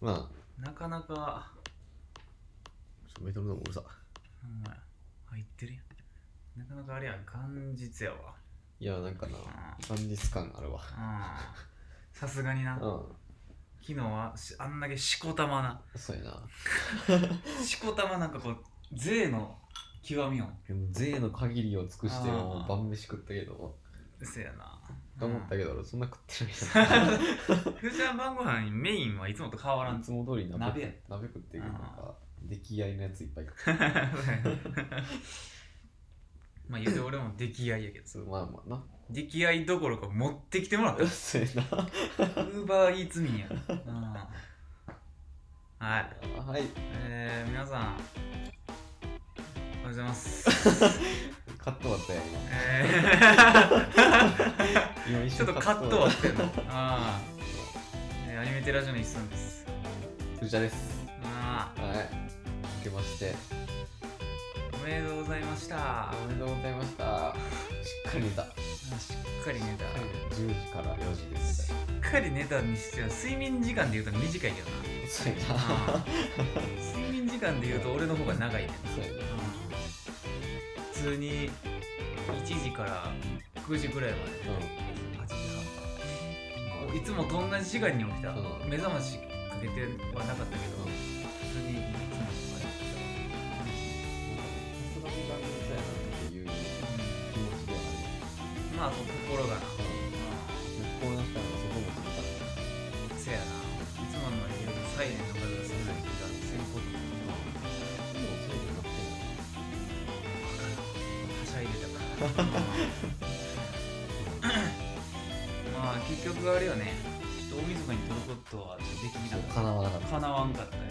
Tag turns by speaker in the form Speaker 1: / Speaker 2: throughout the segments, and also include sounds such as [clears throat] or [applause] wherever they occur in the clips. Speaker 1: まあ、
Speaker 2: なかなか、
Speaker 1: ちょっとメタルのも俺さ、
Speaker 2: うん、入ってるやん。なかなかあれやん、元日やわ。
Speaker 1: いや、なんかな、感日感あるわ。
Speaker 2: うん。さすがにな。
Speaker 1: う
Speaker 2: 昨日はしあんだけしこたまな。
Speaker 1: ん、そうやな。
Speaker 2: しこたまなんかこう、税の極みを。
Speaker 1: でも、税の限りを尽くして、
Speaker 2: あー
Speaker 1: もう晩飯食ったけど、
Speaker 2: せやな。
Speaker 1: 頑張った
Speaker 2: け
Speaker 1: けど、俺そんな食ってないな。
Speaker 2: ど。ふちゃん晩ご飯メインはいつもと変わら
Speaker 1: [laughs]
Speaker 2: ん [laughs]
Speaker 1: いつも通り鍋
Speaker 2: 鍋や
Speaker 1: 鍋食ってるけどなんか、出来合いのやついっぱい食って
Speaker 2: まあ言うて俺も出来合いやけどさ
Speaker 1: そうまあま
Speaker 2: [laughs]
Speaker 1: あな。
Speaker 2: 出来合いどころか持ってきてもらったウ
Speaker 1: そうやな。
Speaker 2: ーバーイーツ民やうんはい
Speaker 1: はい。
Speaker 2: えー、皆さんおはようございます、
Speaker 1: カット割ったやん
Speaker 2: え
Speaker 1: 今。今一
Speaker 2: ー、ち
Speaker 1: 瞬
Speaker 2: ょっとカットは
Speaker 1: 割
Speaker 2: してるのあー、えー、アニメテラジオの一寸です
Speaker 1: った藤田です。
Speaker 2: あ
Speaker 1: はい。明けまして、
Speaker 2: ーおめでとうございました
Speaker 1: おめでとうございました。しっかり寝た。
Speaker 2: しっかり寝た
Speaker 1: 10時から4時です。
Speaker 2: しっかり寝たにしては睡眠時間でいうと短いけどな
Speaker 1: [laughs] そうや
Speaker 2: あ
Speaker 1: な。
Speaker 2: 睡眠時間で言うと俺の方が長いね
Speaker 1: そうやな。
Speaker 2: 普通に1時から9時ぐらいまで8時半かいつもと同じ時間に起きた
Speaker 1: うん
Speaker 2: 目覚ましかけてはなかったけど普通にいつもと同じまあ心がなせやないつもの言うとサイレンの風がする時が先行はしゃいでたから [laughs] まあ結局あれよねちょっと大晦日に撮ることはちょっとできなかっ
Speaker 1: 叶わなかった
Speaker 2: 叶わんかったよ、
Speaker 1: うん
Speaker 2: う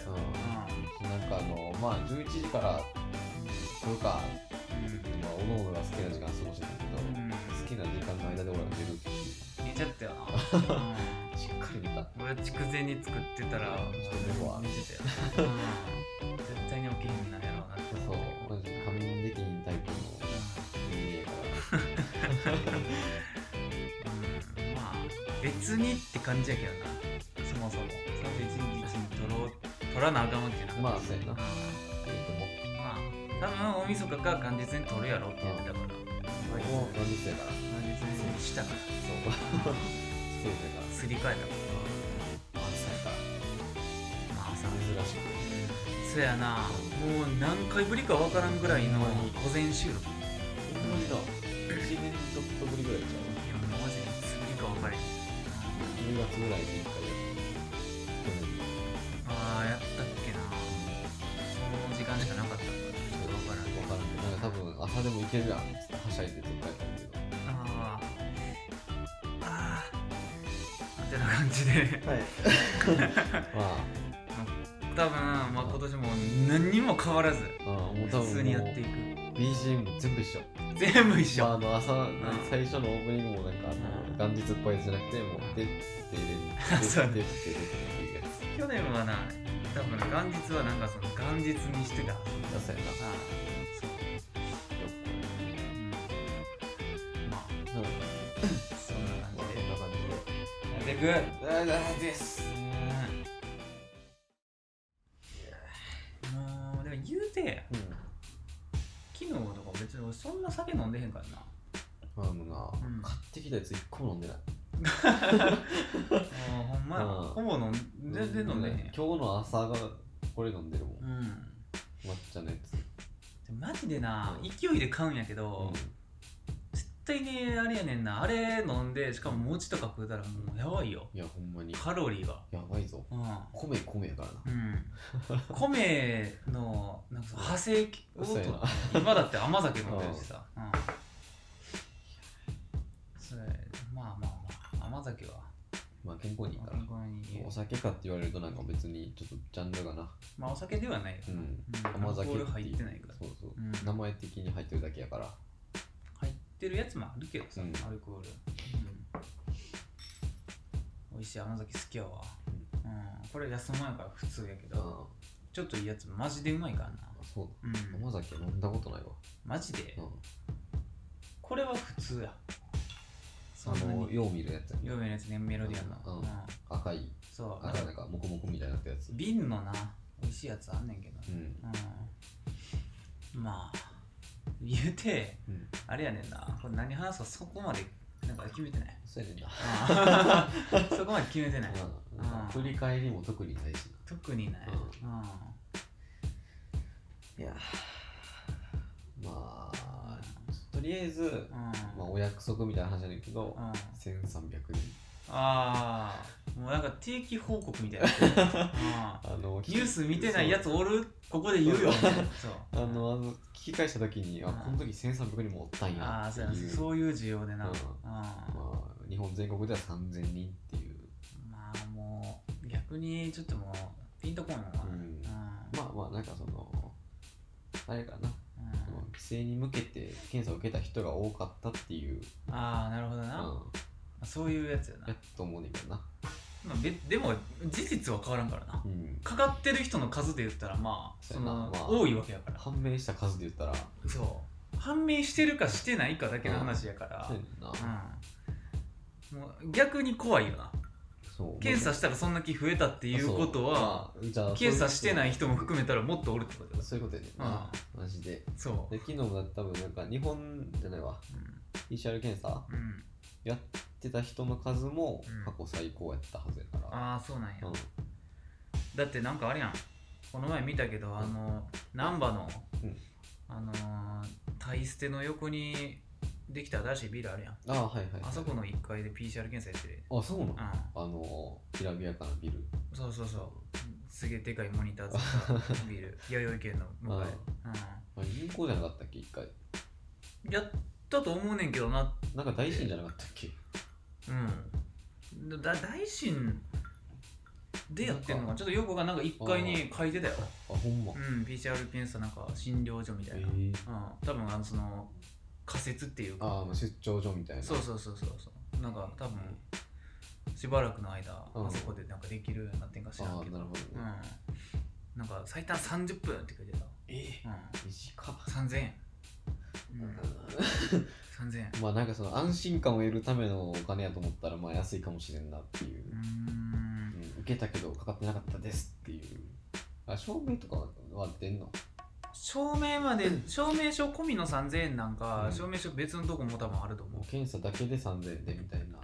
Speaker 1: たなんかあのまあ11時から撮るか
Speaker 2: ん
Speaker 1: まあおのおのが好きな時間過ごしてたけど、
Speaker 2: うん
Speaker 1: 好きな時間の間で俺は寝るっていう
Speaker 2: 寝ちゃったよ
Speaker 1: [laughs]
Speaker 2: な、
Speaker 1: しっかり寝た
Speaker 2: うん、俺筑前に作ってたら
Speaker 1: ちょっとメモは
Speaker 2: 寝てたよ、うん、絶対に起きへんなんやろうなって
Speaker 1: そう
Speaker 2: 思った
Speaker 1: マジで仮眠できんタイプの人間やから
Speaker 2: けどうん、まあ別にって感じやけどなそもそもその別に別に取ろう取らなあかんわけじゃなかった
Speaker 1: まあそうやな
Speaker 2: う
Speaker 1: えっとも
Speaker 2: んまあ多分大晦日か元日に取るやろって言ってたから
Speaker 1: うもう何日やからそう
Speaker 2: 元日にしたから
Speaker 1: そうやから
Speaker 2: すり替えた
Speaker 1: ま
Speaker 2: か
Speaker 1: あそうやから
Speaker 2: らまあさ
Speaker 1: 珍しく
Speaker 2: そやなもう何回ぶりかわからんぐらいの午前収録
Speaker 1: ほんまにな1年ちょっとぶりぐらいちゃう
Speaker 2: いやもうマジでいつぶりか分かれへん
Speaker 1: 10月ぐらいで1回
Speaker 2: ああやったっけなその時間しかなかったからちょっと分からん
Speaker 1: やった分からんけどなんか多分朝でも行けるやんっつってはしゃいでちょっとやったんやけど
Speaker 2: あーあーってな感じで [laughs]
Speaker 1: はいまあ
Speaker 2: 多分、まあ、今年も何にも変わらず
Speaker 1: あもう多分もう
Speaker 2: 普通にやっていく
Speaker 1: BGM 全部一緒
Speaker 2: 全部一
Speaker 1: まあ、
Speaker 2: 緒
Speaker 1: あの朝、
Speaker 2: ん
Speaker 1: 最初のオープニングもなんかあの、元日っぽいやつじゃなくてもう「でででで
Speaker 2: そう
Speaker 1: ででで」っていうやつ
Speaker 2: 去年はな多分元日はなんかその元日にしてたあ
Speaker 1: 出せやな
Speaker 2: あそううんまあ
Speaker 1: うん
Speaker 2: そんな感
Speaker 1: まあ
Speaker 2: じ
Speaker 1: そ
Speaker 2: で
Speaker 1: んな感じで
Speaker 2: やっていく
Speaker 1: あーです
Speaker 2: もうでも言うて
Speaker 1: うん
Speaker 2: 昨日とか別に俺そんな酒飲んでへんからな
Speaker 1: まあもうな、
Speaker 2: うん
Speaker 1: 買ってきたやつ一個も飲んでない
Speaker 2: もうほんまや
Speaker 1: うん
Speaker 2: ほぼ飲ん全然飲んでへん
Speaker 1: 今日の朝がこれ飲んでるもん
Speaker 2: うん
Speaker 1: 抹茶のやつ
Speaker 2: でマジでな勢いで買うんやけど、
Speaker 1: う
Speaker 2: 絶対にあれやねんなあれ飲んでしかも餅とか食うたらもうやばいよ
Speaker 1: んいやほんまに
Speaker 2: カロリーが
Speaker 1: やばいぞ
Speaker 2: うん
Speaker 1: 米米やからな
Speaker 2: うん米のなんかその派生を
Speaker 1: そうやな
Speaker 2: 今だって甘酒飲んでるしさ、うん、それまあまあまあ甘酒は
Speaker 1: まあ健康にいいから
Speaker 2: 本当にいいよ
Speaker 1: お酒かって言われるとなんか別にちょっとジャンルがな
Speaker 2: まあお酒ではないよ、
Speaker 1: うん
Speaker 2: うん、
Speaker 1: 甘酒
Speaker 2: アルコール
Speaker 1: い
Speaker 2: 入
Speaker 1: う
Speaker 2: ってないから
Speaker 1: そうそう、
Speaker 2: うん
Speaker 1: 名前的に入ってるだけやから
Speaker 2: 入ってるやつもあるけどさ、
Speaker 1: うん
Speaker 2: アルコール、うん、美味しい甘酒好きやわ、うんこれ安物やから普通やけ
Speaker 1: あ
Speaker 2: どちょっといいやつマジでうまいからな
Speaker 1: あそう
Speaker 2: う
Speaker 1: だ
Speaker 2: ん
Speaker 1: 甘酒飲んだことないわ、
Speaker 2: マジで
Speaker 1: うん、
Speaker 2: これは普通やそん
Speaker 1: あ
Speaker 2: な
Speaker 1: の
Speaker 2: に
Speaker 1: よう見るやつやね
Speaker 2: 両面のやつねメロディアンの、
Speaker 1: うん
Speaker 2: うん
Speaker 1: 赤い
Speaker 2: そう
Speaker 1: 赤いなんかモコモコみたいになったやつ
Speaker 2: 瓶のな美味しいやつあんねんけど
Speaker 1: うん
Speaker 2: うんまあ言うて
Speaker 1: うん
Speaker 2: あれやねんなこれ何話すかそこまでなんか決めてない
Speaker 1: そうやねんな
Speaker 2: あ [laughs] あそこまで決めてない
Speaker 1: うんなんか振り返りも特にないしな
Speaker 2: 特にない、
Speaker 1: う
Speaker 2: うん、いや
Speaker 1: まあとりあえず、
Speaker 2: うん、
Speaker 1: まあ、お約束みたいな話だけど、
Speaker 2: うん、
Speaker 1: 1300
Speaker 2: ああもうなんか定期報告みたいな、うん
Speaker 1: あの
Speaker 2: ニュース見てないやつおるここで言うよ、ね、そう
Speaker 1: あのあの聞き返した時にあ
Speaker 2: うん
Speaker 1: この時1300人もおったん
Speaker 2: あ
Speaker 1: や
Speaker 2: あ
Speaker 1: ってい
Speaker 2: そ
Speaker 1: う
Speaker 2: やな
Speaker 1: う
Speaker 2: そういう需要でな、
Speaker 1: うんま
Speaker 2: うん
Speaker 1: あ、日本全国では3000人っていう
Speaker 2: まあもう逆にちょっともうピンとこんのは、
Speaker 1: うんまあまあなんかそのあれかな、その規制に向けて検査を受けた人が多かったっていう、
Speaker 2: ああなるほど
Speaker 1: うん、
Speaker 2: な、ま
Speaker 1: や
Speaker 2: あそういうやつやな、
Speaker 1: っと思うねんけどな、
Speaker 2: まあ、べでも事実は変わらんからな
Speaker 1: うん、
Speaker 2: かかってる人の数で言ったらまあ
Speaker 1: そう
Speaker 2: そ
Speaker 1: やな
Speaker 2: の、
Speaker 1: まあ
Speaker 2: 多いわけやから
Speaker 1: 判明した数で言ったら
Speaker 2: そう判明してるかしてないかだけの話やから
Speaker 1: そうやねんな、
Speaker 2: うん、もう逆に怖いよな
Speaker 1: そう
Speaker 2: 検査したらそんな気増えたっていうことは
Speaker 1: そうまあじゃあ
Speaker 2: 検査してない人も
Speaker 1: め
Speaker 2: 含めたらもっとおるってことよ
Speaker 1: そういうことやねんな、マジで
Speaker 2: そ
Speaker 1: で昨日も多分なんか日本じゃないわ
Speaker 2: う、うん
Speaker 1: PCR 検査
Speaker 2: うん、
Speaker 1: やってた人の数も
Speaker 2: うん
Speaker 1: 過去最高やったはずやから、
Speaker 2: ああそうなんや
Speaker 1: うん
Speaker 2: だってなんかあれやんこの前見たけどあの難波の、
Speaker 1: うん
Speaker 2: あのータイ捨ての横にできた新しいビルあるやん
Speaker 1: ああはいはい、はい、
Speaker 2: あそこの1階で PCR 検査やってる
Speaker 1: あそうなの、
Speaker 2: うん
Speaker 1: あのきらびやかなビル
Speaker 2: そうそうそうすげえでかいモニタ
Speaker 1: [laughs]
Speaker 2: ーつったビル弥生県の向かい、
Speaker 1: あれ銀行じゃなかったっけ一回
Speaker 2: うん、やったと思うねんけどな
Speaker 1: なんか大臣じゃなかったっけ
Speaker 2: うんだ大臣でやってんのかなちょっとよくわかんないなんか1階に書いてたよ
Speaker 1: あほんま、
Speaker 2: うん PCR 検査なんか診療所みたいな、
Speaker 1: えー
Speaker 2: うん、多分あのその仮説っていうか
Speaker 1: ああまあ出張所みたいな
Speaker 2: そうそうそうそうそうなんか多分しばらくの間あ
Speaker 1: うん
Speaker 2: そこでなんかできるようになってんか知ら
Speaker 1: あ
Speaker 2: ん
Speaker 1: あ
Speaker 2: けど
Speaker 1: なるほどね、
Speaker 2: うんなんか最短30分って書いてた
Speaker 1: ええ
Speaker 2: う
Speaker 1: 短っ、
Speaker 2: ん3000円うん3000円
Speaker 1: まあなんかその安心感を得るためのお金やと思ったらまあ安いかもしれんなっていう
Speaker 2: うー、ん
Speaker 1: うん受けたけどかかってなかったですっていうあ証明とかは出んの
Speaker 2: 証明まで証明書込みの3000円なんか、
Speaker 1: うん
Speaker 2: 証明書別のとこも多分あると思う
Speaker 1: もう検査だけで3000円でみたいな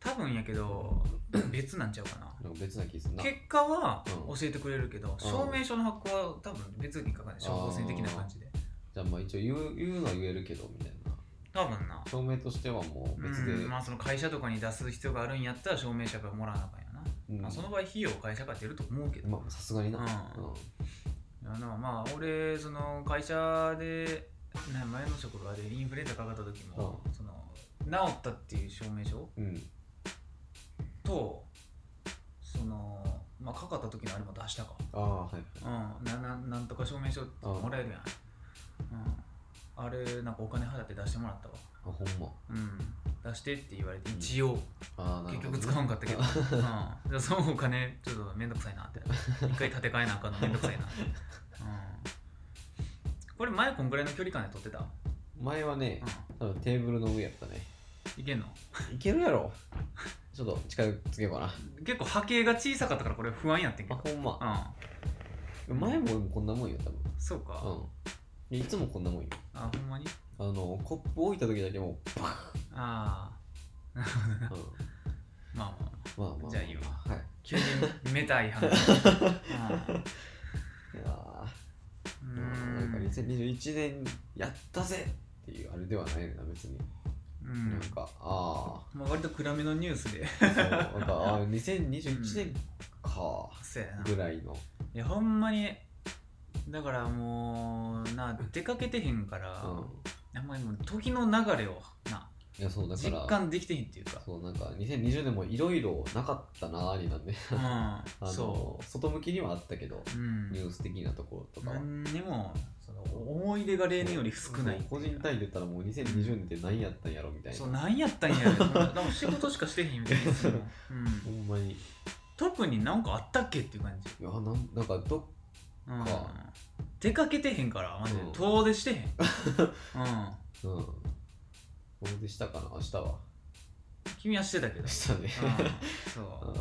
Speaker 2: 多分やけど別なんちゃうかな
Speaker 1: なんか別な気するな
Speaker 2: 結果は
Speaker 1: うん
Speaker 2: 教えてくれるけど、証明書の発行は多分別に書かない消防線的な感じで
Speaker 1: じゃあまあ一応言う言うのは言えるけどみたいな
Speaker 2: 多分な
Speaker 1: 証明としてはもう別で、
Speaker 2: うんまあその会社とかに出す必要があるんやったら証明書からもらわなあかんやな、
Speaker 1: うん
Speaker 2: まあ、その場合費用会社から出ると思うけど、
Speaker 1: まあさすがにな、
Speaker 2: うん
Speaker 1: うん
Speaker 2: いやなまあ俺その会社でな前の職場でインフルエンザかかった時も、その治ったっていう証明書
Speaker 1: うん、
Speaker 2: とそのまあかかった時のあれも出したか
Speaker 1: ああはいはい
Speaker 2: うんなななんとか証明書ってもらえるやん、うん、あれなんかお金払って出してもらったわ
Speaker 1: あほんま
Speaker 2: うん出してって言われて一応
Speaker 1: ああなる
Speaker 2: 結
Speaker 1: ほど
Speaker 2: 局使わんかったけど、うん、じゃあそのお金ちょっとめんどくさいなって一回立て替えなあかんのめんどくさいな、うん、これ前こんぐらいの距離感で撮ってた、う
Speaker 1: 前はね
Speaker 2: ん、
Speaker 1: 多分テーブルの上やったね
Speaker 2: いけんの
Speaker 1: いけるやろちょっと近づけようかな
Speaker 2: 結構波形が小さかったからこれ不安やってんけ
Speaker 1: あ
Speaker 2: ど
Speaker 1: ほんま
Speaker 2: う
Speaker 1: 前も俺もこんなもんよ多
Speaker 2: んそうか、
Speaker 1: 分うんいつもこんなもんよ
Speaker 2: あほんまに
Speaker 1: あのコップ置いた時だけもうバ
Speaker 2: あ
Speaker 1: ーン、うん、
Speaker 2: あまあまあ
Speaker 1: まあまあま
Speaker 2: じゃあいいわ
Speaker 1: はい
Speaker 2: 急にめたい
Speaker 1: [laughs]
Speaker 2: 話うん
Speaker 1: いやー
Speaker 2: うー
Speaker 1: なんか
Speaker 2: ん
Speaker 1: 2021年やったぜっていうあれではないねんな別に、
Speaker 2: うん
Speaker 1: なんかあ
Speaker 2: まあ割と暗めのニュースで [laughs]
Speaker 1: あそうなんかあー2021年か
Speaker 2: そうやな
Speaker 1: ぐらいの
Speaker 2: いやほんまにだからもうな出かけてへんから、
Speaker 1: うん
Speaker 2: あんまりもう時の流れをない
Speaker 1: やそうだか
Speaker 2: 実
Speaker 1: ら
Speaker 2: 感できてへんっていうか
Speaker 1: そうなんか2020年もいろいろなかったなーになんで [laughs] あ
Speaker 2: うん
Speaker 1: の
Speaker 2: そ
Speaker 1: 外向きにはあったけど
Speaker 2: ううん
Speaker 1: ニュース的なところとかは
Speaker 2: 何にもその思い出が例年より少ない
Speaker 1: そう個人単位で言ったらもう2020年って何やったんやろみたいな
Speaker 2: そう何やったんや
Speaker 1: [laughs]
Speaker 2: ろなんか仕事しかしてへんみたいな、う
Speaker 1: ほ
Speaker 2: ん、
Speaker 1: んまにい
Speaker 2: 特になんかあったっけっていう感じ、
Speaker 1: やなんなんかどっ
Speaker 2: うん
Speaker 1: か、
Speaker 2: 出かけてへんからマジで
Speaker 1: うん
Speaker 2: 遠
Speaker 1: [laughs]
Speaker 2: 出してへん、うん、
Speaker 1: うんこれでしたかな明日は
Speaker 2: 君はしてたけど、う
Speaker 1: [laughs]
Speaker 2: ん、
Speaker 1: したね
Speaker 2: そううん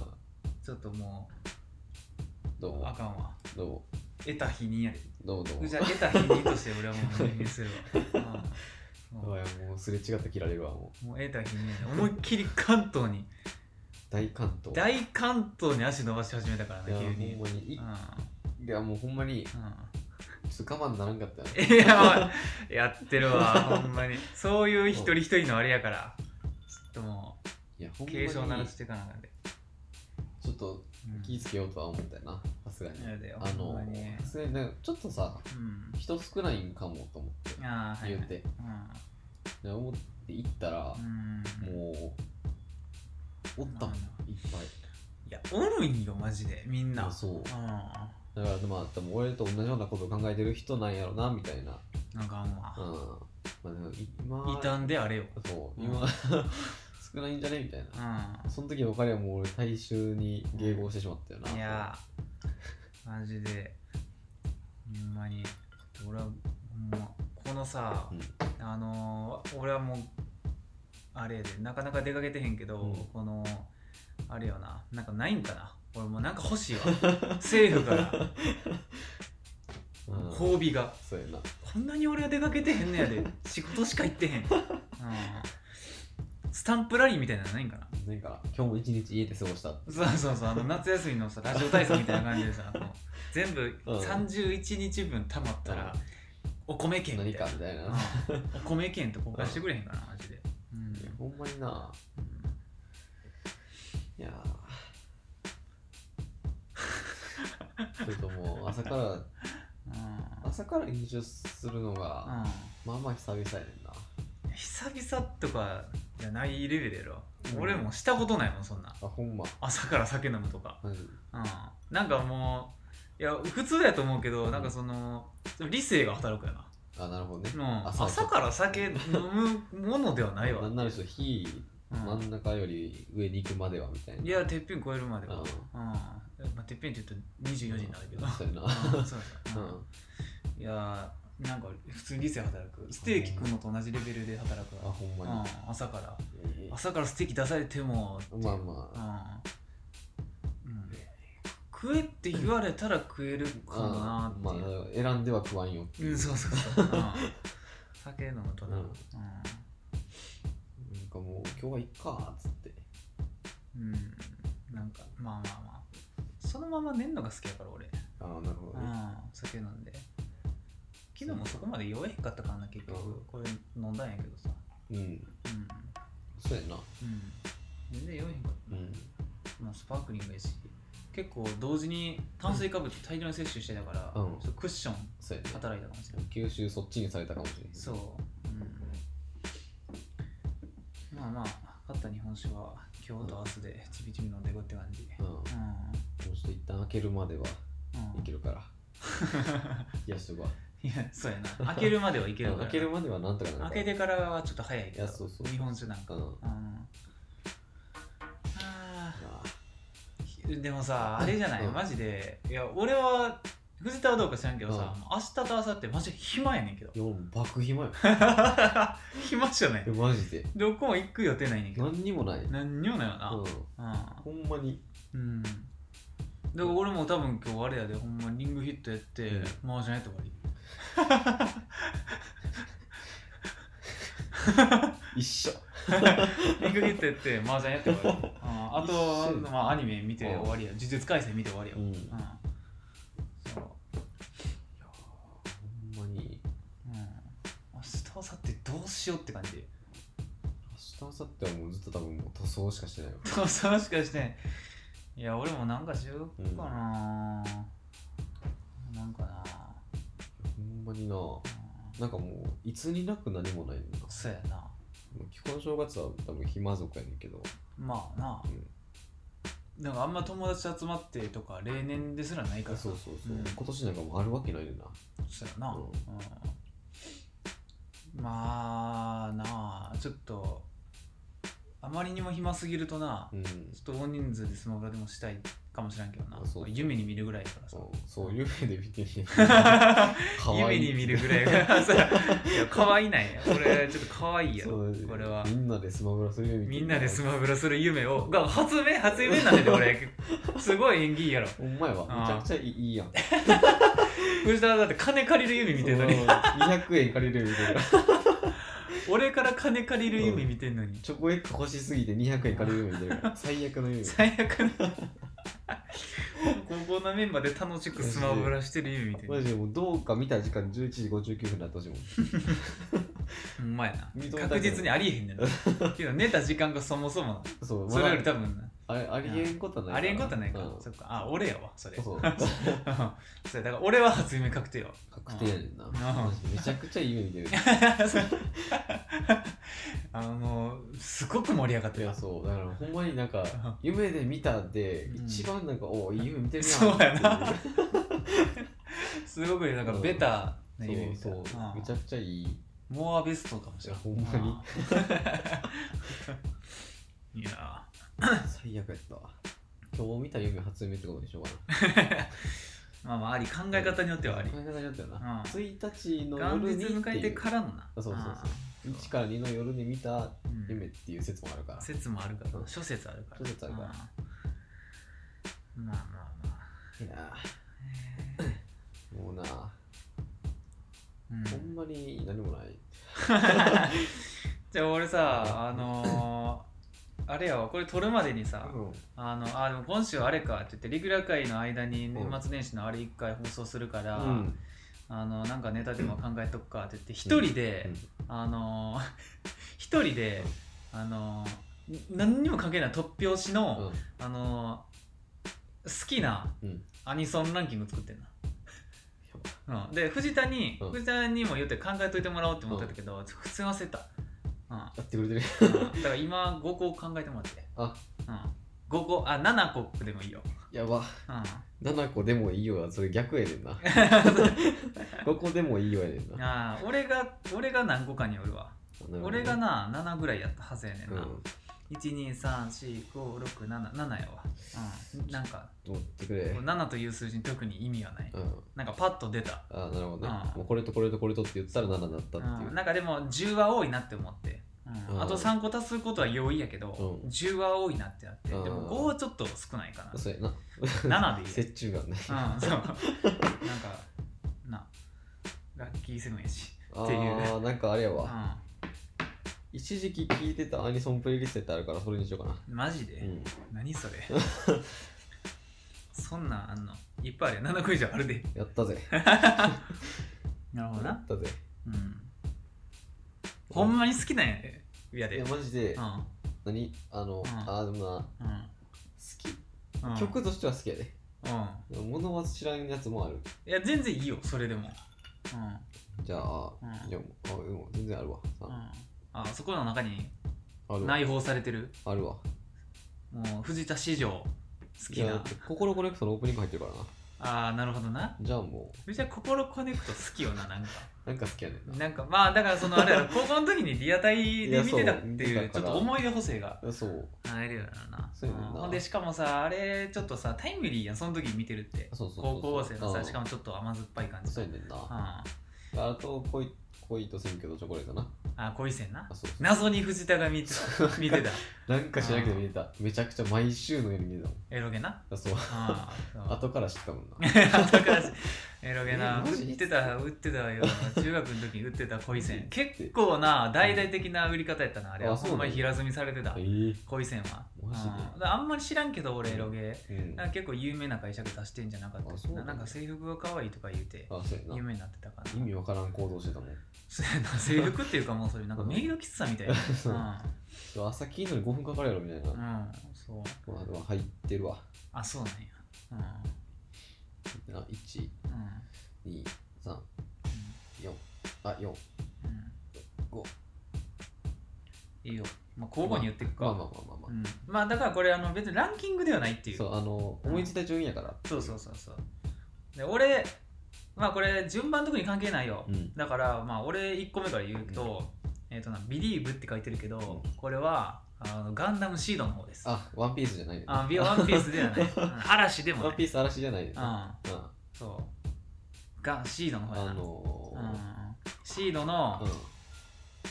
Speaker 2: ちょっともう
Speaker 1: どう
Speaker 2: あ
Speaker 1: も
Speaker 2: かんわ
Speaker 1: どうも
Speaker 2: 得た否認やで
Speaker 1: どうもどうも
Speaker 2: じゃあ得た否認として俺はもう任命するわうん
Speaker 1: あいやもうすれ違って切られるわもう
Speaker 2: もう得た日に思いっきり関
Speaker 1: [laughs]
Speaker 2: 東に
Speaker 1: 大関東
Speaker 2: 大関東に足伸ばし始めたから
Speaker 1: い
Speaker 2: ね
Speaker 1: やほ
Speaker 2: 急にうん
Speaker 1: んまにいいやもうほんまにちょっと我慢ならんかったよね
Speaker 2: [laughs] うんいや、まあ、やってる
Speaker 1: [laughs]
Speaker 2: わほんまにそういう一人一人のあれやからちょっとも
Speaker 1: いやほ
Speaker 2: うん
Speaker 1: ま
Speaker 2: 警
Speaker 1: に
Speaker 2: 鐘鳴らし
Speaker 1: ち
Speaker 2: ていかなあかんで、
Speaker 1: ょっと
Speaker 2: うん、
Speaker 1: 気ぃつけようとは思ったよなさすがに
Speaker 2: やだよ
Speaker 1: あ
Speaker 2: ほん
Speaker 1: の
Speaker 2: まに
Speaker 1: さすがになんかちょっとさ
Speaker 2: うん
Speaker 1: 人少ないんかもと思って
Speaker 2: ああはい、
Speaker 1: 言
Speaker 2: は
Speaker 1: う
Speaker 2: い、
Speaker 1: てで思って行ったら
Speaker 2: うんうん
Speaker 1: もうおったもんいっぱい
Speaker 2: いやおるんよマジでみん
Speaker 1: い
Speaker 2: な
Speaker 1: やそう
Speaker 2: う
Speaker 1: だからまあ多分俺と同じようなことを考えてる人なんやろなみたいな、
Speaker 2: んなんかあん
Speaker 1: うん
Speaker 2: わ
Speaker 1: まあ、でも今
Speaker 2: 傷んであれよ
Speaker 1: そう
Speaker 2: うん
Speaker 1: 今、 [laughs] 少ないんじゃねみたいな
Speaker 2: う
Speaker 1: その時別れはもう俺大衆に迎合してしまったよな、
Speaker 2: んいやマジでほんまに俺はほんまこのさ
Speaker 1: うん
Speaker 2: あのー俺はもうあれやでなかなか出かけてへんけど、
Speaker 1: うん
Speaker 2: このあれよななんかないんかな俺もうなんか欲しいわ [laughs] 政府から
Speaker 1: うん
Speaker 2: 褒美が
Speaker 1: そうやな
Speaker 2: こんなに俺は出かけてへんのやで仕事しか行ってへん、うん、スタンプラリーみたいなのないんかな
Speaker 1: なんか今日も一日家で過ごした
Speaker 2: そうそうそうあの夏休みのさラジオ体操みたいな感じで
Speaker 1: [laughs]
Speaker 2: さあの全部
Speaker 1: うん
Speaker 2: 31日分たまったら、お米券み
Speaker 1: 何
Speaker 2: たい
Speaker 1: か
Speaker 2: な
Speaker 1: みたいな、い
Speaker 2: うんお米券と交換してくれへんかなマジで、うん
Speaker 1: やほんまにな
Speaker 2: うん
Speaker 1: いや [laughs] ーちょっともう朝から
Speaker 2: う
Speaker 1: 朝から飲酒するのが、
Speaker 2: ん
Speaker 1: まあまあ久々やねんな
Speaker 2: 久々とかじゃないレベルやろ、
Speaker 1: うん
Speaker 2: 俺もしたことないもんそんな
Speaker 1: あほんま
Speaker 2: 朝から酒飲むとか、
Speaker 1: マジ
Speaker 2: うん、なんかもういや普通やと思うけど、
Speaker 1: うん
Speaker 2: なんかその理性が働くやな、
Speaker 1: あなるほどね
Speaker 2: うん、
Speaker 1: 朝
Speaker 2: 朝から酒飲むものではない
Speaker 1: [laughs]
Speaker 2: わ、
Speaker 1: な
Speaker 2: うんん
Speaker 1: ならちょっと火真ん中より上に行くまではみたいない
Speaker 2: やてっぺん超えるまでは、
Speaker 1: う
Speaker 2: うんんまあ、てっぺんって言うと24時になるけど、
Speaker 1: そうやな
Speaker 2: うんそう
Speaker 1: う
Speaker 2: そう、
Speaker 1: ん
Speaker 2: いやーなんか普通に理性働くステーキ食うのと同じレベルで働く
Speaker 1: あ
Speaker 2: わ、
Speaker 1: ほん
Speaker 2: う
Speaker 1: ま
Speaker 2: ん、朝から
Speaker 1: に
Speaker 2: 朝からステーキ出されてもっていう
Speaker 1: まあまあ
Speaker 2: うんうん食えって言われたら食えるかもな
Speaker 1: うん
Speaker 2: ー
Speaker 1: ま
Speaker 2: ってい
Speaker 1: あ
Speaker 2: う、
Speaker 1: 選んでは食わんよって
Speaker 2: う
Speaker 1: い
Speaker 2: ん
Speaker 1: う
Speaker 2: そうそうそう、うん酒飲むとな
Speaker 1: う
Speaker 2: うん
Speaker 1: なんかもう今日はいっかっつって
Speaker 2: ん、うん、なんかまあまあまあそのまま寝んのが好きやから俺、
Speaker 1: あなるほど
Speaker 2: う
Speaker 1: ね
Speaker 2: ん、酒飲んで昨日もそこまで酔えへんかったからな結局、
Speaker 1: うん
Speaker 2: これ飲んだんやけどさ
Speaker 1: うん
Speaker 2: うん
Speaker 1: そうやな
Speaker 2: うん全然酔えへんかった
Speaker 1: う
Speaker 2: な、
Speaker 1: ん
Speaker 2: まあ、スパークリングやし結構同時に炭水化物大量に摂取してたから、
Speaker 1: うん
Speaker 2: ちょっとクッション
Speaker 1: そうやね
Speaker 2: 働いたかもしれない
Speaker 1: 吸収そっちにされたかもしれへん
Speaker 2: そう、うん、まあまあ勝った日本酒は今日と明日でちびちび飲んでいこうって感じ
Speaker 1: うんもう
Speaker 2: うん
Speaker 1: ちょっと一旦開けるまでは
Speaker 2: うん
Speaker 1: いける
Speaker 2: [laughs]
Speaker 1: から冷やしとくわ
Speaker 2: いやそうやな開けるまではいけるから
Speaker 1: 開けるまではなんとかなるから
Speaker 2: 開けてからはちょっと早いけど
Speaker 1: いやそうそう
Speaker 2: 日本酒なんか
Speaker 1: うん
Speaker 2: うんあー
Speaker 1: あ
Speaker 2: でもさあれじゃない、
Speaker 1: うん
Speaker 2: マジでいや俺は藤田はどうか知らんけどさ、
Speaker 1: うん
Speaker 2: 明日と明後日マジで暇やねんけど
Speaker 1: [laughs] いやもう爆暇
Speaker 2: [laughs]
Speaker 1: よ
Speaker 2: 暇じゃない
Speaker 1: いやマジで
Speaker 2: どこも行く予定ないねんけど
Speaker 1: 何にもない
Speaker 2: 何にもないよ
Speaker 1: う
Speaker 2: なん
Speaker 1: ほんまに
Speaker 2: うん、うん、だから俺も多分今日あれやでほんまリングヒットやって、
Speaker 1: うん
Speaker 2: マージャンやって終わり
Speaker 1: 一緒
Speaker 2: リングヒットやってマージャンやって終わり、うんあと
Speaker 1: 一緒、や
Speaker 2: まあ、アニメ見て終わりや呪術廻戦見て終わりや、
Speaker 1: う
Speaker 2: うん
Speaker 1: ん
Speaker 2: そう
Speaker 1: ほんまに
Speaker 2: うん明日明後日どうしようって感じ
Speaker 1: 明日明後日はもうずっと多分もう塗装しかしてないよ
Speaker 2: [laughs] そうそうもしかしていや俺もなんかしようかな、なんかな
Speaker 1: ほんまにな
Speaker 2: うん
Speaker 1: なんかもういつになく何もないねんな
Speaker 2: そうやな
Speaker 1: もう基本正月は多分暇族やねんけど
Speaker 2: まあな、なんかあんま友達集まってとか例年ですらないからな
Speaker 1: そうそうそう、
Speaker 2: うん
Speaker 1: 今年なんかもうあるわけないねんな
Speaker 2: そうやな、
Speaker 1: うん
Speaker 2: うんまあなあちょっとあまりにも暇すぎるとな、
Speaker 1: うん
Speaker 2: ちょっと大人数でスマブラでもしたいかもしれんけどな
Speaker 1: あそう
Speaker 2: 夢に見るぐらいやからさ
Speaker 1: うんそう夢で見てる
Speaker 2: [laughs]
Speaker 1: ねかわ
Speaker 2: 夢
Speaker 1: いい
Speaker 2: に見るぐらいやからさいや可愛いなんやこれちょっと可愛いやろ
Speaker 1: そうだね
Speaker 2: これは
Speaker 1: みんなでスマブラする夢
Speaker 2: みんなでスマブラする夢をが初夢初夢なんで俺すごい演技いいやろ
Speaker 1: お前は
Speaker 2: あ
Speaker 1: めちゃ
Speaker 2: ー
Speaker 1: くちゃいいいいやん
Speaker 2: 藤田だって金借りる夢見てんの
Speaker 1: そ
Speaker 2: に
Speaker 1: の200円借りるみたいな
Speaker 2: 俺から金借りる夢見てんのに
Speaker 1: チョコエッグ欲しすぎて200円借りる夢みたいな最悪の夢
Speaker 2: 最悪 [laughs] な高校のメンバーで楽しくスマブラしてる夢見てんの
Speaker 1: マジでもうどうか見た時間11時59分だったしもん
Speaker 2: ほんまやな
Speaker 1: 認めたくない
Speaker 2: 確実にありえへんねんな [laughs] けど寝た時間がそもそもな
Speaker 1: そう
Speaker 2: そ
Speaker 1: ま
Speaker 2: れ
Speaker 1: だ
Speaker 2: より多分な
Speaker 1: あれありえんことはない
Speaker 2: ありえんことないか、
Speaker 1: うん
Speaker 2: そ
Speaker 1: そ
Speaker 2: っかあ俺やわそれ [laughs] そう
Speaker 1: う
Speaker 2: やだから俺は初夢確定よ
Speaker 1: 確定やねんな
Speaker 2: うん
Speaker 1: マジでめちゃくちゃいい夢見てる
Speaker 2: あのもうすごく盛り上がって
Speaker 1: い
Speaker 2: る
Speaker 1: やそうだからほんまになんか夢で見たで
Speaker 2: うん
Speaker 1: 一番なんかおいい夢見てるやん
Speaker 2: そうやなすごくなんかベタな夢見た
Speaker 1: そうそうめちゃくちゃいい
Speaker 2: モアベストかもしれない
Speaker 1: いやほんま
Speaker 2: に [laughs] いや
Speaker 1: 最悪やったわ今日見た夢初夢ってことでしょうかな
Speaker 2: ーまあまああり考え方によってはあり
Speaker 1: 考え方によっては
Speaker 2: うん
Speaker 1: な1日の
Speaker 2: 元
Speaker 1: 夜
Speaker 2: 日
Speaker 1: に
Speaker 2: 迎えてからのな
Speaker 1: そうそうそう
Speaker 2: うん
Speaker 1: 1から2の夜に見た
Speaker 2: うん
Speaker 1: 夢っていう説もあるから
Speaker 2: 説もあるから
Speaker 1: うん
Speaker 2: 諸説あるから
Speaker 1: 諸説あるから
Speaker 2: うんまあまあま
Speaker 1: いや
Speaker 2: あ
Speaker 1: ーもうな
Speaker 2: うん
Speaker 1: ほんまに何もない
Speaker 2: じゃあ俺さあのーあれやわこれ撮るまでにさ
Speaker 1: うん
Speaker 2: あのあでも今週あれかって言ってレギュラー会の間に年末年始のあれ1回放送するから、
Speaker 1: うん
Speaker 2: あのなんかネタでも考えとくかって言って一人で、あのー [laughs] 一人で、あのー何にも関係ない突拍子
Speaker 1: う
Speaker 2: の、
Speaker 1: ん
Speaker 2: あのー好きな
Speaker 1: うん
Speaker 2: アニソンランキング作ってんな、うん、で藤田に、
Speaker 1: うん
Speaker 2: 藤田にも言って考えといてもらおうって思ってたけど、普通に忘れた、うん、
Speaker 1: やってくれてる [laughs]
Speaker 2: うんだから今5個考えてもらって
Speaker 1: あ
Speaker 2: うん、5個あ7個でもいいよ、
Speaker 1: やば
Speaker 2: うん
Speaker 1: 7個でもいいよはそれ逆やねん
Speaker 2: [laughs]
Speaker 1: な5個でもいいよやねんな
Speaker 2: あー俺が俺が何個かによるわ俺がな7ぐらいやったはずやねん
Speaker 1: うん
Speaker 2: な、1234567やわ、うん、なんか
Speaker 1: 持ってくれうん
Speaker 2: 7という数字に特に意味はないなんかパッと出た、
Speaker 1: あなるほどね
Speaker 2: うん
Speaker 1: もうこれとこれとこれとって言ったら7だった
Speaker 2: う
Speaker 1: ってい
Speaker 2: ん、
Speaker 1: う
Speaker 2: なんかでも10は多いなって思って、うん
Speaker 1: うん
Speaker 2: あと3個足すことは容易やけど、
Speaker 1: うん
Speaker 2: 10は多いなってなってで
Speaker 1: うん
Speaker 2: も5はちょっと少ないか
Speaker 1: [laughs] そうやな
Speaker 2: な7でいい
Speaker 1: 折衷眼ね
Speaker 2: やうんそうなんかなラッキーセブンやし
Speaker 1: あ
Speaker 2: っていう
Speaker 1: ーなんかあれや
Speaker 2: う
Speaker 1: わ
Speaker 2: ん
Speaker 1: 一時期聞いてたアニソンプレイリストってあるからそれにしようかな
Speaker 2: マジで、
Speaker 1: うん [laughs]
Speaker 2: 何それそんなんあんのいっぱいあるよ7個以上あるで
Speaker 1: やったぜ
Speaker 2: なるほど
Speaker 1: や
Speaker 2: な
Speaker 1: ったぜ
Speaker 2: うんほんまに好きなんやでや
Speaker 1: い
Speaker 2: で
Speaker 1: やマジで
Speaker 2: うん
Speaker 1: 何あの
Speaker 2: うん
Speaker 1: あーでもな
Speaker 2: う
Speaker 1: 好
Speaker 2: ん
Speaker 1: き曲としては好きやで
Speaker 2: うん
Speaker 1: でも物は知らんやつもある
Speaker 2: いや全然いいよそれでも
Speaker 1: じゃあ
Speaker 2: うんうん
Speaker 1: いやもうあでも全然あるわさ
Speaker 2: うんあそこの中に
Speaker 1: あるわ
Speaker 2: 内包されてる
Speaker 1: あるわ
Speaker 2: もう藤田史上好
Speaker 1: い
Speaker 2: き
Speaker 1: やだ
Speaker 2: な
Speaker 1: って心コネクトのオープニング入ってるからな
Speaker 2: ああなるほどな
Speaker 1: じゃあも
Speaker 2: 藤田心コネクト好きよななんか
Speaker 1: うなんか好きやねんな
Speaker 2: なんかまあだからそのあ
Speaker 1: [laughs]
Speaker 2: れやろ高校の時にリアタイで見てたって
Speaker 1: い
Speaker 2: い
Speaker 1: やそう
Speaker 2: う
Speaker 1: 見てた
Speaker 2: ちょ
Speaker 1: か
Speaker 2: っ
Speaker 1: ら
Speaker 2: と思い出補正が
Speaker 1: いやそう
Speaker 2: 入るよな
Speaker 1: そうやねんな
Speaker 2: ほんでしかもさあれちょっとさタイムリーやんその時見てるって
Speaker 1: そうそうそうそ
Speaker 2: 高
Speaker 1: う
Speaker 2: 校生の
Speaker 1: う
Speaker 2: さ
Speaker 1: ん
Speaker 2: しかもちょっと甘酸っぱい感じ
Speaker 1: そう
Speaker 2: と
Speaker 1: やねんな
Speaker 2: あ
Speaker 1: あと恋恋と選挙とチョコレートな
Speaker 2: あ恋せんな
Speaker 1: あそうそう
Speaker 2: 謎に藤田が見てた見てた
Speaker 1: なんか知らんけど見てためちゃくちゃ毎週のように見てたもん
Speaker 2: エロゲな
Speaker 1: あそう
Speaker 2: ああ
Speaker 1: 後から知ったもんな
Speaker 2: [laughs] 後からしエロゲな
Speaker 1: えマ
Speaker 2: 売っ
Speaker 1: ジ
Speaker 2: てた売ってたよ中学の時に売ってた恋せん結構な大々的な売り方やったなあれは
Speaker 1: あそう
Speaker 2: ほ
Speaker 1: なんんや
Speaker 2: まに平積みされてた
Speaker 1: えー
Speaker 2: 恋せんは
Speaker 1: マジで
Speaker 2: うんだあんまり知らんけど俺エロゲ
Speaker 1: うん
Speaker 2: なんか結構有名な会社が出してんじゃなかった
Speaker 1: あそう
Speaker 2: な
Speaker 1: なんん
Speaker 2: な
Speaker 1: だ
Speaker 2: んか制服が可愛いとか言うて
Speaker 1: あそうや
Speaker 2: 有
Speaker 1: な
Speaker 2: 名になってたから
Speaker 1: 意味わからん行動してたもん
Speaker 2: そうやな [laughs] 制服っていうかもうそれなんかメイド喫茶みたいな
Speaker 1: [laughs] そう朝聞いのに5分かかるやろみたいな、
Speaker 2: うん、うん、そう
Speaker 1: まあでも入ってるわ
Speaker 2: あそうなんや
Speaker 1: な
Speaker 2: うんうん
Speaker 1: 1234あ四
Speaker 2: うん
Speaker 1: 五
Speaker 2: いいよ、まあ、交互に言っていくか、
Speaker 1: まあまあまあまあまあ、
Speaker 2: うん、まあだからこれあの別にランキングではないっていう
Speaker 1: そうあの思いついた順位やから
Speaker 2: そうそうそうそうで俺まあこれ順番特に関係ないよ、
Speaker 1: うん
Speaker 2: だからまあ俺1個目から言うと、えっ、とな「Believe」って書いてるけどこれはあのガンダムシードの方です。
Speaker 1: あワンピースじゃないね
Speaker 2: あ、ビワンピースではない。うん嵐でも
Speaker 1: ワ
Speaker 2: な
Speaker 1: ンピ
Speaker 2: い。
Speaker 1: ース嵐じゃないです、
Speaker 2: う
Speaker 1: ねう
Speaker 2: ん、
Speaker 1: ん、
Speaker 2: そう。ガンシードの方や
Speaker 1: あ
Speaker 2: な。
Speaker 1: の
Speaker 2: う
Speaker 1: ー
Speaker 2: ん、シード
Speaker 1: う
Speaker 2: の
Speaker 1: ん、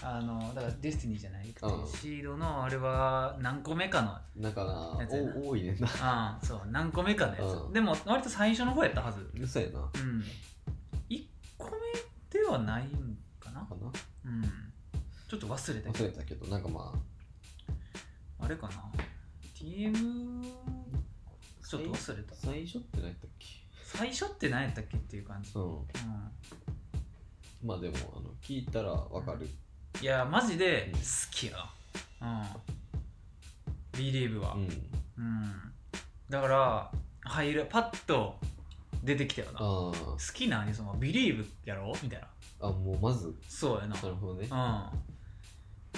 Speaker 2: あのだからデスティニーじゃな
Speaker 1: う
Speaker 2: い、
Speaker 1: ん
Speaker 2: シードのあれは何個目かの
Speaker 1: だから
Speaker 2: やつやな
Speaker 1: お多いねんな
Speaker 2: ああそう何個目かのやつ、
Speaker 1: うん
Speaker 2: でも割と最初の方やったはず
Speaker 1: 嘘やなか
Speaker 2: うん1個目ではないんかな
Speaker 1: な
Speaker 2: うんちょっと忘れたけ
Speaker 1: 忘
Speaker 2: ど
Speaker 1: れたけどなんかまあ
Speaker 2: あれかな TM ちょっと忘れた
Speaker 1: 最初って何やったっけ
Speaker 2: 最初って何やったっけっていう感じ、
Speaker 1: うん
Speaker 2: う
Speaker 1: まあでもあの聞いたらわかる
Speaker 2: ん、いやマジで好きやなうん Believe は
Speaker 1: うん
Speaker 2: うん、だから入るパッと出てきたよな好
Speaker 1: あー
Speaker 2: きなアニソンは Believe やろみたいな
Speaker 1: あもうまず
Speaker 2: そうやな
Speaker 1: なるほどね
Speaker 2: う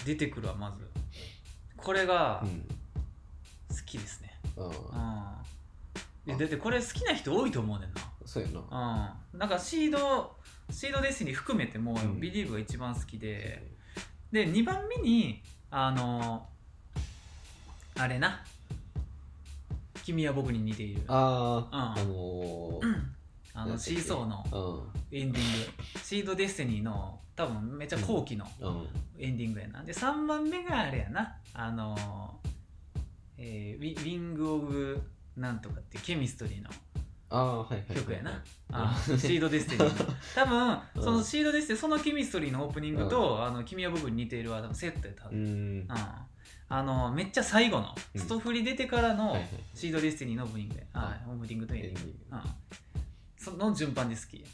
Speaker 2: ん、出てくるわまずこれが
Speaker 1: うん
Speaker 2: 好きですね、
Speaker 1: あ
Speaker 2: うん
Speaker 1: あ
Speaker 2: いやだってこれ好きな人多いと思うねん
Speaker 1: そうやな
Speaker 2: な、うん、なんかシードシードデスに含めても
Speaker 1: うん
Speaker 2: ビリーブが一番好きで、で2番目にあのあれな君は僕に似ている
Speaker 1: あああの
Speaker 2: うん
Speaker 1: ー
Speaker 2: うんあ
Speaker 1: なんだっけ
Speaker 2: のシーソーの
Speaker 1: う
Speaker 2: エンディングシードデスティニーの多分めっちゃ後期の、
Speaker 1: んうん
Speaker 2: エンディングやなで3番目があれやなあのーえーウィウィング・オブ・なんとかっていうケミストリーの
Speaker 1: ああはいはいはい
Speaker 2: 曲やな、あ
Speaker 1: うん
Speaker 2: ーシード・デスティ
Speaker 1: [laughs]
Speaker 2: ニーの
Speaker 1: う
Speaker 2: 多
Speaker 1: ん
Speaker 2: 分そのシード・デスティニーそのケミストリーのオープニングと「あの君は僕に似ている」は多分セットやった、
Speaker 1: う
Speaker 2: うん
Speaker 1: ん
Speaker 2: あのめっちゃ最後の
Speaker 1: うん
Speaker 2: ストフリ出てからの
Speaker 1: はいはい
Speaker 2: シード・デスティニーのオープニングや、
Speaker 1: うん
Speaker 2: あーオープニングとエンデ
Speaker 1: エン
Speaker 2: ィング
Speaker 1: ディング
Speaker 2: うん、その順番で好き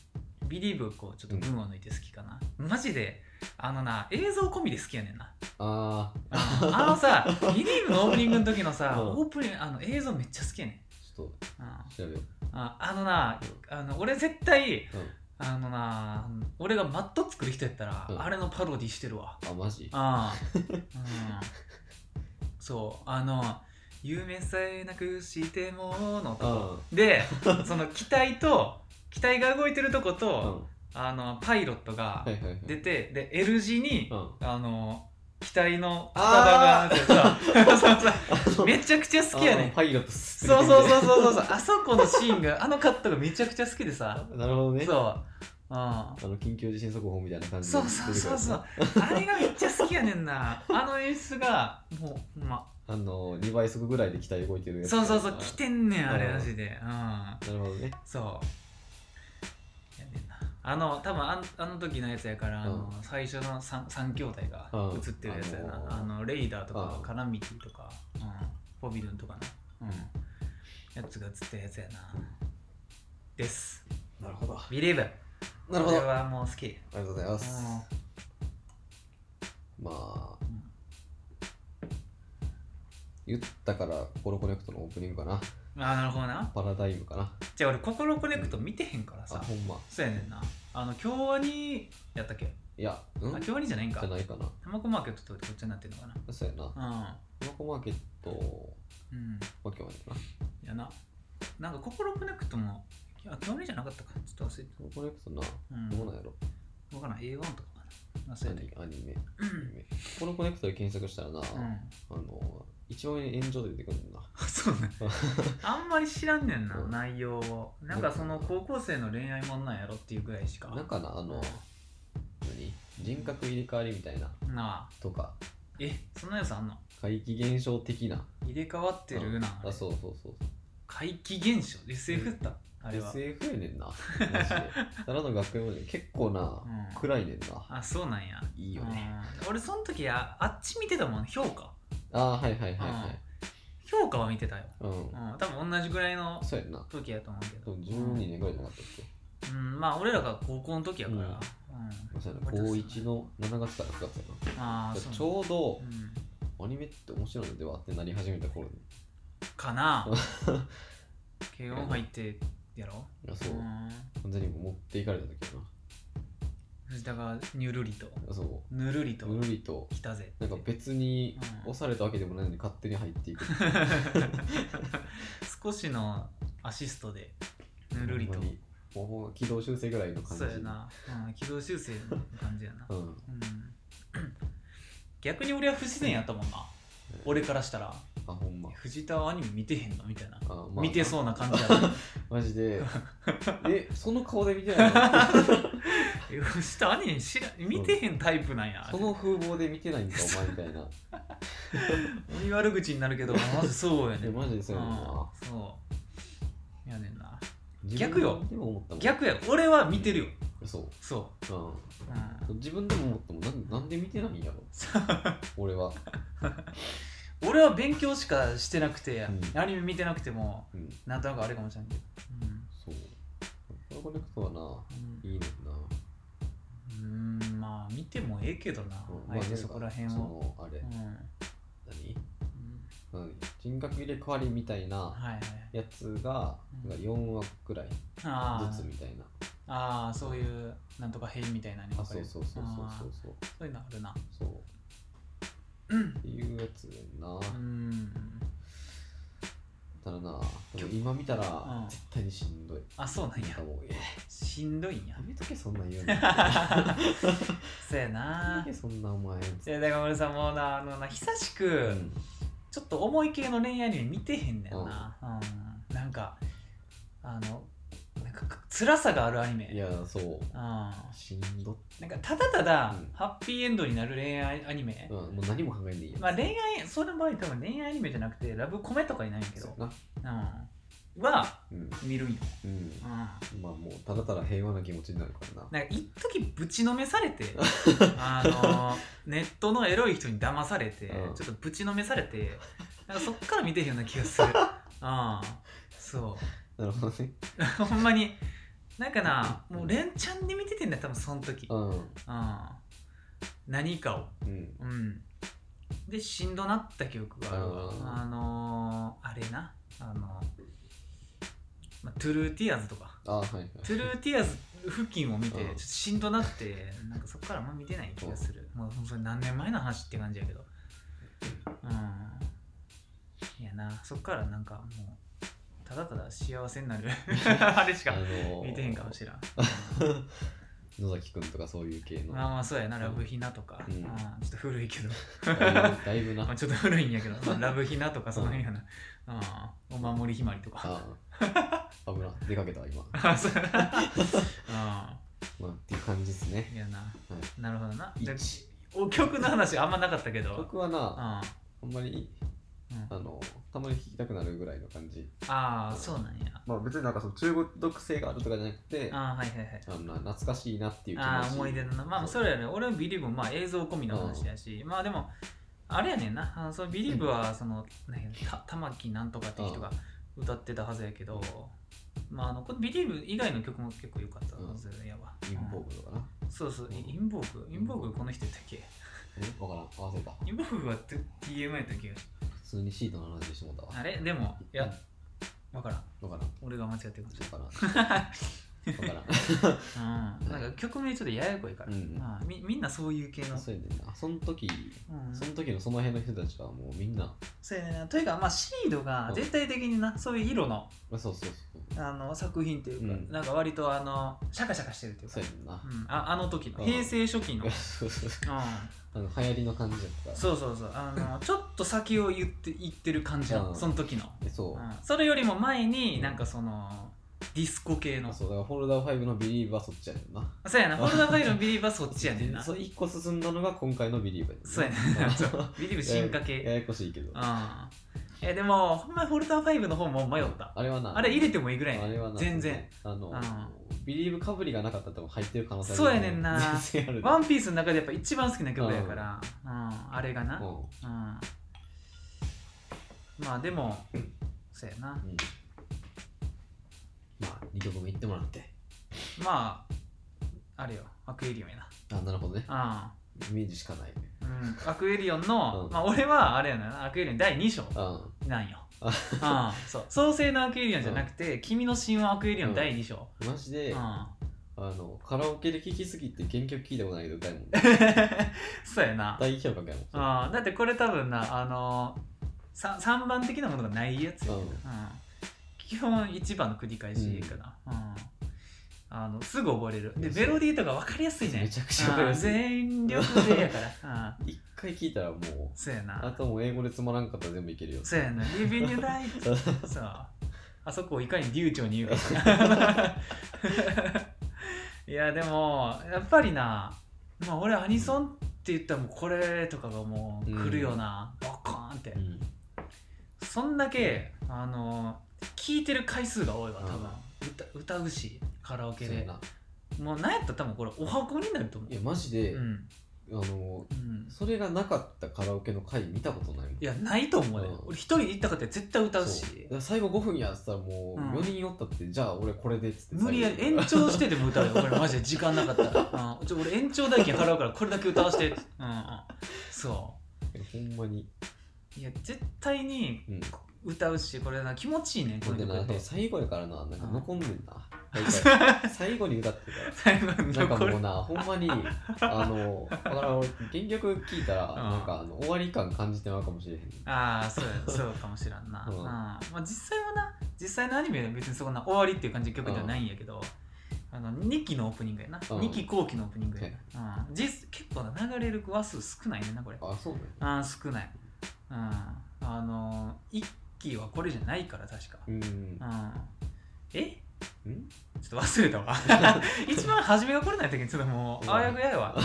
Speaker 2: ビリーブをこうちょっと群を抜いて好きかな、マジであのな映像込みで好きやねんな
Speaker 1: ああ
Speaker 2: あのさ、ビリーブのオープニングの時のさ、
Speaker 1: うん
Speaker 2: オープニング、あの映像めっちゃ好きやね
Speaker 1: ちょっ
Speaker 2: ん。うん
Speaker 1: と調べよう
Speaker 2: ああのな、あの俺絶対、
Speaker 1: うん
Speaker 2: あのな、俺がマット作る人やったら、
Speaker 1: うん
Speaker 2: あれのパロディしてるわ。
Speaker 1: あマジ
Speaker 2: ああ、うん。そう、あの、夢さえなくしてものとこ。
Speaker 1: あ
Speaker 2: で、その機体と、機体が動いてるとこ
Speaker 1: あうん
Speaker 2: と、あの、パイロットが
Speaker 1: はいはいはい
Speaker 2: 出て、で、L 字に、
Speaker 1: うん
Speaker 2: あの機体の
Speaker 1: あ
Speaker 2: 体が
Speaker 1: ー [laughs]
Speaker 2: さそうそうそう
Speaker 1: っ
Speaker 2: めちゃくちゃ好きやねん
Speaker 1: パイロット
Speaker 2: そうそうそううそうそうそうあそこのシーンがあのカットがめちゃくちゃ好きでさ
Speaker 1: なるほどね
Speaker 2: そう、うん、あ
Speaker 1: あの緊急地震速報みたいな感じで
Speaker 2: そうそうそうそうれがめっちゃ好きやねんなあの演出がもうほんま
Speaker 1: あの2倍速ぐらいで機体動いてるやつ
Speaker 2: そうそうそう来てんねんあれ
Speaker 1: うん
Speaker 2: マジでうん
Speaker 1: なるほどね
Speaker 2: そうやねんなあの多分あんあの時のやつやから、あの最初の 3, 三兄弟が
Speaker 1: うん
Speaker 2: 映ってるやつやな、
Speaker 1: あの
Speaker 2: あ
Speaker 1: ー
Speaker 2: のレイダーとか
Speaker 1: うん
Speaker 2: カラミティとか、うん、フォビルンとかの、うん、やつが映ってるやつやな、です
Speaker 1: なるほど
Speaker 2: ビリーブ
Speaker 1: なるほど
Speaker 2: これはもう好き、
Speaker 1: ありがとうございます
Speaker 2: う
Speaker 1: まあ
Speaker 2: ん
Speaker 1: 言ったからコロコネクトのオープニングかな
Speaker 2: あなるほどな
Speaker 1: パラダイムかな
Speaker 2: じゃあ俺ココロコネクト見てへんから
Speaker 1: あ
Speaker 2: さ、
Speaker 1: ほんま
Speaker 2: そうやねんなあの京アニやったっけ
Speaker 1: いやうん
Speaker 2: あ
Speaker 1: じ
Speaker 2: 京アニじゃないんか
Speaker 1: ゃないかな
Speaker 2: タマコマーケットってこっちになってるのか
Speaker 1: そうやな
Speaker 2: な
Speaker 1: タマコマーケット
Speaker 2: うんうん
Speaker 1: わけわかんないかな
Speaker 2: やな。なんか心コネクトも、いや、興味じゃなかったか。ちょっと忘れて
Speaker 1: コロコネクトな
Speaker 2: うん。
Speaker 1: どうなんやろ
Speaker 2: わからん、A1 とかかな。
Speaker 1: ア
Speaker 2: 忘れて
Speaker 1: ニアニメアニメコロコネクトで検索したらな
Speaker 2: うん。
Speaker 1: あの一番上に炎上で出てくるんだ
Speaker 2: あ
Speaker 1: [laughs]
Speaker 2: そうね。あんまり知らんねんな、
Speaker 1: うん
Speaker 2: 内容を。なんかその高校生の恋愛もんなんやろっていうぐらいしか。
Speaker 1: ななんかなあの何人格入れ替わりみたいな
Speaker 2: なあ。
Speaker 1: とか
Speaker 2: え、そんなやつあんの
Speaker 1: 怪奇現象的な
Speaker 2: 入れ替わってるな。
Speaker 1: あそうそうそう
Speaker 2: 怪奇現象 ?SF だったあれは。
Speaker 1: SF やねんなマジで奈良の学園まで結構な、
Speaker 2: うん
Speaker 1: 暗いねんな
Speaker 2: あ、そうなんや。
Speaker 1: いいよね
Speaker 2: うん。俺、その時あ、あっち見てたもん、評価。
Speaker 1: ああーはいはいはいはい
Speaker 2: 評価は見てたよ。
Speaker 1: うん、
Speaker 2: うん、多分同じぐらいの
Speaker 1: そうやんな
Speaker 2: 時やと思うけ
Speaker 1: 多
Speaker 2: ど。
Speaker 1: 分12年ぐらいじゃなかったっけ、
Speaker 2: うん、まあ俺らが高校の時やから、
Speaker 1: うん
Speaker 2: うん
Speaker 1: そうやな高1の7月から9月やな
Speaker 2: ああそう
Speaker 1: ちょうど
Speaker 2: う、ん、
Speaker 1: アニメって面白いのではってなり始めた頃に
Speaker 2: か
Speaker 1: [laughs]
Speaker 2: な軽音入ってやろ
Speaker 1: いやそうう、
Speaker 2: ん
Speaker 1: 完全に持っていかれた時や
Speaker 2: 藤田がニュルリと
Speaker 1: なそ
Speaker 2: ぬるり
Speaker 1: う
Speaker 2: と
Speaker 1: ぬるりと
Speaker 2: 来たぜ
Speaker 1: なんか別に
Speaker 2: うん
Speaker 1: 押されたわけでもないのに勝手に入っていく
Speaker 2: [laughs] 少しのアシストで [laughs] ぬるりと
Speaker 1: ほんまにもうほんま軌道修正ぐらいの感じ
Speaker 2: そうやな、うん、軌道修正の感じやな
Speaker 1: うん
Speaker 2: [clears throat] うん逆に俺は不自然やったもんな俺からしたら
Speaker 1: あほんま
Speaker 2: 藤田はアニメ見てへんのみたいな、
Speaker 1: あ、まあ、
Speaker 2: 見てそうな感じやな
Speaker 1: マジ
Speaker 2: [laughs]
Speaker 1: でえその顔で見てないの
Speaker 2: え [laughs] 藤田アニメ知ら見てへんタイプなんや
Speaker 1: その風貌で見てないんかお前みたいな
Speaker 2: 鬼悪口になる
Speaker 1: [laughs]
Speaker 2: けどまずそうやね
Speaker 1: え
Speaker 2: ん
Speaker 1: マジでそうやねんな
Speaker 2: うんそうやねんな
Speaker 1: 自分
Speaker 2: 逆よ
Speaker 1: でも思ったもん
Speaker 2: 逆や俺は見てるよ
Speaker 1: そう
Speaker 2: そ
Speaker 1: うん
Speaker 2: う、うん
Speaker 1: 自分でも思ったもんなんなんで見てないんやろ俺は
Speaker 2: 俺は勉強しかしてなくて、
Speaker 1: うん
Speaker 2: アニメ見てなくても
Speaker 1: うん
Speaker 2: なんとなくあれかもしれんけど、
Speaker 1: そうコラボネクトはな
Speaker 2: うん
Speaker 1: いいねんな
Speaker 2: うん、うーんまあ見てもええけどな、
Speaker 1: うん
Speaker 2: あえて
Speaker 1: なんか
Speaker 2: そこら辺
Speaker 1: そ
Speaker 2: を、
Speaker 1: のあれ、
Speaker 2: うん
Speaker 1: 何何人格入れ替わりみたい
Speaker 2: うん
Speaker 1: な
Speaker 2: はいはい
Speaker 1: やつが
Speaker 2: うん
Speaker 1: なんか4話くらい
Speaker 2: あ
Speaker 1: ず
Speaker 2: ー
Speaker 1: つみたいな
Speaker 2: あーそういうなんとか変みたいなのに
Speaker 1: あ
Speaker 2: 分か
Speaker 1: そ
Speaker 2: れ
Speaker 1: う
Speaker 2: る
Speaker 1: そうそうそう
Speaker 2: あ
Speaker 1: そう
Speaker 2: ー
Speaker 1: そう
Speaker 2: そういうのあるな
Speaker 1: そうっていうやつやんな、
Speaker 2: うん
Speaker 1: ただなでも今見た
Speaker 2: う
Speaker 1: ら
Speaker 2: ん
Speaker 1: 絶対にしんどい、
Speaker 2: あそうなんや
Speaker 1: 多分え
Speaker 2: しんどいんや
Speaker 1: やめとけそんなん言う
Speaker 2: [laughs]
Speaker 1: のや
Speaker 2: そうや
Speaker 1: め
Speaker 2: な
Speaker 1: とけそんなお前
Speaker 2: いやだから俺さもうなあのな久しく、
Speaker 1: うん
Speaker 2: ちょっと重い系の恋愛アニメ見てへんねんな、うんなんかあのなんか辛さがあるアニメ
Speaker 1: いやそう
Speaker 2: うん、な
Speaker 1: しんどっ
Speaker 2: んかただただ
Speaker 1: うん
Speaker 2: ハッピーエンドになる恋愛アニメ、
Speaker 1: うんもう何も考えんでいいや
Speaker 2: まあ、恋愛その場合多分恋愛アニメじゃなくてラブコメとかにないんやけど
Speaker 1: そ、うやな
Speaker 2: うん、は
Speaker 1: うん、
Speaker 2: 見るんよ、
Speaker 1: うん
Speaker 2: うん、な
Speaker 1: まあもうただただ平和な気持ちになるからなん
Speaker 2: か一時ぶちのめさ
Speaker 1: [laughs]
Speaker 2: れてあのネットのエロい人に騙されて、
Speaker 1: うん
Speaker 2: ちょっとぶちのめされてなんかそっから見てへんような気
Speaker 1: [laughs]
Speaker 2: がする、うん、そう
Speaker 1: なるほどね
Speaker 2: ほんまに。なんかな、もう連チャンで見ててんだよ、多分その時。う。
Speaker 1: うんん
Speaker 2: 何かを。
Speaker 1: うん
Speaker 2: うん。で、しんどなった記憶があるわ
Speaker 1: あ。ー
Speaker 2: あのー、あれな、あのー、まあ、トゥルーティアーズとか。
Speaker 1: あはいはい
Speaker 2: トゥルーティアーズ付近を見て、ち
Speaker 1: うん
Speaker 2: ょっとしんどなって、なんかそこからあんま見てない気がする。もう、それ何年前の話って感じやけど。うん。いやな、そこからなんかもう、ただただ幸せ
Speaker 1: [laughs]
Speaker 2: になる。あれしか
Speaker 1: あ。のー
Speaker 2: 見てへんかもしらん。
Speaker 1: 野崎くんとかそういう系の
Speaker 2: まあまあそうやな、ラブヒナとか。
Speaker 1: うん
Speaker 2: ああちょっと古いけど。 [laughs]
Speaker 1: だいぶだいぶな
Speaker 2: まあちょっと古いんやけど、まあラブヒナとかその辺やな。ああお守りひまりとか。
Speaker 1: ああ危な出かけた今、ま
Speaker 2: あそうあ
Speaker 1: あ、っていう感じですね
Speaker 2: あいやな、
Speaker 1: う
Speaker 2: なるほどな。じゃあ
Speaker 1: 一
Speaker 2: お曲の話あんまなかったけど。
Speaker 1: 僕はな
Speaker 2: ああ
Speaker 1: あんまり
Speaker 2: うん
Speaker 1: あのたまに聴きたくなるぐらいの感じ
Speaker 2: ああ、そうなんや。
Speaker 1: まあ別になんかその中国毒性があるとかじゃなくてあ
Speaker 2: ああ、はいはいはい。
Speaker 1: のな懐かしいなっていう気持ち
Speaker 2: ああ思い出のなまあそれやね俺のビリーブもまあ映像込みの話やし、まあでもあれやねんなあのそのビリーブはその、なんやた玉木なんとかって人が歌ってたはずやけど、まああのこのビリーブ以外の曲も結構良かったはずやわ、
Speaker 1: インボーグとかな
Speaker 2: そうそう、
Speaker 1: うん
Speaker 2: インボーグインボーグこの人やったっけ
Speaker 1: え分からん合わせた
Speaker 2: インボーグは TM やったっけ
Speaker 1: 普通にシートの話してもうたわ
Speaker 2: あれでもいやわからん
Speaker 1: 分からん
Speaker 2: 俺が間違ってるかもし
Speaker 1: 分
Speaker 2: [laughs]
Speaker 1: からん分から
Speaker 2: れない、うん、なんか曲名ちょっとややこいから、
Speaker 1: うんうん
Speaker 2: まあ、みみんなそういう系の
Speaker 1: んそうやねんなその時
Speaker 2: うん
Speaker 1: その時のその辺の人たちはもうみんな
Speaker 2: そうやねんなというかまあシードが全体的にな、そういう色の
Speaker 1: あそうそうそう
Speaker 2: あの作品というか、
Speaker 1: うん
Speaker 2: なんか割とあのシャカシャカしてるというか
Speaker 1: そうやねんな
Speaker 2: うん、ああの時の
Speaker 1: うん
Speaker 2: 平成初期の、うん、
Speaker 1: そうそうそう [laughs] あの流行りの感じやったから
Speaker 2: そうそうそうあのちょっと先を言って言ってる感じの、
Speaker 1: うん
Speaker 2: その時の、、
Speaker 1: えそううん
Speaker 2: それよりも前
Speaker 1: う
Speaker 2: に
Speaker 1: ん
Speaker 2: なんかそのディスコ系のそ
Speaker 1: そうだからフォルダー5のビリーブはそっちやねんな
Speaker 2: うやなフォルダファイルのビリーブはそっちやねんな
Speaker 1: そ
Speaker 2: そう
Speaker 1: 一個進んだのが今回のビリーブやねんな
Speaker 2: うやねん
Speaker 1: ん
Speaker 2: そうビリーブ進化
Speaker 1: やや
Speaker 2: 系
Speaker 1: やこしいけど
Speaker 2: うんえでもほんまフォルダファイルの方も迷った
Speaker 1: あれはな
Speaker 2: あれ入れてもいいぐらい
Speaker 1: あ
Speaker 2: ね
Speaker 1: れはな
Speaker 2: 全然
Speaker 1: あの、
Speaker 2: う
Speaker 1: ビリーブかぶりがなかったら多分入ってる可能性
Speaker 2: そうやねんな
Speaker 1: 全然ある
Speaker 2: ワンピースの中でやっぱ一番好きな曲やから、うん、あれがな、
Speaker 1: うん、
Speaker 2: うんまあでも、そうや
Speaker 1: う
Speaker 2: な。
Speaker 1: んまあ2曲目いってもらって
Speaker 2: まあ、あれよ、アクエリオンや
Speaker 1: あなるほどね
Speaker 2: な。
Speaker 1: イメージしかない
Speaker 2: うん。うん、アクエリオンの、
Speaker 1: うん
Speaker 2: まあ俺はあれやな、アクエリオン第2章
Speaker 1: あ
Speaker 2: なんよ。うん、そう。創世のアクエリオンじゃなくて、君の神話アクエリオン第2章。
Speaker 1: マジで、
Speaker 2: うん。 [laughs]
Speaker 1: あのカラオケで聴きすぎて原曲聴いたことないけど歌いもん
Speaker 2: そうやな。
Speaker 1: 大評価かよ
Speaker 2: うん、だってこれ多分な、あのー、3番的なものがないやつや
Speaker 1: うん
Speaker 2: うん、基本1番の繰り返しかな、うんあのすぐ覚えれるで
Speaker 1: そう
Speaker 2: メロディーとか分かりやすいね
Speaker 1: めちゃくちゃ分かりやすい [laughs]
Speaker 2: うん全力でやから、うん
Speaker 1: 一回聞いたらもう
Speaker 2: そうや
Speaker 1: あ
Speaker 2: な
Speaker 1: ともう英語でつまらんかったら全部いけるよ
Speaker 2: そうや
Speaker 1: [laughs]
Speaker 2: な Living your life
Speaker 1: そう
Speaker 2: そうあそこをいかに流暢に言
Speaker 1: [laughs]
Speaker 2: うかいやでもやっぱりな、まあ、俺アニソンって言ったらもうこれとかがもう来るよな、ボコーンって
Speaker 1: うん
Speaker 2: そんだけあの聞いてる回数が多いわ多分、歌歌うしカラオケ
Speaker 1: そうや
Speaker 2: で
Speaker 1: な
Speaker 2: もうなんやったら多分これお箱になると思う
Speaker 1: いやマジで、
Speaker 2: うん
Speaker 1: あの
Speaker 2: うん
Speaker 1: それがなかったカラオケの回見たことないもん
Speaker 2: いやないと思うね、
Speaker 1: うん
Speaker 2: 俺一人で行ったかって絶対歌うし
Speaker 1: そうだから最後5分やってたらもう
Speaker 2: うん
Speaker 1: 4人おったって、じゃあ俺これでっつって
Speaker 2: 無理やり
Speaker 1: 最
Speaker 2: 延
Speaker 1: 後
Speaker 2: 長してでも歌う
Speaker 1: [laughs]
Speaker 2: よ俺マジで時間なかったら、うん、ちょ俺延長代金払うからこれだけ歌わせて、うんうん、そ
Speaker 1: ほんまに
Speaker 2: ういや絶対に
Speaker 1: うん
Speaker 2: 歌うしこれな気持ちいいねこ
Speaker 1: ほん
Speaker 2: の
Speaker 1: でな
Speaker 2: 曲 [laughs] って
Speaker 1: 最後やからななんか残んねんな、
Speaker 2: 最 [laughs]
Speaker 1: 最後に歌ってた
Speaker 2: 後に
Speaker 1: らなんか
Speaker 2: 残
Speaker 1: も
Speaker 2: る
Speaker 1: うなほんまにあのだから俺原曲聴いたら
Speaker 2: ん
Speaker 1: なんかあの終わり感感じてまうかもしれへん
Speaker 2: ああそうやそうかもしらんな、
Speaker 1: う
Speaker 2: うんんまあ、実際はな実際のアニメは別にそんな終わりっていう感じの曲ではないんやけど、あの2期のオープニングやな、
Speaker 1: うん
Speaker 2: 二2期後期のオープニングやな、うん、実結構な流れる話数少ないねんなこれ
Speaker 1: あそうね
Speaker 2: ああ少ない、うん、あの一期はこれじゃないから確か、
Speaker 1: うん
Speaker 2: うん、え
Speaker 1: うん
Speaker 2: ちょっと忘れたわ [laughs] 一番初めがこれない時にちょっとも
Speaker 1: う
Speaker 2: うんあわやぐや
Speaker 1: [laughs]
Speaker 2: やわ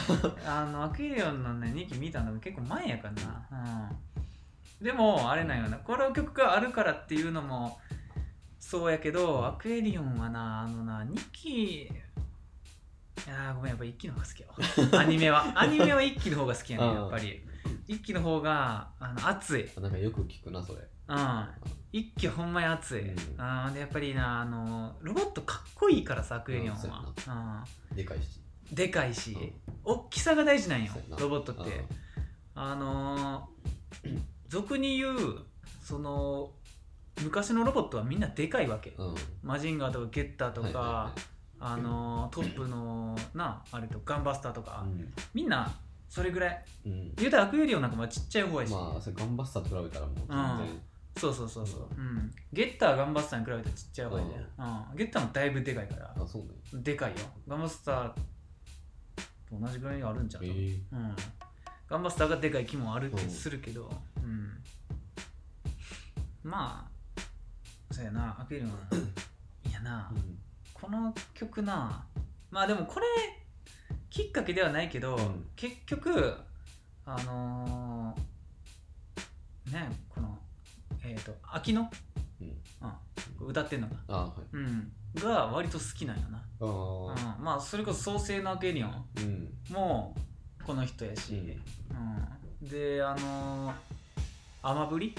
Speaker 2: あのアクエリオンのね2期見たの結構前やからな、うん、でもあれなんよなこの曲があるからっていうのもそうやけどアクエリオンはなあのな2期あーごめんやっぱ1期の方が好き
Speaker 1: [laughs]
Speaker 2: やわアニメはアニメは1期の方が好きやね
Speaker 1: うん
Speaker 2: やっぱり1期の方があの熱い
Speaker 1: なんかよく聞くなそれ
Speaker 2: うん一気ほんまに熱い、
Speaker 1: う
Speaker 2: うんん、でやっぱりなあのロボットかっこいいからさアクエリオン
Speaker 1: うんそうや
Speaker 2: は、
Speaker 1: でかいし
Speaker 2: うん、でかいし、
Speaker 1: うん
Speaker 2: 大きさが大事なんよ
Speaker 1: そうやな
Speaker 2: ロボットってあのー [clears throat] 俗に言うその昔のロボットはみんなでかいわけ
Speaker 1: うんうん
Speaker 2: マジンガーとかゲッターとか、
Speaker 1: は
Speaker 2: あのートップのなあれとガンバスターと
Speaker 1: い
Speaker 2: か、
Speaker 1: はいはい
Speaker 2: みんなそれぐらい
Speaker 1: うんうん
Speaker 2: 言うたらアクエリオンなんかまあちっちゃい方やし、
Speaker 1: まあそれガンバスターと比べたらもう全然
Speaker 2: そうそうそうそう、うん、ゲッターガンバスターに比べたらちっちゃい方やね、うんゲッターもだいぶでかいから
Speaker 1: あそうね
Speaker 2: でかいよガンバスターと同じぐらいあるんちゃう、
Speaker 1: ええ
Speaker 2: うん、ガンバスターがでかい気もあるけ
Speaker 1: うん
Speaker 2: するけど、うん、まあそうやなアクエリ [laughs] オンいやな
Speaker 1: うん
Speaker 2: この曲なまあでもこれきっかけではないけど、
Speaker 1: うん
Speaker 2: 結局あのーねこのえっ、と秋の、
Speaker 1: うん
Speaker 2: うん歌ってんのが、
Speaker 1: あはい
Speaker 2: うん、が割と好きなんよな、
Speaker 1: あ
Speaker 2: う
Speaker 1: あ
Speaker 2: ん、まあそれこそ創世のアクエリオン
Speaker 1: うん
Speaker 2: もこの人やし、
Speaker 1: うん
Speaker 2: うんであのー雨降り、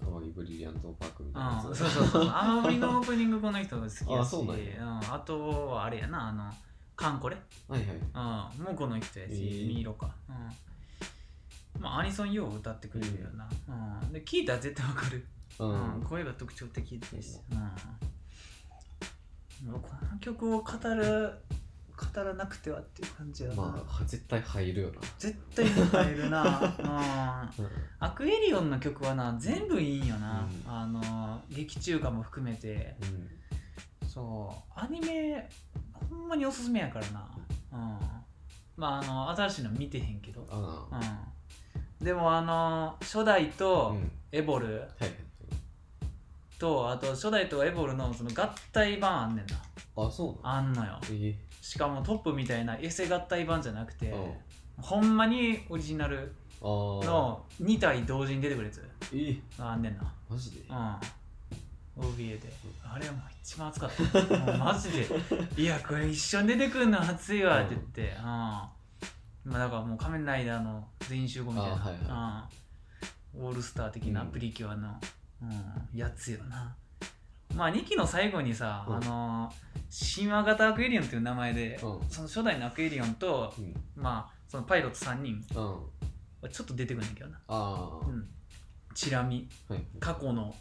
Speaker 1: 淡いブリリアントパークみ
Speaker 2: う
Speaker 1: たいなやつ
Speaker 2: ん、そうそうそう雨降りのオープニングこの人が好きや
Speaker 1: あ
Speaker 2: し
Speaker 1: そうなんや
Speaker 2: うん、あとはあれやなあのカンコレ
Speaker 1: はいはい
Speaker 2: うん、もうこの人やし、
Speaker 1: えー
Speaker 2: ミイロか、うん、まあアニソンよう歌ってくれるよな、うんで聞いたら絶対わかる、
Speaker 1: う
Speaker 2: うん
Speaker 1: ん
Speaker 2: 声が特徴的ですし、うん、もうこの曲を語る語らなくてはっていう感じやな、
Speaker 1: まあ絶対入るよな
Speaker 2: 絶対に入る
Speaker 1: [laughs]
Speaker 2: な、うん、
Speaker 1: うん
Speaker 2: アクエリオンの曲はな全部いいんよな、
Speaker 1: うん
Speaker 2: あの劇中歌も含めて
Speaker 1: うん
Speaker 2: そうアニメほんまにおすすめやからなうんまああの新しいの見てへんけど
Speaker 1: ああ
Speaker 2: うんでもあの初代
Speaker 1: う
Speaker 2: と
Speaker 1: んはい
Speaker 2: エボル
Speaker 1: はい
Speaker 2: と、あと初代とエボルのその合体版あんねんな
Speaker 1: はいあそうな
Speaker 2: あんのよ
Speaker 1: のえ
Speaker 2: しかもトップみたいなエセ合体版じゃなく
Speaker 1: え
Speaker 2: て
Speaker 1: うん
Speaker 2: ほんまにオリジナル
Speaker 1: あー
Speaker 2: の2体同時に出てくるやつ
Speaker 1: ええ
Speaker 2: あんねんな
Speaker 1: マジで
Speaker 2: うん。OBA で。あれはもう一番熱
Speaker 1: [laughs]
Speaker 2: かった。もうマジで。いや、これ一緒に出てくるの熱いわって言って。うん。まあだからもう仮面ライダーの全員集合みたいな。
Speaker 1: あはいは
Speaker 2: うん。オールスター的なプリキュアの、うんやつよな。まあ2期の最後にさ、
Speaker 1: うん
Speaker 2: あのー、神話型アクエリオンっていう名前で、
Speaker 1: うん
Speaker 2: その初代のアクエリオンと、
Speaker 1: うん
Speaker 2: まあそのパイロット3人
Speaker 1: うん
Speaker 2: はちょっと出てくるんだけどな。
Speaker 1: あ
Speaker 2: う
Speaker 1: ー
Speaker 2: ん。チラ見。
Speaker 1: はい
Speaker 2: 過去の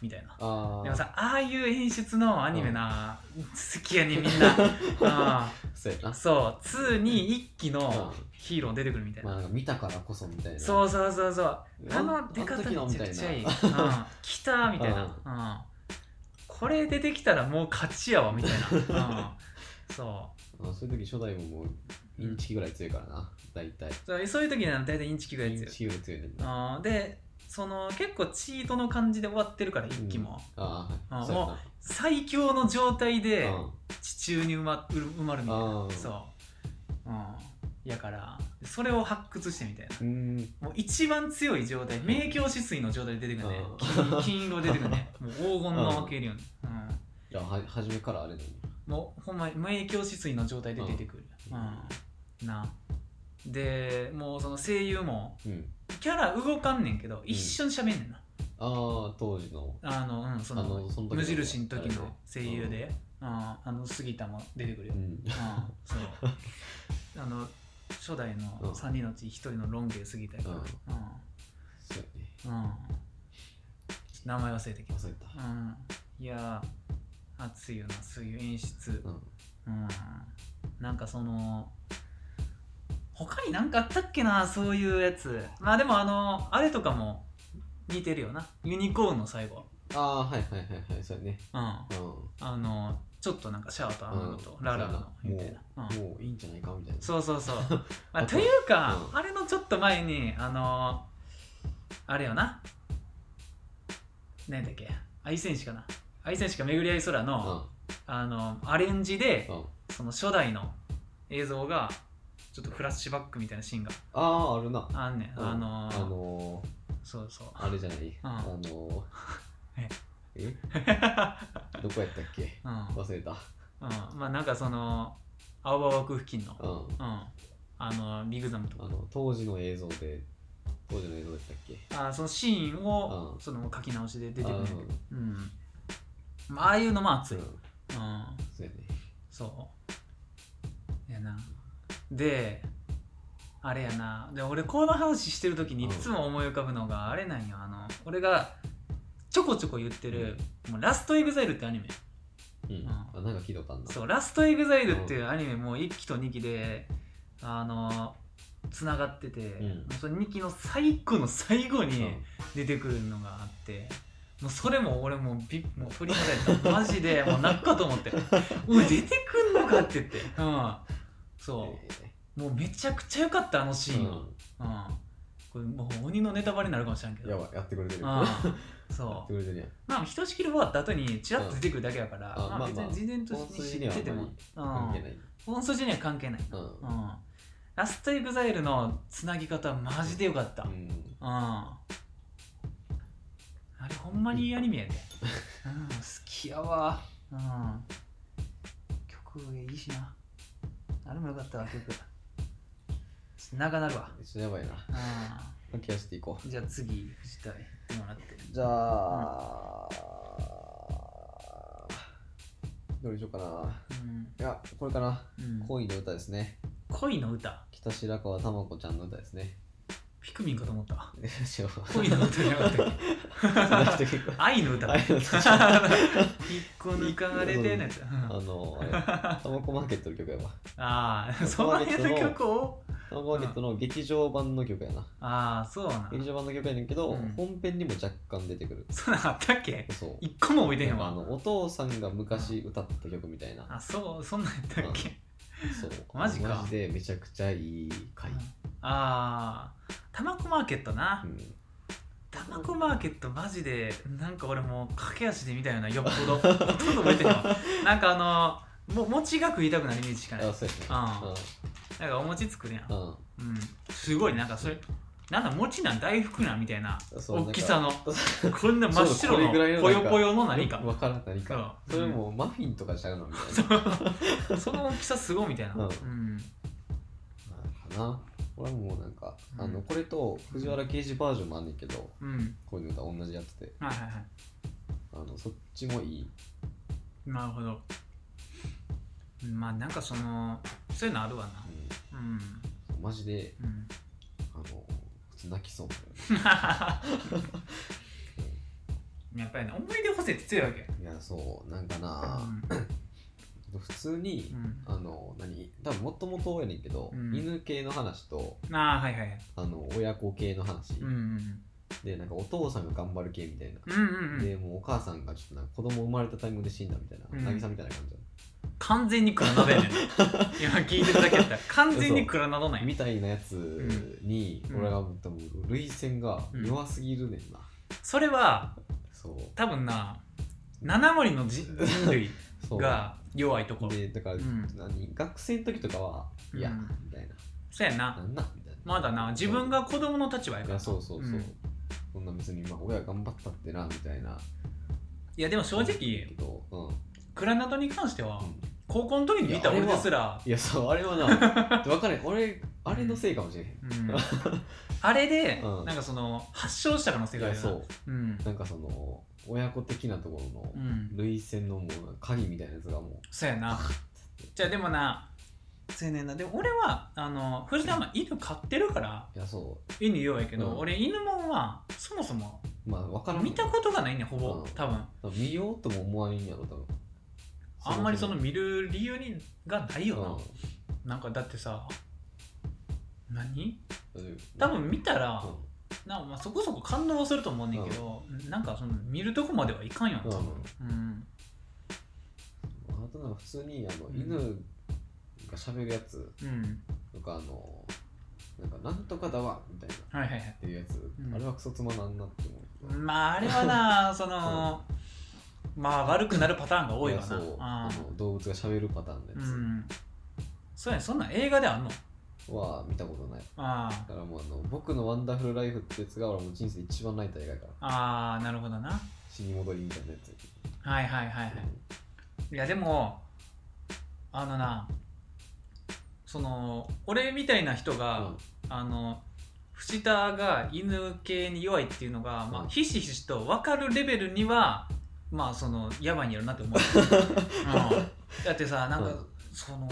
Speaker 2: みたいな
Speaker 1: あ
Speaker 2: でも
Speaker 1: あ
Speaker 2: さああいう演出のアニメな、好きやねみんな
Speaker 1: [laughs]
Speaker 2: あ
Speaker 1: そうやな
Speaker 2: あそう2に一期の
Speaker 1: うん
Speaker 2: ヒーロー出てくるみたい
Speaker 1: まあ
Speaker 2: な、
Speaker 1: なんか見たからこそみたいな
Speaker 2: そうそうそうそう
Speaker 1: うん
Speaker 2: あの出方
Speaker 1: 時の
Speaker 2: め
Speaker 1: み
Speaker 2: ち
Speaker 1: た
Speaker 2: ゃ
Speaker 1: い
Speaker 2: く
Speaker 1: な
Speaker 2: ちゃいい、うん、来たみたいな、うんこれ出てきたらもう勝ちやわみたいな、うんそ
Speaker 1: あそういう時初代ももうインチキぐらい強いからな大体
Speaker 2: うそうそういう時には大体インチキが
Speaker 1: イ
Speaker 2: や
Speaker 1: ン
Speaker 2: つよ
Speaker 1: チキぐらい強いねんな
Speaker 2: あーでその結構チートの感じで終わってるから一期も、
Speaker 1: ああ
Speaker 2: あ
Speaker 1: は
Speaker 2: ー
Speaker 1: いそうやな
Speaker 2: 最強の状態で
Speaker 1: うん
Speaker 2: 地中に埋ま埋まるみたい
Speaker 1: あ
Speaker 2: な
Speaker 1: ー
Speaker 2: そう、うん、やからそれを発掘してみたいな
Speaker 1: うーん
Speaker 2: もう一番強い状態明鏡止水の状態で出てくるね
Speaker 1: うん
Speaker 2: 金金色で出てく
Speaker 1: [laughs]
Speaker 2: るねもう黄金の負けるよね、うん
Speaker 1: いやは初めからあれだよ
Speaker 2: もうほんまに無影響止水の状態で出てくる、
Speaker 1: うん
Speaker 2: うんなでもうその声優も
Speaker 1: うん
Speaker 2: キャラ動かんねんけど一瞬喋んねんな、
Speaker 1: ああ当時の
Speaker 2: あのうんそ
Speaker 1: あ
Speaker 2: の
Speaker 1: のその時の
Speaker 2: 無印の時の声優で、うんあの杉田も出てくる
Speaker 1: う
Speaker 2: よ、うん
Speaker 1: ん
Speaker 2: そうあの初代
Speaker 1: うん
Speaker 2: の3人のうち1人のロン毛杉田やから、
Speaker 1: うん
Speaker 2: う
Speaker 1: そうやね
Speaker 2: んうん名前忘れてきた
Speaker 1: 忘れた
Speaker 2: うんいやー熱いよなそういう演出、
Speaker 1: うん
Speaker 2: うんなんかその他に何かあったっけなそういうやつまあでもあのあれとかも似てるよなユニコーンの最後
Speaker 1: ああはいはいはいはいそうやね
Speaker 2: うんあ
Speaker 1: うん
Speaker 2: のちょっとなんかシャアとアムロと
Speaker 1: うん
Speaker 2: ララのみたいな、うん
Speaker 1: もういいんじゃないかみたいな
Speaker 2: そ
Speaker 1: [laughs]
Speaker 2: うそうそう、まあ、
Speaker 1: あと
Speaker 2: というか、
Speaker 1: うん
Speaker 2: あれのちょっと前にあのあれよな何だっけ愛戦士かな愛戦士か巡り合い空の、あのアレンジで、
Speaker 1: うんうん
Speaker 2: その初代の映像がちょっとフラッシュバックみたいなシーンが
Speaker 1: あああるな
Speaker 2: あんねん、
Speaker 1: うん
Speaker 2: あのー
Speaker 1: あのー
Speaker 2: そうそう
Speaker 1: あれじゃ [laughs] ないあのー
Speaker 2: え
Speaker 1: えどこやったっけ
Speaker 2: [laughs] うん、うん、
Speaker 1: 忘れた
Speaker 2: まあなんかその青葉枠付近の、
Speaker 1: うん
Speaker 2: うん、あのビッグザムと
Speaker 1: あ
Speaker 2: か
Speaker 1: の当時の映像で当時の映像だったっけ
Speaker 2: あそのシーンを、
Speaker 1: うん
Speaker 2: その書き直しで出てく
Speaker 1: あ
Speaker 2: る
Speaker 1: ー
Speaker 2: んだけどうんまあああいうのも熱
Speaker 1: う
Speaker 2: い、
Speaker 1: ん
Speaker 2: うん、
Speaker 1: そうやね
Speaker 2: そうやなであれやなで俺この話してる時にいつも思い浮かぶのがあれなんよあの俺がちょこちょこ言ってる「もうラストエグザイル」ってアニメ
Speaker 1: うんあなんか聞いたことあんな
Speaker 2: そう「ラストエグザイル」っていうアニメも1期と2期であのつながってて、
Speaker 1: ん
Speaker 2: その2期の最後の最後
Speaker 1: う
Speaker 2: に
Speaker 1: ん
Speaker 2: 出てくるのがあってもうそれも俺もうびもう取り戻されたマジでもう泣くかと思って「おい出てくんのか」って言って、うん、そ
Speaker 1: え
Speaker 2: うもうめちゃくちゃ良かったあのシ
Speaker 1: ー
Speaker 2: ーンは、うんこれもう鬼のネタバレになるかもしれんけ
Speaker 1: うんや
Speaker 2: ど
Speaker 1: ばいやってくれてる
Speaker 2: うん
Speaker 1: や
Speaker 2: そ
Speaker 1: っ
Speaker 2: う
Speaker 1: てくれてるやん
Speaker 2: まあひとしきり終わった後にチラッと出てくるだけやから、
Speaker 1: うんあ
Speaker 2: まあ別
Speaker 1: まあまあ
Speaker 2: に事前として知ってても
Speaker 1: 関係
Speaker 2: うん
Speaker 1: ない
Speaker 2: 本筋には関係ないな、
Speaker 1: う
Speaker 2: うんん、ラストエグザイルのつなぎ方マジで良かった、
Speaker 1: うん
Speaker 2: うんあれほんまにいいアニメやで、うん、好きやわ、うん、曲いいしなあれもよかったわ曲ちょっと長なるわ、
Speaker 1: ちょっとやばいな
Speaker 2: う、
Speaker 1: ケアしていこうん
Speaker 2: じゃあ次藤田行ってもらって
Speaker 1: じゃあどれにしようかな
Speaker 2: うん、
Speaker 1: いやこれかな
Speaker 2: うん、
Speaker 1: 恋の歌ですね
Speaker 2: 恋の歌
Speaker 1: 北白川珠子ちゃんの歌ですね
Speaker 2: ピクミンかと思った
Speaker 1: 知らん
Speaker 2: 恋の歌じゃなかったっけ
Speaker 1: [laughs] その人結構
Speaker 2: [laughs] 愛の歌だ
Speaker 1: 愛の
Speaker 2: [laughs]
Speaker 1: 歌じゃ
Speaker 2: 一個抜かれてんやつ
Speaker 1: あのあれタマコマーケットの曲やわ
Speaker 2: ああその辺の曲を
Speaker 1: タマコマーケットの劇場版の曲やな
Speaker 2: ああそうなん
Speaker 1: 劇場版の曲やねんけど、
Speaker 2: うん
Speaker 1: 本編にも若干出てくる
Speaker 2: そんなんあったっけ
Speaker 1: そう
Speaker 2: 一個も覚えてへん
Speaker 1: なんかあ
Speaker 2: わ
Speaker 1: のお父さんが昔歌った曲みたいな
Speaker 2: あそうそんなんやったっけ
Speaker 1: そう
Speaker 2: マジか
Speaker 1: マジでめちゃくちゃいい回、
Speaker 2: ああたまこマーケットな
Speaker 1: うん
Speaker 2: たまこマーケットマジでなんか俺もう駆け足で見たようなよっ
Speaker 1: [laughs]
Speaker 2: ぽどほとんど覚えてへんわなんかあのも餅が食いたくなるイメージしかない
Speaker 1: あそうやね
Speaker 2: なんかお餅作るやん
Speaker 1: うんうん
Speaker 2: うんすごいなんかそれなんだ餅なん大福なんみたいな
Speaker 1: そうなん
Speaker 2: 大
Speaker 1: か
Speaker 2: きさの
Speaker 1: そ
Speaker 2: こんな真っ白
Speaker 1: そうこれぐらい
Speaker 2: の
Speaker 1: の
Speaker 2: ぽ
Speaker 1: なん
Speaker 2: よ
Speaker 1: か
Speaker 2: ぽよの
Speaker 1: う
Speaker 2: 何か
Speaker 1: [laughs] わからん何か
Speaker 2: うん
Speaker 1: それもうマフィンとかちゃうのみたい
Speaker 2: その大きさすごいみたいな、
Speaker 1: うん
Speaker 2: うん
Speaker 1: なかなこれはもうなんか、
Speaker 2: うん
Speaker 1: あのこれと藤原刑事バージョンもあんねんけど
Speaker 2: うん
Speaker 1: こういうの歌同じやってて
Speaker 2: はいはいはい
Speaker 1: あのそっちもいい
Speaker 2: なるほどまあなんかそのそういうのあるわなうん
Speaker 1: マジで
Speaker 2: うん [laughs]
Speaker 1: あの普通泣きそう
Speaker 2: やっぱりね思い出補正って強いわけ
Speaker 1: いやそうなんか
Speaker 2: う
Speaker 1: な、
Speaker 2: ん
Speaker 1: 普通に、
Speaker 2: うん
Speaker 1: あの何多分もともとやねんけど、
Speaker 2: うん
Speaker 1: 犬系の話と
Speaker 2: ああはいはいはい
Speaker 1: あの親子系の話、
Speaker 2: うんうん
Speaker 1: でなんかお父さんが頑張る系みたいな、
Speaker 2: うんうんうん
Speaker 1: でもうお母さんがちょっとなんか子供生まれたタイミングで死んだみたいな、
Speaker 2: うん
Speaker 1: 渚みたいな感じだ
Speaker 2: 悲完全に黒鍋や
Speaker 1: [laughs]
Speaker 2: ねん今聞いてるだけやったら完全に黒鍋なんや
Speaker 1: みたいなやつに、
Speaker 2: うん
Speaker 1: 俺が思ったもう涙腺が弱すぎるねんな、
Speaker 2: それは
Speaker 1: そう
Speaker 2: 多分な7割のじ人類
Speaker 1: そう
Speaker 2: が弱いところ
Speaker 1: でだから、
Speaker 2: うん
Speaker 1: 何学生の時とかは
Speaker 2: うん
Speaker 1: いや、みたいな
Speaker 2: そうやな
Speaker 1: なんなんみたいな
Speaker 2: まだな自分が子供の立場や
Speaker 1: い
Speaker 2: か
Speaker 1: や
Speaker 2: ら
Speaker 1: そうそうそう、
Speaker 2: うん
Speaker 1: そんな別にまあ親頑張ったってなみたいない
Speaker 2: やでも正
Speaker 1: け
Speaker 2: 直
Speaker 1: ど、うん、
Speaker 2: クラナドに関しては
Speaker 1: うん
Speaker 2: 高校の時に見た
Speaker 1: いやあ
Speaker 2: 俺
Speaker 1: れは
Speaker 2: ですら
Speaker 1: いやそうあれは
Speaker 2: [laughs]
Speaker 1: な分かれん俺あれのせいかもしれへん、
Speaker 2: うん
Speaker 1: [laughs]
Speaker 2: あれで
Speaker 1: うん
Speaker 2: なんかその発症した可能性
Speaker 1: い
Speaker 2: があ
Speaker 1: や
Speaker 2: るよな
Speaker 1: そう
Speaker 2: うん
Speaker 1: なんかその親子的なところの
Speaker 2: うん
Speaker 1: 涙腺のもう鍵みたいなやつがも
Speaker 2: そうやなじゃあでもなそうやねんなでも俺はあの藤田は犬飼ってるから
Speaker 1: ういやそ
Speaker 2: 犬弱いけど、
Speaker 1: うん
Speaker 2: 俺犬もんはそもそも
Speaker 1: うまあ分からん
Speaker 2: 見たことがないねんほぼ、
Speaker 1: うん
Speaker 2: 多分
Speaker 1: 見ようとも思わんやろ多分
Speaker 2: あんまりその見る理由にがないよ
Speaker 1: う
Speaker 2: な、なんかだってさ何
Speaker 1: ん
Speaker 2: 多分見たら、
Speaker 1: うん
Speaker 2: なまあ、そこそこ感動はすると思うねんけど、なんかその見るとこまではいかんよな
Speaker 1: うん
Speaker 2: 多分うん、
Speaker 1: あとなんか普通にあの
Speaker 2: うん
Speaker 1: 犬が喋るやつ
Speaker 2: うん、
Speaker 1: とかあのなんかなんとかだわみたいなっ
Speaker 2: はいはいはい
Speaker 1: ていうやつ、
Speaker 2: うん
Speaker 1: あれはクソつまなんなって思う、
Speaker 2: まああれはなその、まあ悪くなるパターンが多いわ
Speaker 1: やそう
Speaker 2: な
Speaker 1: あの動物が喋るパターン
Speaker 2: う
Speaker 1: のや
Speaker 2: ん、うん、そうやねんそんなん映画であんの
Speaker 1: つは見たことない、
Speaker 2: ああ
Speaker 1: だからもうあの僕のワンダフルライフってやつが俺もう人生で一番泣いた映画やから
Speaker 2: ああなるほどな
Speaker 1: 死に戻りみたいなやつやけど
Speaker 2: はいはいはい [laughs] はいいやでもあのなその俺みたいな人が、あの藤田が犬系に弱いっていうのが、ま
Speaker 1: う
Speaker 2: あ、
Speaker 1: ん
Speaker 2: ひしひしと分かるレベルにはまあそのやばいんやろなって思う、
Speaker 1: [laughs]
Speaker 2: うん、だってさなんか、
Speaker 1: うん
Speaker 2: その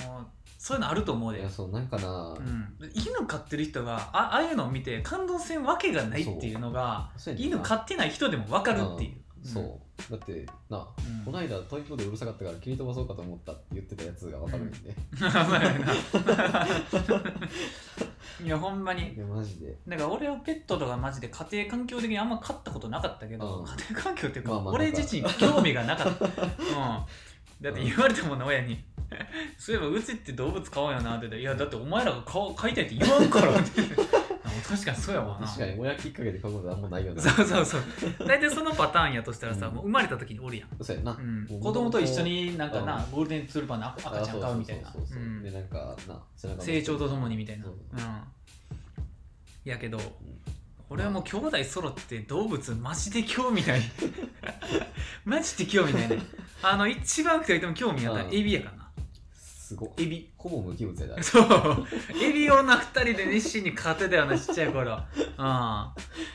Speaker 2: そういうのあると思う
Speaker 1: うん、い
Speaker 2: で
Speaker 1: や、そうなんかな、
Speaker 2: うん、犬飼ってる人があああいうのを見て感動せんわけがないっていうのが
Speaker 1: そうやねんな
Speaker 2: 犬飼ってない人でも分かるっていう、
Speaker 1: そうだってな
Speaker 2: うん
Speaker 1: この間トイプードルうるさかったから切り飛ばそうかと思ったって言ってたやつが分かるんで、[laughs]
Speaker 2: [laughs] いやほんまに
Speaker 1: いやマジで
Speaker 2: だから俺はペットとかマジで家庭環境的にあんま飼ったことなかったけど、
Speaker 1: うん
Speaker 2: 家庭環境っていうか、
Speaker 1: まあまあ
Speaker 2: 俺自身興味がなかった、 [laughs] うん、だって言われたもんな親に [laughs] そういえばうちって動物飼おうよなって言ったらいやだってお前らが飼お飼いたいって言わんからって [laughs] 確かにそうやわな
Speaker 1: 確かに親きっかけで書くことあんまないよな
Speaker 2: そうそうそう大体そのパターンやとしたらさ、
Speaker 1: うん
Speaker 2: もう生まれた時におるやん、
Speaker 1: そうやな、
Speaker 2: う
Speaker 1: も
Speaker 2: ん、
Speaker 1: う
Speaker 2: 子供と一緒になんかな、
Speaker 1: う
Speaker 2: ゴールデンツールパンの赤赤ちゃん飼うみたいな
Speaker 1: あそうそうそうそううんでなんかな背中も
Speaker 2: 成長とともにみたいな
Speaker 1: そう
Speaker 2: うんやけど俺はもう兄弟揃って動物マジで興味ない
Speaker 1: [laughs]
Speaker 2: マジで興味ないねあの一番二人とも興味あったら
Speaker 1: うん
Speaker 2: エビやからな
Speaker 1: すごい
Speaker 2: エビ
Speaker 1: ほぼ無機物やだあれ
Speaker 2: そうエビをな二人で熱心に飼ってたようなちっちゃい頃うん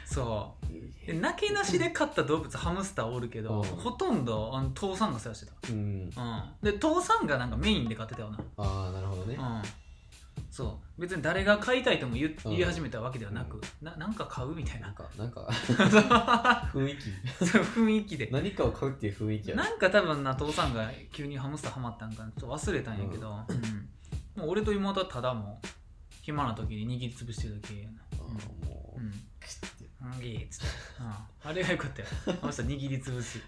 Speaker 2: そうでなけなしで飼った動物ハムスターおるけど、
Speaker 1: うん
Speaker 2: ほとんどあの父さんが世話して
Speaker 1: うん
Speaker 2: たうんで父さんがなんかメインで飼ってたよな
Speaker 1: ああなるほどね、
Speaker 2: うん、そう別に誰が買いたいとも言,、
Speaker 1: うん
Speaker 2: 言い始めたわけではなく、ななんか買うみたい
Speaker 1: なん
Speaker 2: な
Speaker 1: かなんか
Speaker 2: [laughs] そ
Speaker 1: 雰囲気
Speaker 2: う雰囲気 [laughs] で
Speaker 1: 何かを買うっていう雰囲気やな
Speaker 2: なんか多分な父さんが急にハムスターハマったんかなちょっと忘れたんやけど、うんもう俺と妹はただもう暇な時に握りつぶしてる時
Speaker 1: あーも
Speaker 2: う
Speaker 1: うんクッて
Speaker 2: うんぎーっつって、うん、あれがよかったよハムスター握りつぶす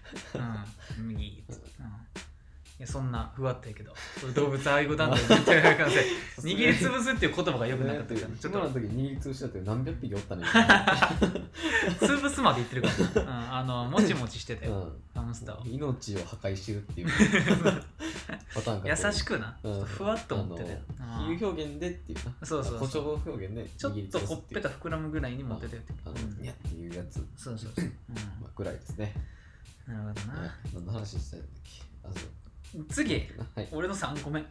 Speaker 2: うんぎーっつって、うん、いやそんなふわっとやけど俺動物愛護団体みたいな [laughs] 感じで握りつぶすっていう言葉がよくなかっ
Speaker 1: [laughs]
Speaker 2: たから
Speaker 1: ち
Speaker 2: ち
Speaker 1: ょ
Speaker 2: ょ
Speaker 1: っ
Speaker 2: っ
Speaker 1: と
Speaker 2: と
Speaker 1: の時握りつぶした
Speaker 2: [laughs]
Speaker 1: って何百匹おったね
Speaker 2: 潰すまで言ってるから、ね、うん、あのもちもちしてた
Speaker 1: う
Speaker 2: よ、
Speaker 1: ん
Speaker 2: ハムスターを
Speaker 1: 命を破壊してるっ
Speaker 2: [laughs]
Speaker 1: ていうパターンかと
Speaker 2: 優しくな、ちょっとふわっと持ってたよ、
Speaker 1: 比
Speaker 2: うん
Speaker 1: 喩表現でっていうな
Speaker 2: そうそうそう
Speaker 1: 誇張表現で
Speaker 2: ちょっとほっぺた
Speaker 1: 握り
Speaker 2: 膨らむぐらいに持ってたよって、
Speaker 1: つぶすっていうあ
Speaker 2: う
Speaker 1: の
Speaker 2: ん
Speaker 1: にゃっていうやつ
Speaker 2: そうそうそう、
Speaker 1: まあぐらいですね
Speaker 2: うん、なるほど
Speaker 1: ね
Speaker 2: な
Speaker 1: 何の話したいんだっけあそう
Speaker 2: 次
Speaker 1: はい
Speaker 2: 俺の3個目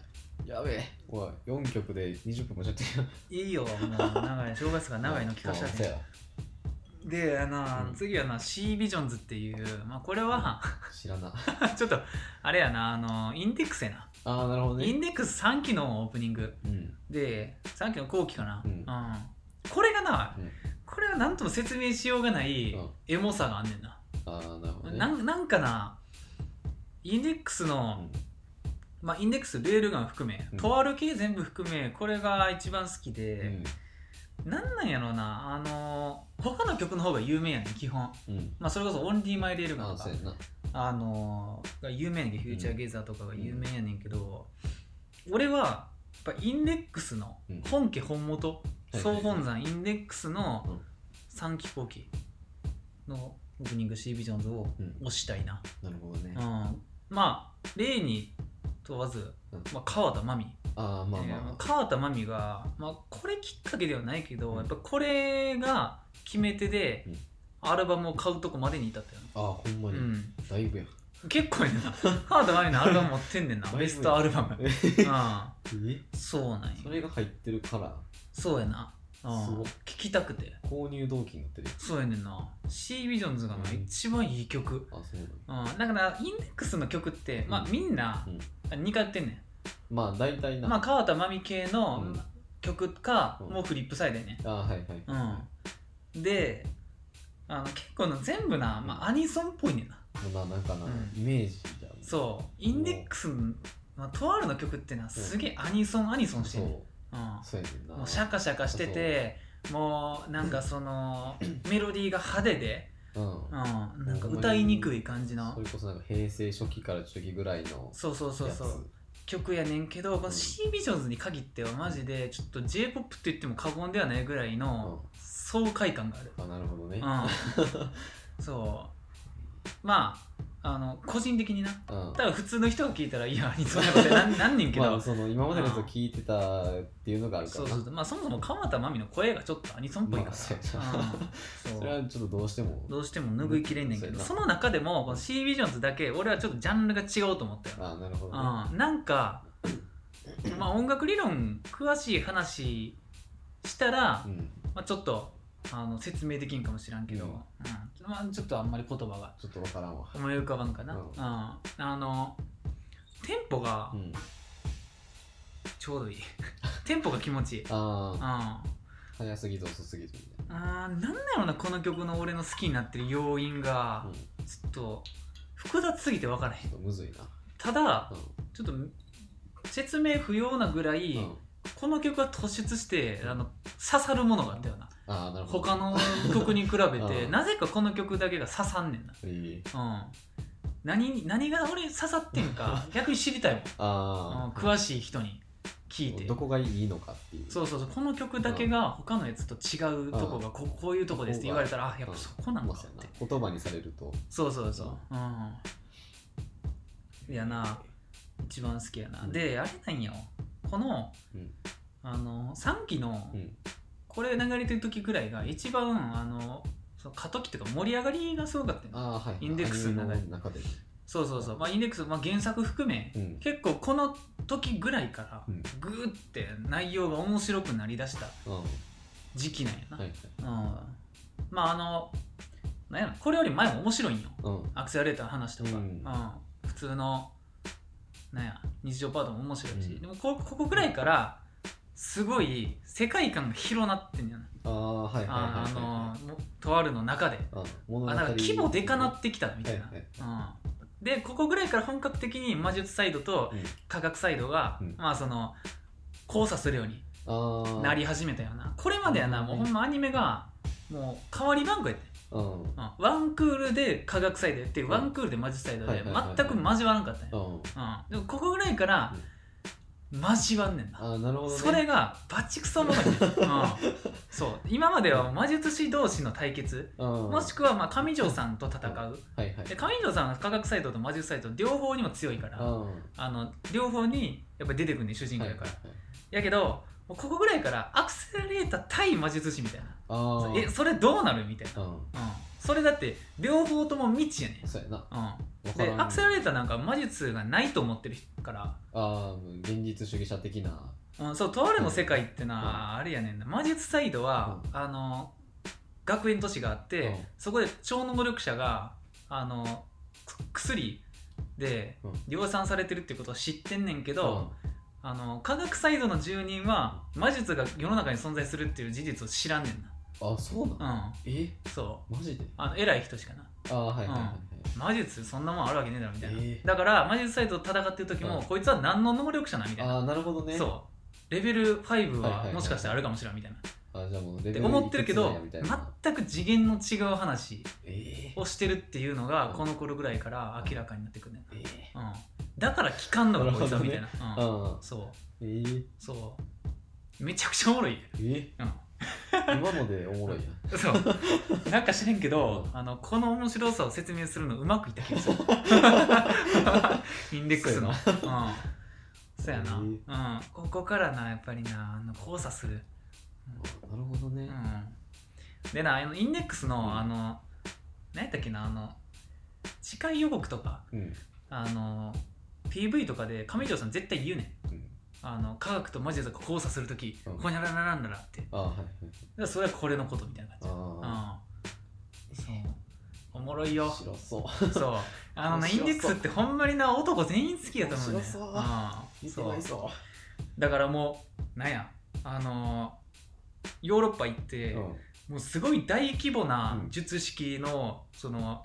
Speaker 1: やべえおい4曲で20分もしゃってる
Speaker 2: いいよもう長い正月が長いの聞かせ
Speaker 1: て
Speaker 2: てであの、
Speaker 1: うん
Speaker 2: 次はな C ビジョンズっていう、まあ、これは [laughs]
Speaker 1: 知らな
Speaker 2: ちょっとあれやなあのインデックスやな、
Speaker 1: ああなるほど
Speaker 2: イ
Speaker 1: ね
Speaker 2: ンデックス3期のオープニング
Speaker 1: うん
Speaker 2: で3期の後期かな、
Speaker 1: うん
Speaker 2: これがな、
Speaker 1: うん
Speaker 2: これは何とも説明しようがない
Speaker 1: うん
Speaker 2: エモさがあんねんな、
Speaker 1: ああなるほどね
Speaker 2: なんなんかなインデックスの、まあ、インデックスレールガン含め、
Speaker 1: うん
Speaker 2: とある系全部含めこれが一番好き
Speaker 1: う
Speaker 2: で、
Speaker 1: ん
Speaker 2: なんなんやろうなあのー他の曲の方が有名やねん基本、
Speaker 1: うん
Speaker 2: まあ、それこそ「オンリーマイレールガ
Speaker 1: あ
Speaker 2: ン
Speaker 1: あ
Speaker 2: と
Speaker 1: そ
Speaker 2: か
Speaker 1: うやな
Speaker 2: あのーが有名やねんけど、フューチャーゲイザーとかが有名やねんけど、俺はやっぱインデックスの
Speaker 1: うん
Speaker 2: 本家本元、
Speaker 1: い
Speaker 2: 総本山インデックスの
Speaker 1: うん
Speaker 2: 3飛行機のオープニング C ビジョンズを
Speaker 1: うん
Speaker 2: 推したいな、
Speaker 1: なるほどね、
Speaker 2: う
Speaker 1: あ
Speaker 2: ん、まあ例に問わず、
Speaker 1: うん
Speaker 2: まあ、川田真美
Speaker 1: あーまあまあ
Speaker 2: えー
Speaker 1: まあ、
Speaker 2: 川田真美が、まあ、これきっかけではないけど、
Speaker 1: うん
Speaker 2: やっぱこれが決め手で、
Speaker 1: うん
Speaker 2: アルバムを買うとこまでに至ったよね、
Speaker 1: ああほんま
Speaker 2: う
Speaker 1: に、
Speaker 2: ん、
Speaker 1: だいぶやん
Speaker 2: 結構やな川田真美のアルバム持ってんねん
Speaker 1: [laughs]
Speaker 2: な
Speaker 1: だいぶや
Speaker 2: ベストアルバムう
Speaker 1: え
Speaker 2: んそうなん
Speaker 1: そ
Speaker 2: よ
Speaker 1: れが入ってるから
Speaker 2: そうやな、うん、
Speaker 1: すごっ
Speaker 2: 聞きたくて
Speaker 1: 購入動機になってる
Speaker 2: そうやねんな C ビジョンズがな
Speaker 1: うん
Speaker 2: 一番いい曲、うん
Speaker 1: やんあそうなの
Speaker 2: だからインデックスの曲って、まあ、
Speaker 1: うん
Speaker 2: みんな
Speaker 1: うん
Speaker 2: 2回やってんねん、
Speaker 1: まあ大体な、
Speaker 2: まあ、川田真美系の
Speaker 1: うん
Speaker 2: 曲か、
Speaker 1: うん
Speaker 2: もうフリップサイドやね、
Speaker 1: ああはいはい、
Speaker 2: うん、であの結構な全部な、まあ、アニソンっぽいねんな
Speaker 1: まあなんかな、
Speaker 2: うん
Speaker 1: イメージじゃんう
Speaker 2: そうインデックスの、まあ、とあるの曲ってなすげえアニソンアニソンして
Speaker 1: そ
Speaker 2: んねん、
Speaker 1: う
Speaker 2: う、
Speaker 1: そうやねんなん
Speaker 2: もうシャカシャカしててもうなんかそ
Speaker 1: [clears throat]
Speaker 2: のメロディーが派手で、
Speaker 1: うん
Speaker 2: うん、なんか歌いにくい感じ
Speaker 1: そ
Speaker 2: の
Speaker 1: れこそなんか平成初期から中期ぐらいの
Speaker 2: そうそうそう
Speaker 1: やつ
Speaker 2: そう曲やねんけどこ
Speaker 1: う
Speaker 2: の
Speaker 1: ん
Speaker 2: C ビジョンズに限ってはマジでちょっと j p o p って言っても過言ではないぐらいの爽快感がある
Speaker 1: あなるほどね [laughs]
Speaker 2: うん、そうまああの個人的にな
Speaker 1: うん、
Speaker 2: 多分普通の人が聞いたら
Speaker 1: [laughs]
Speaker 2: いやそんなことなんなんねんけど、
Speaker 1: まあその今までのやつを聞いてたっていうのがあるか
Speaker 2: そ
Speaker 1: ら
Speaker 2: う
Speaker 1: な
Speaker 2: そうそうまあそもそも鎌田真美の声がちょっとアニソンっぽい
Speaker 1: ま
Speaker 2: か
Speaker 1: あそう
Speaker 2: ら、
Speaker 1: やなそれ
Speaker 2: うんそう
Speaker 1: はちょっとどうしても
Speaker 2: どうしても拭いきれんねんけ
Speaker 1: そう
Speaker 2: ど
Speaker 1: やな
Speaker 2: その中でもこの C ビジョンズだけ俺はちょっとジャンルが違うと思ったよ、
Speaker 1: あなるほどね、
Speaker 2: うん、なんか、まあ、音楽理論詳しい話したら、
Speaker 1: うん
Speaker 2: まあ、ちょっとあの説明できんかもしらんけど、
Speaker 1: う
Speaker 2: うんんまあ、ちょっとあんまり言葉が
Speaker 1: ちょっとわからんわ
Speaker 2: 思い浮かばんかな、
Speaker 1: う
Speaker 2: うんんあのテンポが
Speaker 1: うん
Speaker 2: ちょうどい [laughs] いテンポが気持ちいい、うん、
Speaker 1: ああ
Speaker 2: あ
Speaker 1: 早すぎず遅すぎずみたい
Speaker 2: ーなんだろうなこの曲の俺の好きになってる要因
Speaker 1: な、
Speaker 2: が
Speaker 1: うん、ち
Speaker 2: ちょっと複雑すぎて分からへ
Speaker 1: ょっ
Speaker 2: ん
Speaker 1: とむずいな
Speaker 2: ただ
Speaker 1: う
Speaker 2: ちょっと説明不要なぐらい、
Speaker 1: ん、うん、
Speaker 2: この曲は突出してあの刺さるものがあったよな
Speaker 1: ああなるほど
Speaker 2: 他の曲に比べて
Speaker 1: うん
Speaker 2: なぜかこの曲だけが刺さんねんな
Speaker 1: えー
Speaker 2: うん何に何が俺に刺さってんか逆に知りたいもんうん
Speaker 1: ああ
Speaker 2: 詳しい人に聞いて
Speaker 1: どこがいいのかっていう
Speaker 2: そうそうそうこの曲だけが他のやつと違うとこがここういうとこですって言われたらあやっぱそこなの
Speaker 1: まあ
Speaker 2: か
Speaker 1: そう
Speaker 2: っ
Speaker 1: や
Speaker 2: て
Speaker 1: な言葉にされると
Speaker 2: そうそうそううんいやな一番好きやなであれなんよこの
Speaker 1: うん
Speaker 2: あの3期の
Speaker 1: うん
Speaker 2: これ流れてる時ぐらいが一番あのその過渡期というか盛り上がりがすごかったよ
Speaker 1: ああはい
Speaker 2: インデックスの
Speaker 1: の
Speaker 2: 中で
Speaker 1: 中で
Speaker 2: そうそうそうまあインデックスまあ原作含め
Speaker 1: うん
Speaker 2: 結構この時ぐらいから
Speaker 1: うん
Speaker 2: グーって内容が面白くなりだした
Speaker 1: うんは
Speaker 2: 時期なんやな、
Speaker 1: いはい
Speaker 2: うん、まああのなんやろこれより前も面白いんよ
Speaker 1: うん
Speaker 2: アクセラレーターの話とか、
Speaker 1: うん
Speaker 2: 普通のなんや日常パートも面白いし、
Speaker 1: うん
Speaker 2: でもこここぐらいからすごい世界観が広なってんやな、
Speaker 1: ああはいはい
Speaker 2: あ
Speaker 1: はい
Speaker 2: あ
Speaker 1: はい
Speaker 2: のもとあるの中で
Speaker 1: あ物語
Speaker 2: あなんか規模でかなってきたみたいな、
Speaker 1: はいはい
Speaker 2: うん、でここぐらいから本格的に魔術サイドと
Speaker 1: うん
Speaker 2: 科学サイドが、
Speaker 1: うん
Speaker 2: まあその交差するように
Speaker 1: あー
Speaker 2: なり始めたよなこれまではな
Speaker 1: うん
Speaker 2: もうほんまアニメがもう変わり番組やってん
Speaker 1: うんうん
Speaker 2: うんワンクールで科学サイドやって
Speaker 1: ん
Speaker 2: ワンクールで魔術サイド
Speaker 1: は
Speaker 2: で
Speaker 1: いはいはいはい
Speaker 2: 全く交わらんかったんやうんでもここぐらいから交わんねんな
Speaker 1: あーなるほどね
Speaker 2: それがバチクソもろいねんうんそう今までは魔術師同士の対決
Speaker 1: うん
Speaker 2: もしくはまあ上条さんと戦う
Speaker 1: はいはい
Speaker 2: で上条さんは科学サイドと魔術サイド両方にも強いか
Speaker 1: う
Speaker 2: ら
Speaker 1: ん
Speaker 2: あの両方にやっぱ出てくるねん主人公
Speaker 1: はいは
Speaker 2: や
Speaker 1: い
Speaker 2: か
Speaker 1: はい
Speaker 2: らやけどもうここぐらいからアクセラレーター対魔術師みたいな
Speaker 1: あー
Speaker 2: えそれどうなるみたいな、
Speaker 1: うん
Speaker 2: うん、それだって両方とも未知やねん
Speaker 1: そうやな
Speaker 2: う
Speaker 1: わ
Speaker 2: ん、
Speaker 1: から
Speaker 2: で
Speaker 1: ん
Speaker 2: アクセラレーターなんか魔術がないと思ってるか
Speaker 1: あー現実主義者的な
Speaker 2: ら、うん、そうとあるの世界ってな、あれやねんな魔術サイドは、
Speaker 1: う
Speaker 2: あの学園都市があって、
Speaker 1: うん
Speaker 2: そこで超能力者があのく薬で
Speaker 1: うん
Speaker 2: 量産されてるってことを知ってんねんけ
Speaker 1: う
Speaker 2: ど、
Speaker 1: ん
Speaker 2: あの科学サイドの住人は魔術が世の中に存在するっていう事実を知らんねん
Speaker 1: あそうなん
Speaker 2: な
Speaker 1: え
Speaker 2: うんそう
Speaker 1: マジで
Speaker 2: あの偉い人しかな
Speaker 1: あーはいはいはいはい
Speaker 2: 魔術そんなもんあるわけねえだろみたいな、
Speaker 1: えー
Speaker 2: だから魔術サイドと戦ってる時も、
Speaker 1: うん
Speaker 2: こいつは何の能力者なみたいな、
Speaker 1: あーなるほどね
Speaker 2: そうレベル5
Speaker 1: はいはいはいは
Speaker 2: はいもしかしたらあるかもしれんみたいな、
Speaker 1: あじゃあもうレ
Speaker 2: って思ってるけ
Speaker 1: いくつ
Speaker 2: ど
Speaker 1: なんやみたいな
Speaker 2: 全く次元の違う話
Speaker 1: えー
Speaker 2: をしてるっていうのが
Speaker 1: うん
Speaker 2: この頃ぐらいから明らかになってくるね、
Speaker 1: えー
Speaker 2: うん、だから聞かんのかこいつはみたいな、
Speaker 1: う
Speaker 2: う
Speaker 1: ん
Speaker 2: んそう
Speaker 1: えー、
Speaker 2: そうめちゃくちゃおもろい、
Speaker 1: え
Speaker 2: うん、
Speaker 1: 今のでおもろいやん
Speaker 2: そう [laughs] なんか知らんけど、あのこの面白さを説明するのうまくいった気がす
Speaker 1: [laughs]
Speaker 2: る [laughs] インデックスのそうやな,、うん、そうやな、うん、ここからなやっぱりなあの交差する、
Speaker 1: あなるほどね、
Speaker 2: うん、でなあのインデックスの、
Speaker 1: うん
Speaker 2: あの何やったっけなあの次回予告とか
Speaker 1: うん
Speaker 2: あの PV とかで上条さん絶対言うねん
Speaker 1: うん、
Speaker 2: あの科学と魔術が交差するとき、
Speaker 1: うん
Speaker 2: ほにゃらららんららってだか
Speaker 1: あはいはい
Speaker 2: らそれはこれのことみたいな感じ
Speaker 1: あ
Speaker 2: うん、そうおもろいよ
Speaker 1: 面白そう
Speaker 2: そうあのな
Speaker 1: 面
Speaker 2: イン
Speaker 1: 白そう
Speaker 2: デックスってほんまにな男全員好きやと思うね
Speaker 1: 面白そう
Speaker 2: うん
Speaker 1: 見てまい
Speaker 2: そう
Speaker 1: そ
Speaker 2: だからもうなんやあのーヨーロッパ行って、
Speaker 1: う、うん、
Speaker 2: もうすごい大規模な
Speaker 1: うん
Speaker 2: 術式の、その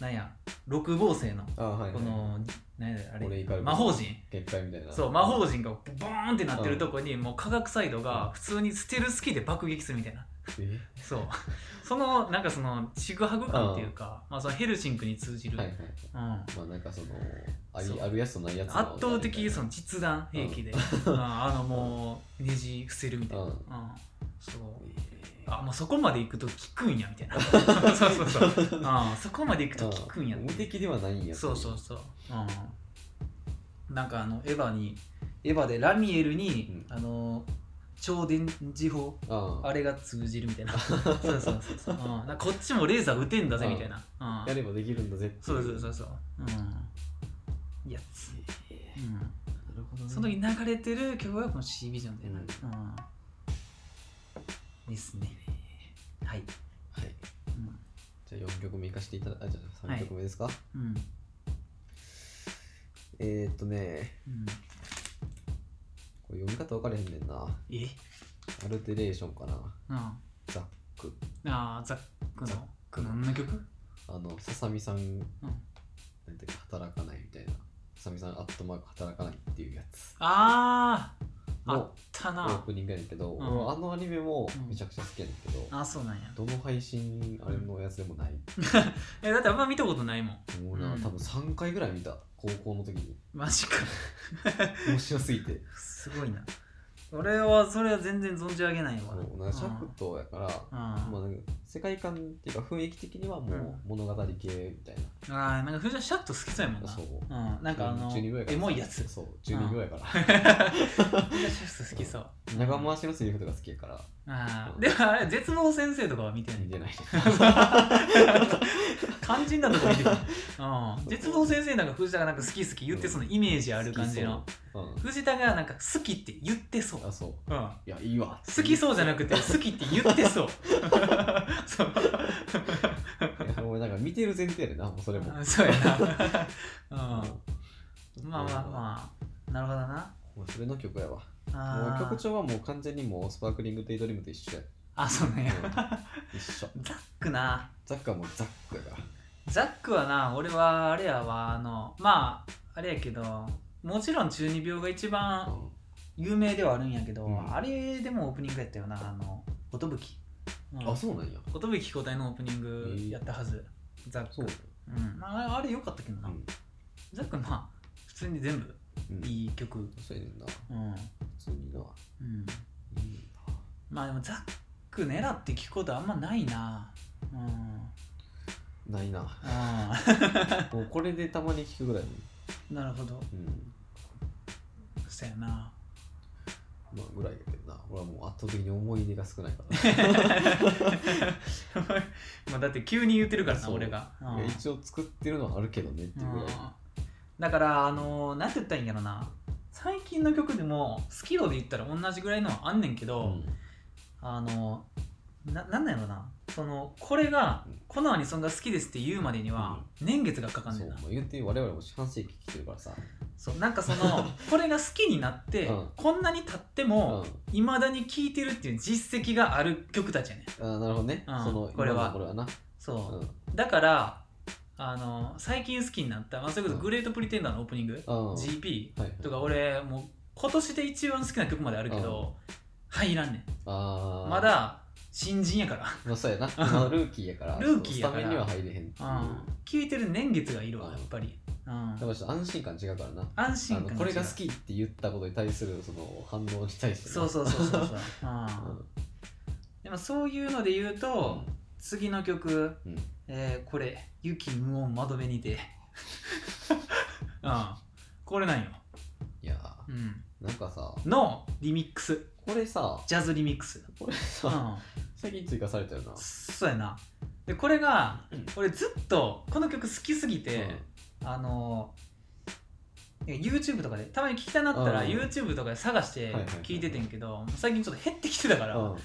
Speaker 2: なんや六芒星の
Speaker 1: あはい、はい、
Speaker 2: この、なんやあ
Speaker 1: これ
Speaker 2: れ
Speaker 1: いかれ
Speaker 2: 魔法陣
Speaker 1: 結界みたいな
Speaker 2: そう魔法陣がボーンってなってるとこに、もう科学サイドが普通にステルス機で爆撃するみたいな
Speaker 1: え
Speaker 2: そうそのなんかそのちぐはぐ感っていうか、まあ、そのヘルシンクに通じる、
Speaker 1: はいはいはい
Speaker 2: うん、
Speaker 1: まあなんかそのあ
Speaker 2: そう
Speaker 1: りあるやつとないやつの
Speaker 2: 圧倒的そ
Speaker 1: の
Speaker 2: の実弾兵器で、うんあのもうねじ伏せるみたいな、
Speaker 1: うん
Speaker 2: うんそうあもうそこまで行くと効くんやみた
Speaker 1: [laughs]
Speaker 2: いなそうそうそう、うん、そこまで行くと効くんやって
Speaker 1: 無敵ではないんや
Speaker 2: そうそうそう、うん、なんかあのエヴァにエヴァでラミエルに、
Speaker 1: う
Speaker 2: あの超電磁法
Speaker 1: あ
Speaker 2: あれが通じるみたい
Speaker 1: [laughs]
Speaker 2: なそうそうそうそう、うん、なんかこっちもレーザー撃てんだぜみたいな、うん
Speaker 1: やればできるんだぜってい
Speaker 2: そうそうそうそう、うん、やつ、
Speaker 1: え
Speaker 2: うん
Speaker 1: ーなるほどね
Speaker 2: その時流れてる曲がこの C ビジョンで、うんですね。はい。
Speaker 1: はいじゃあ4曲目いかしていただあじゃあ3曲目ですか、
Speaker 2: うん。うん。
Speaker 1: えー、っとね
Speaker 2: うん、
Speaker 1: これ読み方分かれへんねんな
Speaker 2: え
Speaker 1: アルテレーションかな
Speaker 2: うん。
Speaker 1: ザック
Speaker 2: ああ、ザック
Speaker 1: ザッ
Speaker 2: の。何の曲
Speaker 1: あのささみさん、なん
Speaker 2: あ
Speaker 1: ていうか働かないみたいなささみさんアットマーク働かないっていうやつ
Speaker 2: あー、あっ
Speaker 1: の
Speaker 2: た
Speaker 1: オー
Speaker 2: な。
Speaker 1: プニングやねんけど、
Speaker 2: ん
Speaker 1: 俺はあのアニメもめちゃくちゃ好きやねんけど、
Speaker 2: あそうなんや。
Speaker 1: どの配信あれのやつでもない、
Speaker 2: え、だってあんま見たことないもん。
Speaker 1: もうな、
Speaker 2: うん
Speaker 1: 多分3回ぐらい見た高校の時に
Speaker 2: マ
Speaker 1: [laughs]
Speaker 2: ジか。
Speaker 1: 面白すぎ
Speaker 2: [laughs]
Speaker 1: て
Speaker 2: すごいな。俺はそれは全然存じ上げないわ。
Speaker 1: もうなんかシャフトやから、
Speaker 2: うん。
Speaker 1: まあ、なんか世界観っていうか雰囲気的にはもう物語系みたいな、
Speaker 2: ああ、なんか藤田シャット好きそうやもんな。
Speaker 1: そう
Speaker 2: うん。なんかあの、
Speaker 1: 12秒やから
Speaker 2: エモいやつ。
Speaker 1: そう12秒やから、
Speaker 2: 藤田シャット好きそう。
Speaker 1: 長回しのセリフとか好きやから
Speaker 2: ああでもあれ絶望先生とかは見て [laughs] ない
Speaker 1: 見てない
Speaker 2: 肝心なとこ見て [laughs] ない、うん、絶望先生なんか藤田がなんか好き好き言ってそうなイメージある感じの
Speaker 1: 好きそう
Speaker 2: 藤田がなんか好きって言ってそう
Speaker 1: う、んあそう
Speaker 2: うん、
Speaker 1: いやいいわ
Speaker 2: 好きそうじゃなくて好きって言ってそう [laughs] そう
Speaker 1: い [laughs] やもうなんか見てる前提やでなもうそれも、
Speaker 2: うんそうや [laughs] な、う
Speaker 1: うん
Speaker 2: ん、まあまあまあなるほどな
Speaker 1: もうそれの曲やわもう
Speaker 2: あ
Speaker 1: 曲
Speaker 2: ー
Speaker 1: 調はもう完全にもうスパークリングデイドリームと一緒や
Speaker 2: あそうね [laughs]
Speaker 1: 一緒
Speaker 2: ザックな
Speaker 1: ザックはもうザックやから
Speaker 2: ザックはな俺はあれやわあのまああれやけどもちろん中二病が一番
Speaker 1: うん
Speaker 2: 有名ではあるんやけど、
Speaker 1: うん
Speaker 2: あれでもオープニングやったよなあの寿、うん、
Speaker 1: あそうなんや
Speaker 2: 寿交代のオープニングやったはず、ザック
Speaker 1: そう
Speaker 2: うん、まああれ良かったけどな、
Speaker 1: うん
Speaker 2: ザックまあ普通に全部
Speaker 1: うん
Speaker 2: いい曲
Speaker 1: そうやねんな
Speaker 2: うん、
Speaker 1: 普通にな
Speaker 2: うん、
Speaker 1: いいな
Speaker 2: まあでもザック狙って聞くことあんまないなうん、 [laughs]
Speaker 1: ないな [laughs]
Speaker 2: う
Speaker 1: もうこれでたまに聞くぐらい
Speaker 2: ん、なるほど
Speaker 1: うん
Speaker 2: そやな
Speaker 1: まあぐらいやけどな俺はもう圧倒的に思い出が少ないか [laughs]
Speaker 2: [laughs] まあだって急に言ってるからな
Speaker 1: そう
Speaker 2: 俺が、う
Speaker 1: ら、
Speaker 2: ん
Speaker 1: いや一応作ってるのはあるけどねっていうぐらい、
Speaker 2: だからあのー、なんて言ったらいいんやろな最近の曲でも好き度で言ったら同じぐらいのはあんねんけど、
Speaker 1: うん
Speaker 2: あのー、ななんなんやろなそのこれが
Speaker 1: うん
Speaker 2: このアニソンが好きですって言うまでには年月がかかん
Speaker 1: そ
Speaker 2: ね
Speaker 1: うん
Speaker 2: な、
Speaker 1: まあ、言って我々も四半世紀来てるからさ、
Speaker 2: そうなんかそのこれが好きになって、
Speaker 1: うん
Speaker 2: こんなに経って
Speaker 1: う
Speaker 2: も
Speaker 1: ん、
Speaker 2: いま、未だに聴いてるっていう実績がある曲たちやねん
Speaker 1: あーなるほどね、
Speaker 2: うん
Speaker 1: その
Speaker 2: これは
Speaker 1: 今のこれはな、
Speaker 2: そうう、
Speaker 1: ん
Speaker 2: だからあのー最近好きになった、まあ、それこそ「グレート・プリテンダー」のオープニング、
Speaker 1: うん
Speaker 2: GP
Speaker 1: はいはい、
Speaker 2: とか俺もう今年で一番好きな曲まであるけど入らんね
Speaker 1: あ
Speaker 2: ん
Speaker 1: ー
Speaker 2: ま、だ新人やから
Speaker 1: まあ、そうやな今ルーキーやから
Speaker 2: ルーキーやから
Speaker 1: スタメンには入れへんっていう
Speaker 2: 聴いてる年月がいるわ
Speaker 1: うん
Speaker 2: やっぱり、うん
Speaker 1: やっぱちょっと安心感違うからな
Speaker 2: 安心
Speaker 1: あ
Speaker 2: 感
Speaker 1: のこれが
Speaker 2: 違う
Speaker 1: 好きって言ったことに対するその反応に対してな
Speaker 2: そうそうそうそう
Speaker 1: [laughs]
Speaker 2: そ
Speaker 1: う
Speaker 2: う、うん
Speaker 1: ん
Speaker 2: でもそういうので言うと、次の曲、
Speaker 1: うん
Speaker 2: えーこれ「雪無音窓辺
Speaker 1: [laughs]
Speaker 2: にて」うんこれなんよ、
Speaker 1: いや
Speaker 2: うん、
Speaker 1: ーなんかさ
Speaker 2: のリミックス
Speaker 1: これさ
Speaker 2: ジャズリミックス、
Speaker 1: これ
Speaker 2: う
Speaker 1: さ、
Speaker 2: ん、
Speaker 1: 最近追加されたよな
Speaker 2: そうやなでこれが俺ずっとこの曲好きすぎて、あのえ YouTube とかでたまに聞きたなったら
Speaker 1: うん
Speaker 2: YouTube とかで探して
Speaker 1: はいはいはい
Speaker 2: 聞いててんけど最近ちょっと減ってきてたから、
Speaker 1: うん
Speaker 2: うん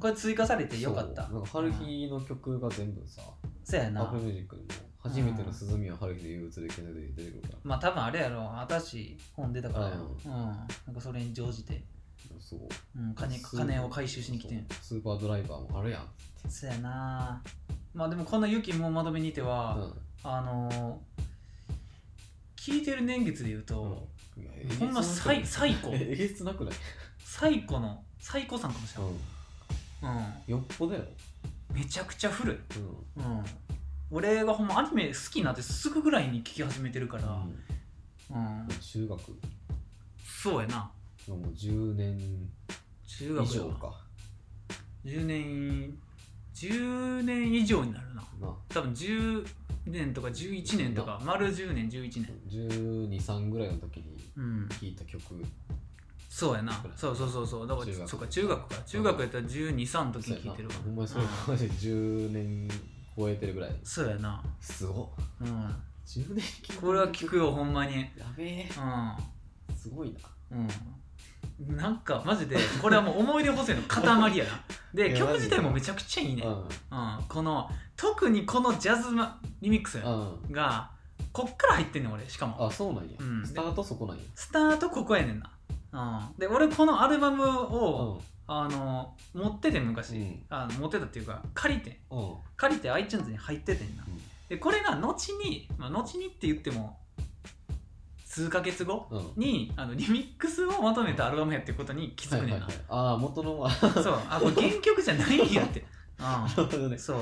Speaker 2: これ追加されてよかった
Speaker 1: そうなんか春日の曲が全部さ、
Speaker 2: そうや
Speaker 1: アッ
Speaker 2: な
Speaker 1: プルミュージックでも初めての涼みは春日で憂鬱で検索で出てくるか
Speaker 2: まあ多分あれやろ新しい本出たからやろ、
Speaker 1: う
Speaker 2: うんなんかそれに乗じて、
Speaker 1: らそう
Speaker 2: うん、金
Speaker 1: スー
Speaker 2: 金を回収しに来てん
Speaker 1: そうスーパードライバーもあるやん
Speaker 2: そうやなまあでもこの「雪もまとめにては」あのー聞いてる年月で言う
Speaker 1: うん
Speaker 2: と、
Speaker 1: いや
Speaker 2: ほんま最最
Speaker 1: [laughs]
Speaker 2: 古
Speaker 1: えげつなくない
Speaker 2: 最古の最古さんかもし
Speaker 1: えげつなくな
Speaker 2: れない、
Speaker 1: い
Speaker 2: う
Speaker 1: う
Speaker 2: ん
Speaker 1: んよっぽだよ
Speaker 2: めちゃくちゃ古い、
Speaker 1: うん
Speaker 2: うん、俺がほんまアニメ好きになってすぐぐらいに聞き始めてるから、うん
Speaker 1: うん中学
Speaker 2: そうやな
Speaker 1: のもう10年
Speaker 2: 中
Speaker 1: 以
Speaker 2: 学や
Speaker 1: 上
Speaker 2: わ
Speaker 1: か
Speaker 2: 10年10年以上になるな
Speaker 1: な
Speaker 2: 多分10年とか11年とか丸10年11年
Speaker 1: 123ぐらいの時に
Speaker 2: うん
Speaker 1: 聴いた曲
Speaker 2: そうやなそうそうそうそうだから
Speaker 1: 中学
Speaker 2: そっか中学か中学やったら123の時に聞いてるわ
Speaker 1: そうやなほんまにそれマジで10年超えてるぐらい
Speaker 2: そうやな
Speaker 1: すごっ
Speaker 2: うん
Speaker 1: 10年聴いてる
Speaker 2: これは聞くよほんまに
Speaker 1: やべえ
Speaker 2: う
Speaker 1: すごいなん
Speaker 2: うんなんかマジでこれはもう思い出補正の塊やな
Speaker 1: い
Speaker 2: で
Speaker 1: や
Speaker 2: 曲自体もめちゃくちゃいいね、うん、この特にこのジャズマリミックス
Speaker 1: うんうん
Speaker 2: がこっから入ってんねん俺しかも
Speaker 1: あそうなんや、
Speaker 2: うん
Speaker 1: スタートそこなんや
Speaker 2: スタートここやねんな、うん、で俺このアルバムを、
Speaker 1: うん
Speaker 2: あの持ってて昔、
Speaker 1: うん
Speaker 2: あの持ってたっていうか借りてん
Speaker 1: うん
Speaker 2: 借りて iTunes に入っててんな、
Speaker 1: うん
Speaker 2: でこれが後に、まあ、後にって言っても数ヶ月後
Speaker 1: うん
Speaker 2: にあのリミックスをまとめたアルバムやってことに気づくねんな、
Speaker 1: はいはいはい、ああ元の [laughs] は
Speaker 2: そうあこれ原曲じゃないん
Speaker 1: [laughs]
Speaker 2: やって、う
Speaker 1: なるほどね
Speaker 2: ん、そ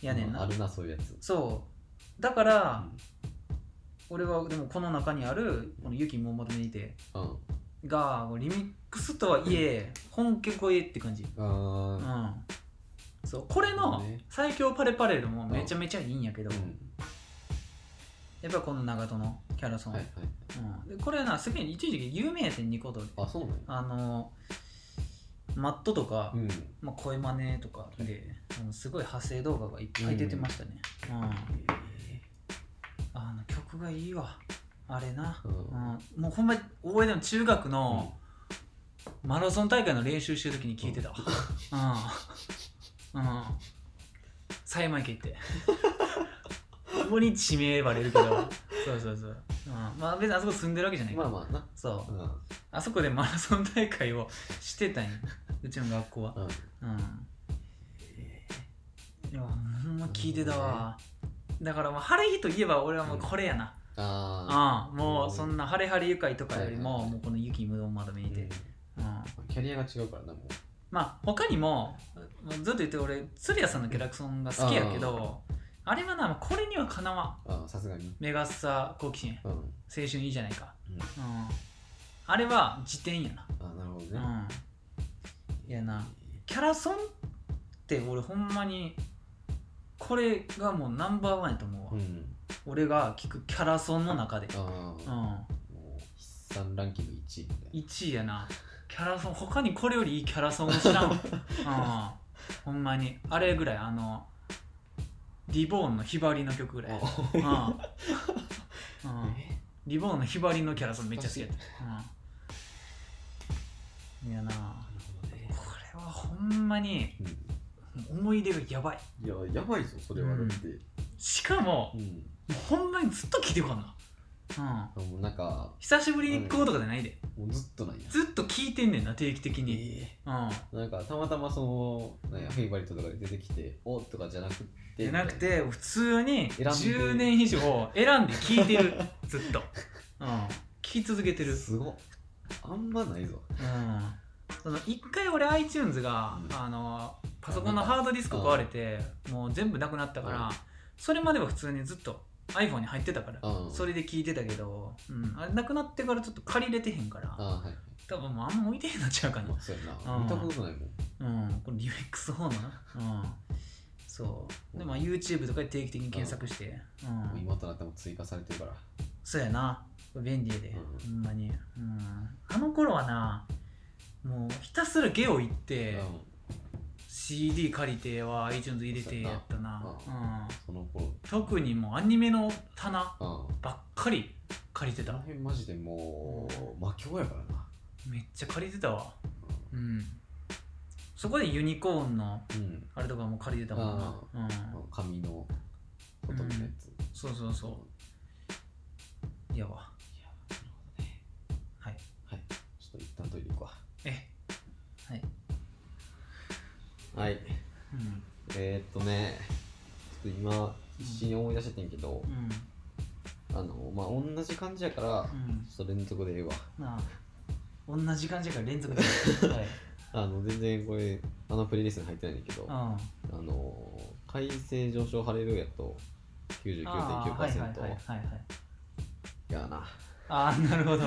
Speaker 2: うやねん
Speaker 1: あ
Speaker 2: な
Speaker 1: るなそういうやつ
Speaker 2: そうだから、俺はでもこの中にあるこの「雪もまとめにて
Speaker 1: うん、うん」
Speaker 2: がリミックスとはいえ本家超えって感じ
Speaker 1: あ
Speaker 2: う
Speaker 1: ー
Speaker 2: んそうこれの
Speaker 1: ね
Speaker 2: 「最強パレパレード」もめちゃめちゃいいんやけど、
Speaker 1: うん
Speaker 2: やっぱこの長門のキャラソン、
Speaker 1: はいはい
Speaker 2: うん、でこれなすげえ一時期有名やてんニコ動で
Speaker 1: あそうなんや
Speaker 2: あのマットとか、
Speaker 1: うん
Speaker 2: まあ、声真似とかで、あのすごい派生動画がいっぱい出てましたね、うんあの曲がいいわあれな、
Speaker 1: うん
Speaker 2: うん、もうほんまに覚えても中学のマラソン大会の練習してる時に聴いてたわうんうん狭山池
Speaker 1: [laughs]
Speaker 2: 行ってここに地名バレるけどそうそうそう、うん、まあ別にあそこ住んでるわけじゃない
Speaker 1: ま
Speaker 2: から、
Speaker 1: あまあな
Speaker 2: そう
Speaker 1: うん
Speaker 2: あそこでマラソン大会をしてたん
Speaker 1: [laughs]
Speaker 2: ようちの学校は
Speaker 1: うん
Speaker 2: うんいやほんま聞いてたわだからもう晴れ日といえば俺はもうこれやな、
Speaker 1: あ
Speaker 2: ああもうそんな晴れ晴れ愉快とかより
Speaker 1: はい
Speaker 2: も
Speaker 1: はいはい
Speaker 2: もうこの雪無論まとめ
Speaker 1: ー
Speaker 2: にて、うん
Speaker 1: うんキャリアが違うからなもう
Speaker 2: まあ他にもずっと言って俺鶴屋さんのキャラクソンが好きやけどあれはなこれにはかなわん
Speaker 1: あーさすがに
Speaker 2: メガッサ好奇心
Speaker 1: うん
Speaker 2: 青春いいじゃないか、
Speaker 1: うん
Speaker 2: うん、あれは辞典やな
Speaker 1: あーなるほどね、
Speaker 2: うんいやなキャラソンって俺ほんまにこれがもうナンバーワンやと思うわ、
Speaker 1: うん
Speaker 2: 俺が聞くキャラソンの中で、
Speaker 1: あ
Speaker 2: う
Speaker 1: あ、
Speaker 2: ん、
Speaker 1: もう筆算ランキング1位みたい
Speaker 2: 1位やなキャラソン他にこれよりいいキャラソンを知ら
Speaker 1: [laughs]
Speaker 2: んわ、うん、ほんまにあれぐらいあのリボーンのひばりの曲ぐらい、
Speaker 1: な
Speaker 2: うん
Speaker 1: あ
Speaker 2: うん、リボーンのひばりのキャラソンめっちゃ好きやった、うん、いやな
Speaker 1: なるほどね
Speaker 2: これはほんまに思い出がやばい
Speaker 1: うんいややばいぞそれはだって
Speaker 2: しかも
Speaker 1: うん
Speaker 2: ほんまにずっと聞いてこんなうん
Speaker 1: あもうなんか
Speaker 2: 久しぶりに行こうとかじゃないで
Speaker 1: もうずっとなんや
Speaker 2: ずっと聞いてんねんな定期的に
Speaker 1: えー
Speaker 2: うん
Speaker 1: なんかたまたまそのなんやフェイバリットとかで出てきて「お」とかじゃなくて
Speaker 2: じゃなくて普通に
Speaker 1: 選んで
Speaker 2: 10年以上選んで聞いてるずっとうん聞き続けてる
Speaker 1: すごっあんまないぞ
Speaker 2: うんその一回俺 iTunes が、
Speaker 1: うん
Speaker 2: あのパソコンのハードディスク壊れてもう全部なくなったから、それまでは普通にずっと iPhone に入ってたから、
Speaker 1: うん
Speaker 2: それで聞いてたけど、うん、あれなくなってからちょっと借りれてへんから、
Speaker 1: あはいはい
Speaker 2: 多分もうあんま置いてへんなっちゃうかな
Speaker 1: まあそうやな、
Speaker 2: うん
Speaker 1: 見たことないもん
Speaker 2: うん、このリミックスホームな。うん。そう。で、まあ YouTube とかで定期的に検索して。
Speaker 1: も
Speaker 2: う。
Speaker 1: うん今となっても追加されてるから
Speaker 2: そうやな。便利やで、
Speaker 1: うん
Speaker 2: ほんまに。うん。あの頃はな、もうひたすらゲオ行って、
Speaker 1: うん、
Speaker 2: CD 借りては iTunes 入れてやったな。。
Speaker 1: そううんその頃
Speaker 2: 特にもうアニメの棚
Speaker 1: うん
Speaker 2: ばっかり借りて
Speaker 1: この
Speaker 2: た。
Speaker 1: 辺マジでもう魔境やからな
Speaker 2: めっちゃ借りてたわ。うん。そこでユニコーンの
Speaker 1: うん
Speaker 2: あれとかも借りてたもんな。うん。
Speaker 1: 紙のことみたいなやつ、
Speaker 2: そうそうそう。いやわ。
Speaker 1: いやなるほどね
Speaker 2: はい。
Speaker 1: はいちょっと一旦トイレ行くわ
Speaker 2: え、はい。
Speaker 1: はい
Speaker 2: うん。
Speaker 1: えー、っとねちょっと今必死に思い出しててんけど、あ
Speaker 2: うん。
Speaker 1: のまあ同じ感じやから、
Speaker 2: うん
Speaker 1: ちょっと連続でええわ
Speaker 2: なあ、同じ感じから連続で。はい。
Speaker 1: あの全然これあのプレイリストに入ってないんだけど、
Speaker 2: うん。
Speaker 1: あ
Speaker 2: あ
Speaker 1: の改正上昇ハレルヤと99.9%
Speaker 2: あはいはいはいはいはい。
Speaker 1: やな
Speaker 2: ああ、なるほど。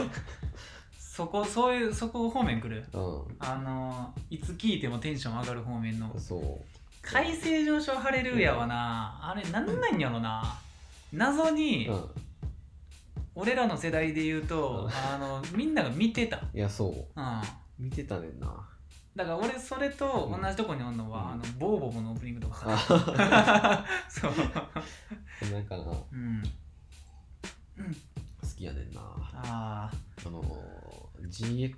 Speaker 2: そこ、そういう、そこ方面来る
Speaker 1: う
Speaker 2: あのー、いつ聞いてもテンション上がる方面の
Speaker 1: ん。そう
Speaker 2: 改正上昇ハレルヤはな、あれ、なんなんやろな。謎に、
Speaker 1: うん
Speaker 2: 俺らの世代で言うと、あの、みんなが見てた。
Speaker 1: いやそう
Speaker 2: うん。
Speaker 1: 見てたねんな
Speaker 2: だから俺それと同じとこにおんの
Speaker 1: う
Speaker 2: は、
Speaker 1: ん
Speaker 2: あのボーボボのオープニングとか
Speaker 1: あ
Speaker 2: [laughs] そう、
Speaker 1: [laughs] なんかな好
Speaker 2: うん、
Speaker 1: きやねんな
Speaker 2: ああ
Speaker 1: あのー GX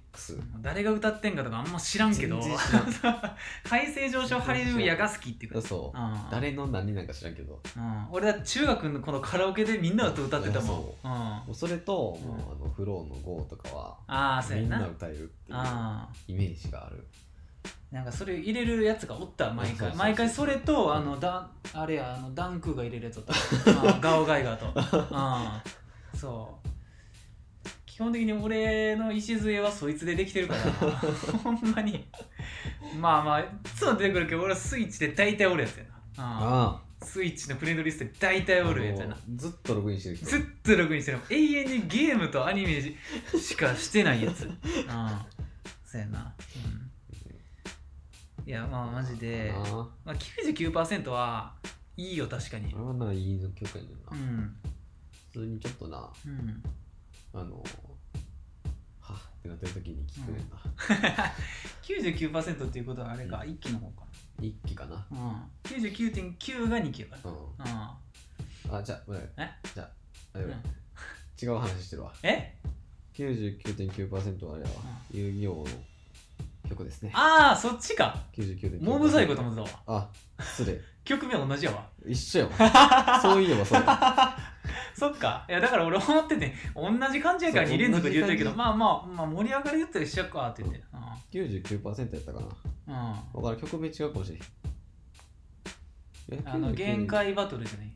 Speaker 2: 誰が歌ってんかとかあんま知らんけど
Speaker 1: 全然知ら
Speaker 2: 改正上昇ハレルヤが好きっていうか
Speaker 1: そう
Speaker 2: うん
Speaker 1: 誰の何なんか知らんけども
Speaker 2: うん、俺は中学のこのカラオケでみんなと歌ってたもん、うん、あ
Speaker 1: うそれともう
Speaker 2: う
Speaker 1: あのフローの GO とかは
Speaker 2: あそう
Speaker 1: み
Speaker 2: や
Speaker 1: ん
Speaker 2: な
Speaker 1: な歌えるっていう
Speaker 2: あ
Speaker 1: イメージがある
Speaker 2: なんかそれ入れるやつがおった毎
Speaker 1: そうそう
Speaker 2: 回
Speaker 1: そう
Speaker 2: 毎回それとあのだあれやあのダンクーが入れるやつおった
Speaker 1: [laughs]
Speaker 2: あガオガイガーと、うん、そう基本的に俺の礎はそいつでできてるから
Speaker 1: [laughs]
Speaker 2: ほんまにまあまあいつも出てくるけど俺はスイッチで大体おるやつやな、うん
Speaker 1: あ
Speaker 2: スイッチのフレンドリストで大体
Speaker 1: あ
Speaker 2: おるやつやな
Speaker 1: あのずっとログインしてる人
Speaker 2: ずっとログインしてる永遠にゲームとアニメしかしてない [laughs] やつうんそうやなうんいやまあマジで、
Speaker 1: あ
Speaker 2: まあ、99%はいいよ確かに
Speaker 1: あれはないいの教会だよな、
Speaker 2: うん
Speaker 1: 普通にちょっとな
Speaker 2: うん
Speaker 1: あのはっってなってる時に聞くねんな、
Speaker 2: 99%っていうことはあれか、一1期の方か
Speaker 1: 一気かな
Speaker 2: な、うん、99.9が2期やか
Speaker 1: うん
Speaker 2: ら、
Speaker 1: あ、じゃあ、ごめん
Speaker 2: え
Speaker 1: じゃあ、あれ、
Speaker 2: うん
Speaker 1: 違う話してるわ。
Speaker 2: うん、え
Speaker 1: 99.9%はあれやわ、遊戯王の曲ですね。
Speaker 2: ああそっちか
Speaker 1: 99.9%。
Speaker 2: モブサイコと思ってたわ
Speaker 1: あ、失礼。
Speaker 2: [laughs] 曲名同じやわ
Speaker 1: 一緒やわ。そういえばそうや。
Speaker 2: [laughs] そっかいやだから俺思ってて同じ感じやから
Speaker 1: そう
Speaker 2: 2連続で言うてるけど
Speaker 1: 同じ
Speaker 2: まあまあまあ盛り上がり言ったら一緒かって言って
Speaker 1: 99%やったかな。
Speaker 2: うん、う
Speaker 1: わ
Speaker 2: ん、
Speaker 1: からん曲名違うかもしれん。え
Speaker 2: あの
Speaker 1: 99
Speaker 2: 限界バトルじゃない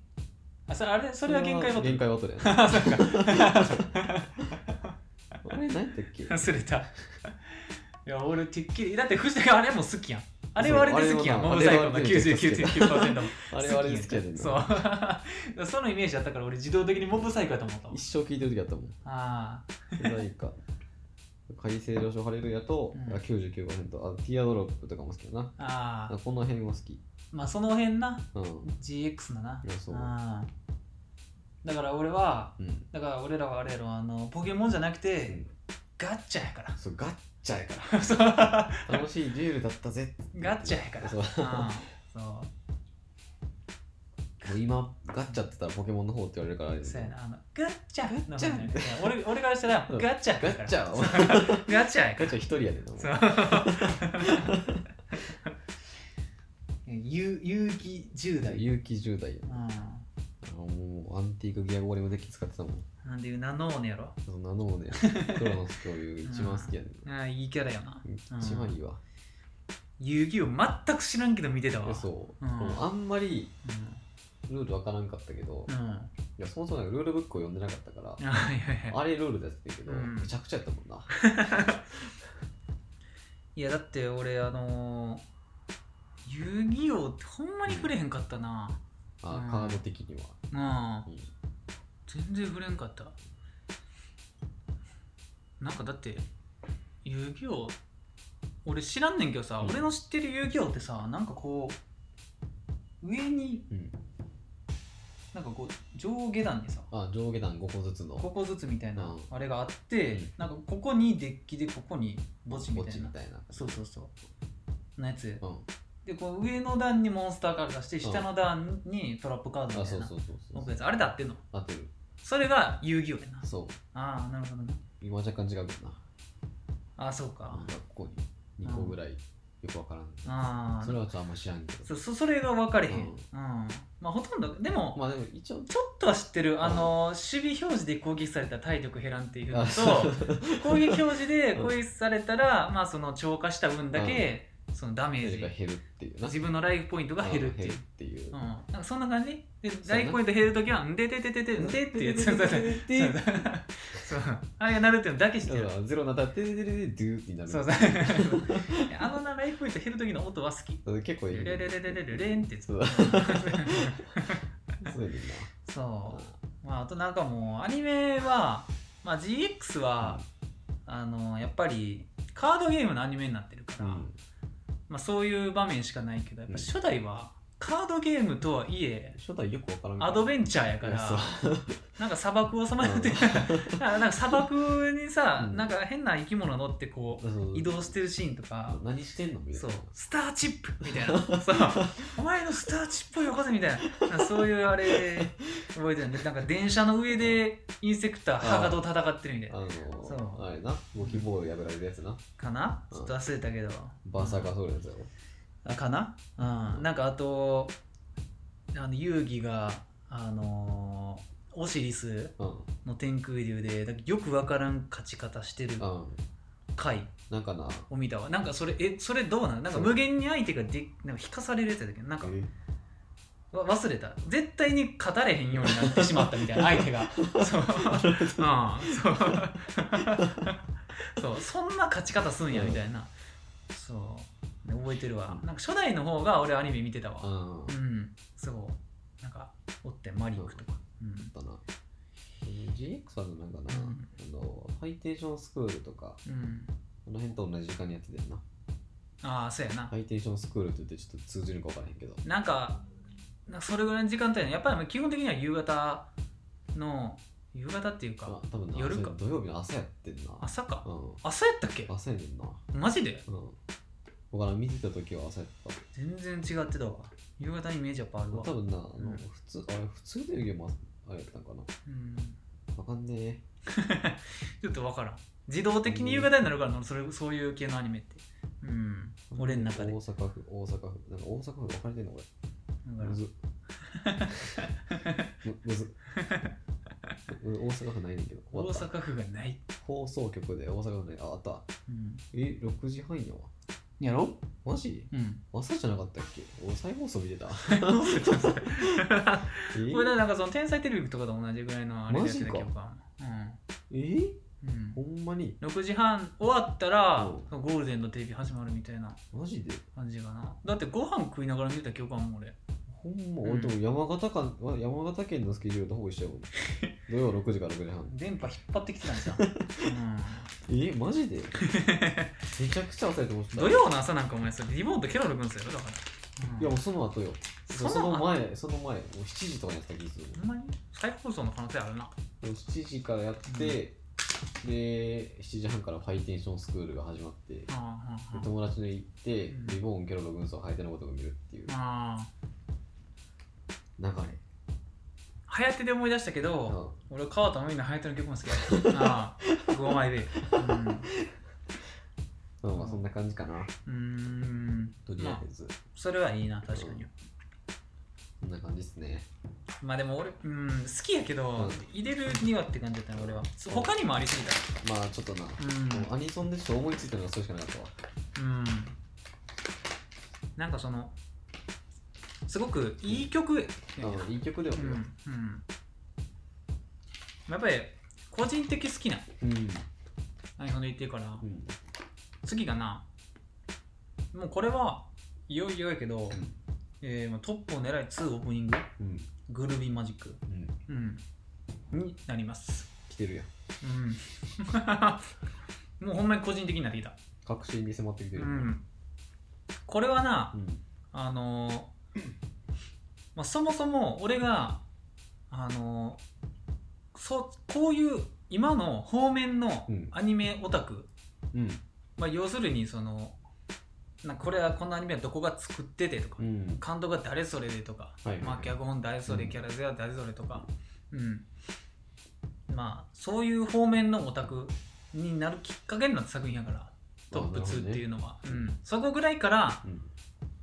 Speaker 2: あそれあれそれは限界バト
Speaker 1: 限
Speaker 2: ル
Speaker 1: 界バトルやな
Speaker 2: [laughs]
Speaker 1: [laughs] あれ、何やったっけ
Speaker 2: [laughs] 忘れた。いや、俺、てっきり、だって藤田があれも好きやん。あれはあれで好きやん、
Speaker 1: そう
Speaker 2: モ
Speaker 1: あ
Speaker 2: ブ
Speaker 1: れは
Speaker 2: サ
Speaker 1: あれ
Speaker 2: イコ
Speaker 1: で
Speaker 2: が99.9%も。
Speaker 1: [laughs] あれはあれ好きやねんな
Speaker 2: そう。 [laughs] そのイメージあったから、俺、自動的にモブサイコやと思ったわ
Speaker 1: 一。生聴いてる時あったもん。
Speaker 2: あ
Speaker 1: 何か。改正上昇ハレルヤと、
Speaker 2: うん
Speaker 1: あ99%。あ、ティアドロップとかも好きやな。
Speaker 2: あ、ああ
Speaker 1: あ、この辺も好き。
Speaker 2: まあ、その辺な、
Speaker 1: うん。
Speaker 2: GX だな。
Speaker 1: いやそう
Speaker 2: ああだから、俺は、
Speaker 1: うん。
Speaker 2: だから、俺らはあれやろ、あの、ポケモンじゃなく
Speaker 1: う
Speaker 2: て
Speaker 1: ん、
Speaker 2: ガッチャやか
Speaker 1: そう、ガッチャやから
Speaker 2: [laughs] 。そうガ
Speaker 1: ら。楽しいデュエルだったぜ。
Speaker 2: ッチャやから。
Speaker 1: そう。
Speaker 2: ああそう。
Speaker 1: もう今、ガッチャって言ったらポケモンの方って言われるからあれです
Speaker 2: そう
Speaker 1: ね
Speaker 2: やな、あの、ガッチャ
Speaker 1: ガッチャ
Speaker 2: の方ね俺俺からしたら、
Speaker 1: うん
Speaker 2: ガッチャ
Speaker 1: ガ
Speaker 2: だから
Speaker 1: ッチャは、
Speaker 2: ガッチャやか
Speaker 1: ガッチャ一人やでな。もう
Speaker 2: ら。 [laughs] そう。遊遊戯10代。
Speaker 1: 勇気10代や
Speaker 2: うん。
Speaker 1: あのもうアンティークギアゴリもデッキ使ってたもん。
Speaker 2: なんでいう、ナノーネやろ。
Speaker 1: そんなのもね、クロノス恐竜が一番好きやね
Speaker 2: ああ、いいキャラやな。うん
Speaker 1: 一番いいわ。
Speaker 2: 遊戯を全く知らんけど見てた
Speaker 1: いや
Speaker 2: わ。
Speaker 1: そう。
Speaker 2: うん
Speaker 1: もうあんまり
Speaker 2: う
Speaker 1: ルールわからんかったけど、
Speaker 2: ん。
Speaker 1: い
Speaker 2: うん。
Speaker 1: や、そもそもなんかルールブックを読んでなかったから、
Speaker 2: あいやいや。
Speaker 1: あれルールだってたけど、
Speaker 2: うん
Speaker 1: めちゃくちゃやったもんな。
Speaker 2: いや、だって俺、あのー、遊戯王ってほんまに触れへんかったな。
Speaker 1: あ
Speaker 2: うん
Speaker 1: カード的には。
Speaker 2: うん。
Speaker 1: うん
Speaker 2: 全然触れんかったなんかだって遊戯王俺知らんねんけどさ、
Speaker 1: うん
Speaker 2: 俺の知ってる遊戯王ってさなんかこう上に
Speaker 1: うん、
Speaker 2: なんかこう上下段でさ
Speaker 1: あ上下段5個ずつの
Speaker 2: ここずつみたいな
Speaker 1: うん
Speaker 2: あれがあって、
Speaker 1: うん
Speaker 2: なんかここにデッキでここに
Speaker 1: ぼ
Speaker 2: 墓
Speaker 1: っ
Speaker 2: 地
Speaker 1: ち
Speaker 2: み
Speaker 1: み
Speaker 2: た
Speaker 1: たい
Speaker 2: いな
Speaker 1: な
Speaker 2: そうそうそうのやつ
Speaker 1: うん、
Speaker 2: でこう上の段にモンスターカード出して
Speaker 1: うん
Speaker 2: 下の段にトラップカード
Speaker 1: あ
Speaker 2: みた
Speaker 1: そ
Speaker 2: いうな
Speaker 1: そうそうそう
Speaker 2: 置くやつあれだってんの
Speaker 1: 合ってる
Speaker 2: それが遊戯王やな
Speaker 1: そう
Speaker 2: ああなるほどね
Speaker 1: 今若干違うけどな
Speaker 2: ああそうか
Speaker 1: なんかここに2個ぐらいよくわからん、
Speaker 2: ああ
Speaker 1: それはちょっとあんま知らんけど
Speaker 2: そそそれが分かれへん、う
Speaker 1: うん
Speaker 2: んまあほとんどでも、
Speaker 1: まあでも一応
Speaker 2: ちょっとは知ってるあの守備表示で攻撃されたら体力減らんっていうの
Speaker 1: あ
Speaker 2: と
Speaker 1: そう
Speaker 2: 攻撃表示で
Speaker 1: うん
Speaker 2: 攻撃されたら、まあその超過した分だけ、そのダメー
Speaker 1: 手
Speaker 2: ジ
Speaker 1: が減るっていうな
Speaker 2: 自分のライフポイントが減るっていう、
Speaker 1: 減る、っていううん
Speaker 2: なんかそんな感じ
Speaker 1: う
Speaker 2: で
Speaker 1: やな
Speaker 2: ライフポイント減るときは「んでててててんで」っていうや [laughs] つそうそうそう
Speaker 1: で
Speaker 2: そうあれがなるっていうのだけ知ってる
Speaker 1: だからゼロになったらテレテレテレドゥーってなる
Speaker 2: そう [laughs] そうあのなライフポイント減るときの音は好き
Speaker 1: だから結構いい
Speaker 2: ルレレレレレレレンってやつ
Speaker 1: そうそうやねんな
Speaker 2: [laughs]
Speaker 1: あ
Speaker 2: そう、まあ、あとなんかもうアニメは、まあ、GX は、あのやっぱりカードゲームのアニメになってるから、
Speaker 1: うん
Speaker 2: まあ、そういう場面しかないけどやっぱ初代はカードゲームとはいえ
Speaker 1: 初代よくわからんけど
Speaker 2: アドベンチャーやか
Speaker 1: いやそ
Speaker 2: ら
Speaker 1: う
Speaker 2: なんか砂漠をさまよって [laughs] なんか砂漠にさ、
Speaker 1: うん
Speaker 2: なんか変な生き物乗ってこう移動してるシーンとか
Speaker 1: 何してんのみたいな
Speaker 2: そうスターチップ
Speaker 1: [laughs]
Speaker 2: みたいなそうお前のスターチップをよこせみたいななんかそういうあれ覚えてるんでなんか電車の上でインセクターハガと戦ってるみたいな
Speaker 1: あの
Speaker 2: そう
Speaker 1: あれなゴキボール破られるやつな
Speaker 2: かな
Speaker 1: う
Speaker 2: ち
Speaker 1: ん
Speaker 2: ょっと忘れたけど
Speaker 1: バーサーカーソウルのやつやろ
Speaker 2: あかなうんなんかあとあの遊戯があのーオシリス
Speaker 1: うん
Speaker 2: の天空竜でなんかよくわからん勝ち方してる
Speaker 1: うん
Speaker 2: 回
Speaker 1: なんかな
Speaker 2: を見たわなんかそれえそれどうなのなんか無限に相手がでなんか引かされるやつだけどなんかわ忘れた絶対に勝たれへんようになってしまったみたい [laughs] な相手がそううんそうそうそんな勝ち方すんやみたいな、そうで覚えてるわなんか初代の方が俺アニメ見てた
Speaker 1: う
Speaker 2: わ
Speaker 1: ん
Speaker 2: うんそうなんかおってマリックとかうん
Speaker 1: だな GX はなんかな、
Speaker 2: うん
Speaker 1: あのハイテンションスクールとか
Speaker 2: うん
Speaker 1: この辺と同じ時間にやってたよな
Speaker 2: ああそうやな
Speaker 1: ハイテンションスクールって言ってちょっと通じるか分からへんけど
Speaker 2: なんかなんかそれぐらいの時間帯ねやっぱり基本的には夕方の夕方っていう
Speaker 1: あ
Speaker 2: か
Speaker 1: 多分な
Speaker 2: 夜か
Speaker 1: それ土曜日の朝やってんな
Speaker 2: 朝か
Speaker 1: う
Speaker 2: 朝やったっけ
Speaker 1: ん朝やねんな
Speaker 2: マジで
Speaker 1: うん僕ら見てた時は朝やった
Speaker 2: 全然違ってたわ夕方にイメージやっぱあるわ
Speaker 1: 多分なあの、
Speaker 2: うん
Speaker 1: 普通あれ普通で言うもあれやったんかな
Speaker 2: うん
Speaker 1: わかんね
Speaker 2: ちょっと分からん自動的に夕方になるからなそれそういう系のアニメってうん
Speaker 1: え
Speaker 2: 俺の中で
Speaker 1: 大阪府大阪府なんか大阪府分かれてんのこ
Speaker 2: だか
Speaker 1: れ
Speaker 2: ら
Speaker 1: むずむむずむ大阪府ないねんけど終
Speaker 2: 大
Speaker 1: わった
Speaker 2: 阪府がない、
Speaker 1: 放送局で大阪府ないああったわ
Speaker 2: うん、
Speaker 1: え6時半やわ
Speaker 2: やろ
Speaker 1: マジ
Speaker 2: [laughs] うん
Speaker 1: 朝じゃなかったっけ俺再放送見て
Speaker 2: [laughs]
Speaker 1: たえ
Speaker 2: これだなんかその天才テレビとかと同じぐらいのあれでやってたけどか
Speaker 1: え
Speaker 2: うん、うん
Speaker 1: ほんまに
Speaker 2: 6時半終わったら
Speaker 1: うん
Speaker 2: そのゴールデンのテレビ始まるみたいな
Speaker 1: マジで
Speaker 2: 感じかなだってご飯食いながら見てた記憶あるもん俺
Speaker 1: ほんま、
Speaker 2: うん
Speaker 1: 俺と山形か山形県のスケジュールとほぼ一緒やもん土曜6時から6時半
Speaker 2: 電波引っ張ってきてた
Speaker 1: [laughs]
Speaker 2: んじゃん、うん
Speaker 1: えマジでめちゃくちゃ朝やと思ってた
Speaker 2: 土曜の朝なんかお前それリモートケロロくんですよだから、うん
Speaker 1: いやもうその後よ
Speaker 2: その
Speaker 1: そ
Speaker 2: 後
Speaker 1: の前その前もう7時とかにやってた気がする
Speaker 2: ほんまに再放送の可能性あるな
Speaker 1: もう7時からやって、で7時半からハイテンションスクールが始まって、
Speaker 2: ああ
Speaker 1: で友達の家行って、
Speaker 2: うん
Speaker 1: リボーンケロロ軍曹ハイテナことが見るっていう流
Speaker 2: あ
Speaker 1: れ
Speaker 2: あ流行ってで思い出したけ
Speaker 1: うん
Speaker 2: ど、俺川田真美の流行っての曲も好きやあ
Speaker 1: [laughs]
Speaker 2: あ5枚で
Speaker 1: うんまあそんな感じかな
Speaker 2: うんうん
Speaker 1: とりあえず、
Speaker 2: それはいいな確かに、
Speaker 1: うそんな感じですね
Speaker 2: まあでも俺うん好きやけ
Speaker 1: う
Speaker 2: ど、
Speaker 1: ん
Speaker 2: 入れるにはって感じだったね俺はそう他にもありすぎた
Speaker 1: まあちょっとな、
Speaker 2: うん
Speaker 1: もうアニソンでちょっと思いついたのがそれしかなかったわ
Speaker 2: うんなんかそのすごくいい曲やな
Speaker 1: あのいい曲だよ
Speaker 2: う
Speaker 1: ね
Speaker 2: んうんやっぱり個人的好きな
Speaker 1: うん、
Speaker 2: アニソンで言ってるから、
Speaker 1: うん
Speaker 2: 次がなもうこれはいよいよやけど、えーまあトップを狙い2オープニング
Speaker 1: うん
Speaker 2: グルービーマジック、
Speaker 1: うん
Speaker 2: うん、になります。
Speaker 1: 来てるやん
Speaker 2: うん。 [laughs] もうほんまに個人的になってきた。
Speaker 1: 確信に迫ってきて
Speaker 2: う
Speaker 1: る、
Speaker 2: ん。これはな
Speaker 1: う、ん
Speaker 2: あのーまあ、そもそも俺が、あのーそうこういう今の方面の
Speaker 1: うん
Speaker 2: アニメオタク、
Speaker 1: うん
Speaker 2: まあ、要するにそのなこれはこのアニメはどこが作っててとか、
Speaker 1: うん
Speaker 2: 監督が誰それでとか、
Speaker 1: はいはい
Speaker 2: まあ、脚本誰それ、
Speaker 1: うん
Speaker 2: キャラゼは誰それとか、うんまあ、そういう方面のオタクになるきっかけになった作品やからトップ2っていうのは、うん、そこぐらいから
Speaker 1: うん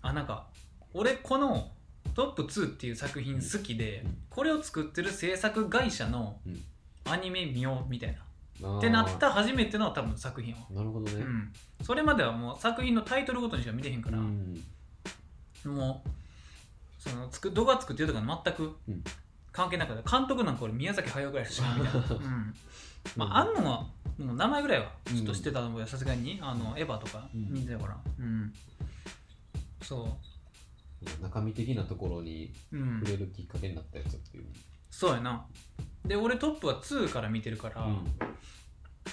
Speaker 2: あなんか俺このトップ2っていう作品好きで、
Speaker 1: うん
Speaker 2: これを作ってる制作会社の
Speaker 1: うん
Speaker 2: アニメ見ようみたいな、
Speaker 1: あー
Speaker 2: ってなった初めての多分作品は、
Speaker 1: なるほど
Speaker 2: う
Speaker 1: ね、
Speaker 2: ん、それまではもう作品のタイトルごとにしか見てへんから、
Speaker 1: うん
Speaker 2: もうそのつく動画作ってるとか全く
Speaker 1: うん
Speaker 2: 関係なくて監督なんか俺宮崎駿ぐらいしかみたい
Speaker 1: [laughs]
Speaker 2: な、うんまあ、あんのはもう名前ぐらいはちょっと知ってたのもさすがにあのエヴァとか
Speaker 1: うん
Speaker 2: 見てたから、うん、そ
Speaker 1: 中身的なところに
Speaker 2: ううん
Speaker 1: 触れるきっかけになったやつっていう、
Speaker 2: そうやなで俺トップは2から見てるから、
Speaker 1: うん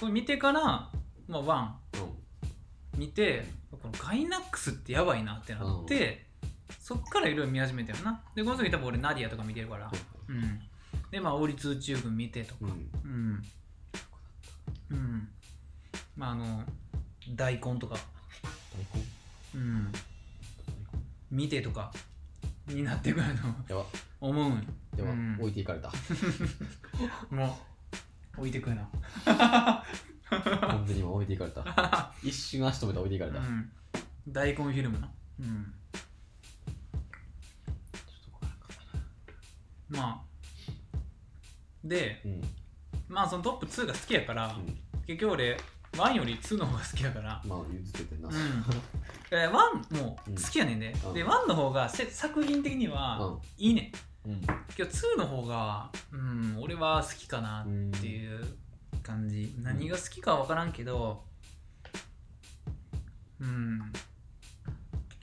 Speaker 2: これ見てから、まあ、1見てこのガイナックスってやばいなってなって、そっからいろいろ見始めたよなでこの時多分俺ナディアとか見てるからうんでまあ王立宇宙軍見てとか
Speaker 1: うんうん
Speaker 2: うんうんまああの大根とか、
Speaker 1: 大根
Speaker 2: うん、見てとかになってくると
Speaker 1: やば
Speaker 2: 思うんよ
Speaker 1: やば、
Speaker 2: うん
Speaker 1: 置いていかれた
Speaker 2: もう置いてくるな
Speaker 1: [laughs] 完全に今置いていかれた一瞬足止めたら置いていかれた、
Speaker 2: う
Speaker 1: ちょ
Speaker 2: ん、大根フィルムな、うん、
Speaker 1: っとこれなんか
Speaker 2: まあで
Speaker 1: うん
Speaker 2: まあそのトップ2が好きやから、結局俺1より2の方が好きやから
Speaker 1: うんまあ譲って [laughs] てんな、
Speaker 2: うんえー1も
Speaker 1: うん
Speaker 2: 好きやねんで、
Speaker 1: うん
Speaker 2: で1の方がせ作品的に
Speaker 1: う
Speaker 2: は
Speaker 1: ん
Speaker 2: いいねん
Speaker 1: うん
Speaker 2: けど2の方がうん俺は好きかなっていう感じ、何が好きかは分からんけどうん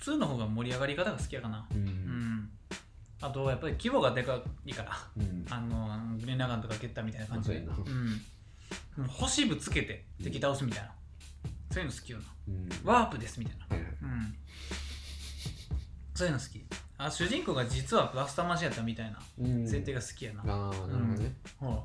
Speaker 2: 2の方が盛り上がり方が好きやかな
Speaker 1: う
Speaker 2: うんんあとやっぱり規模がでかいから [laughs]
Speaker 1: うん
Speaker 2: あのグレンラガンとかゲッタみたいな感じで、
Speaker 1: そうやな
Speaker 2: うん、もう星ぶつけて敵倒すみたいな、そういうの好きよな
Speaker 1: うん
Speaker 2: ワープですみたいな、
Speaker 1: はいはい
Speaker 2: うん、そういうの好きあ主人公が実はバスターマジやったみたいな
Speaker 1: うん
Speaker 2: 設定が好きやな、
Speaker 1: ああなるほどね、
Speaker 2: ほら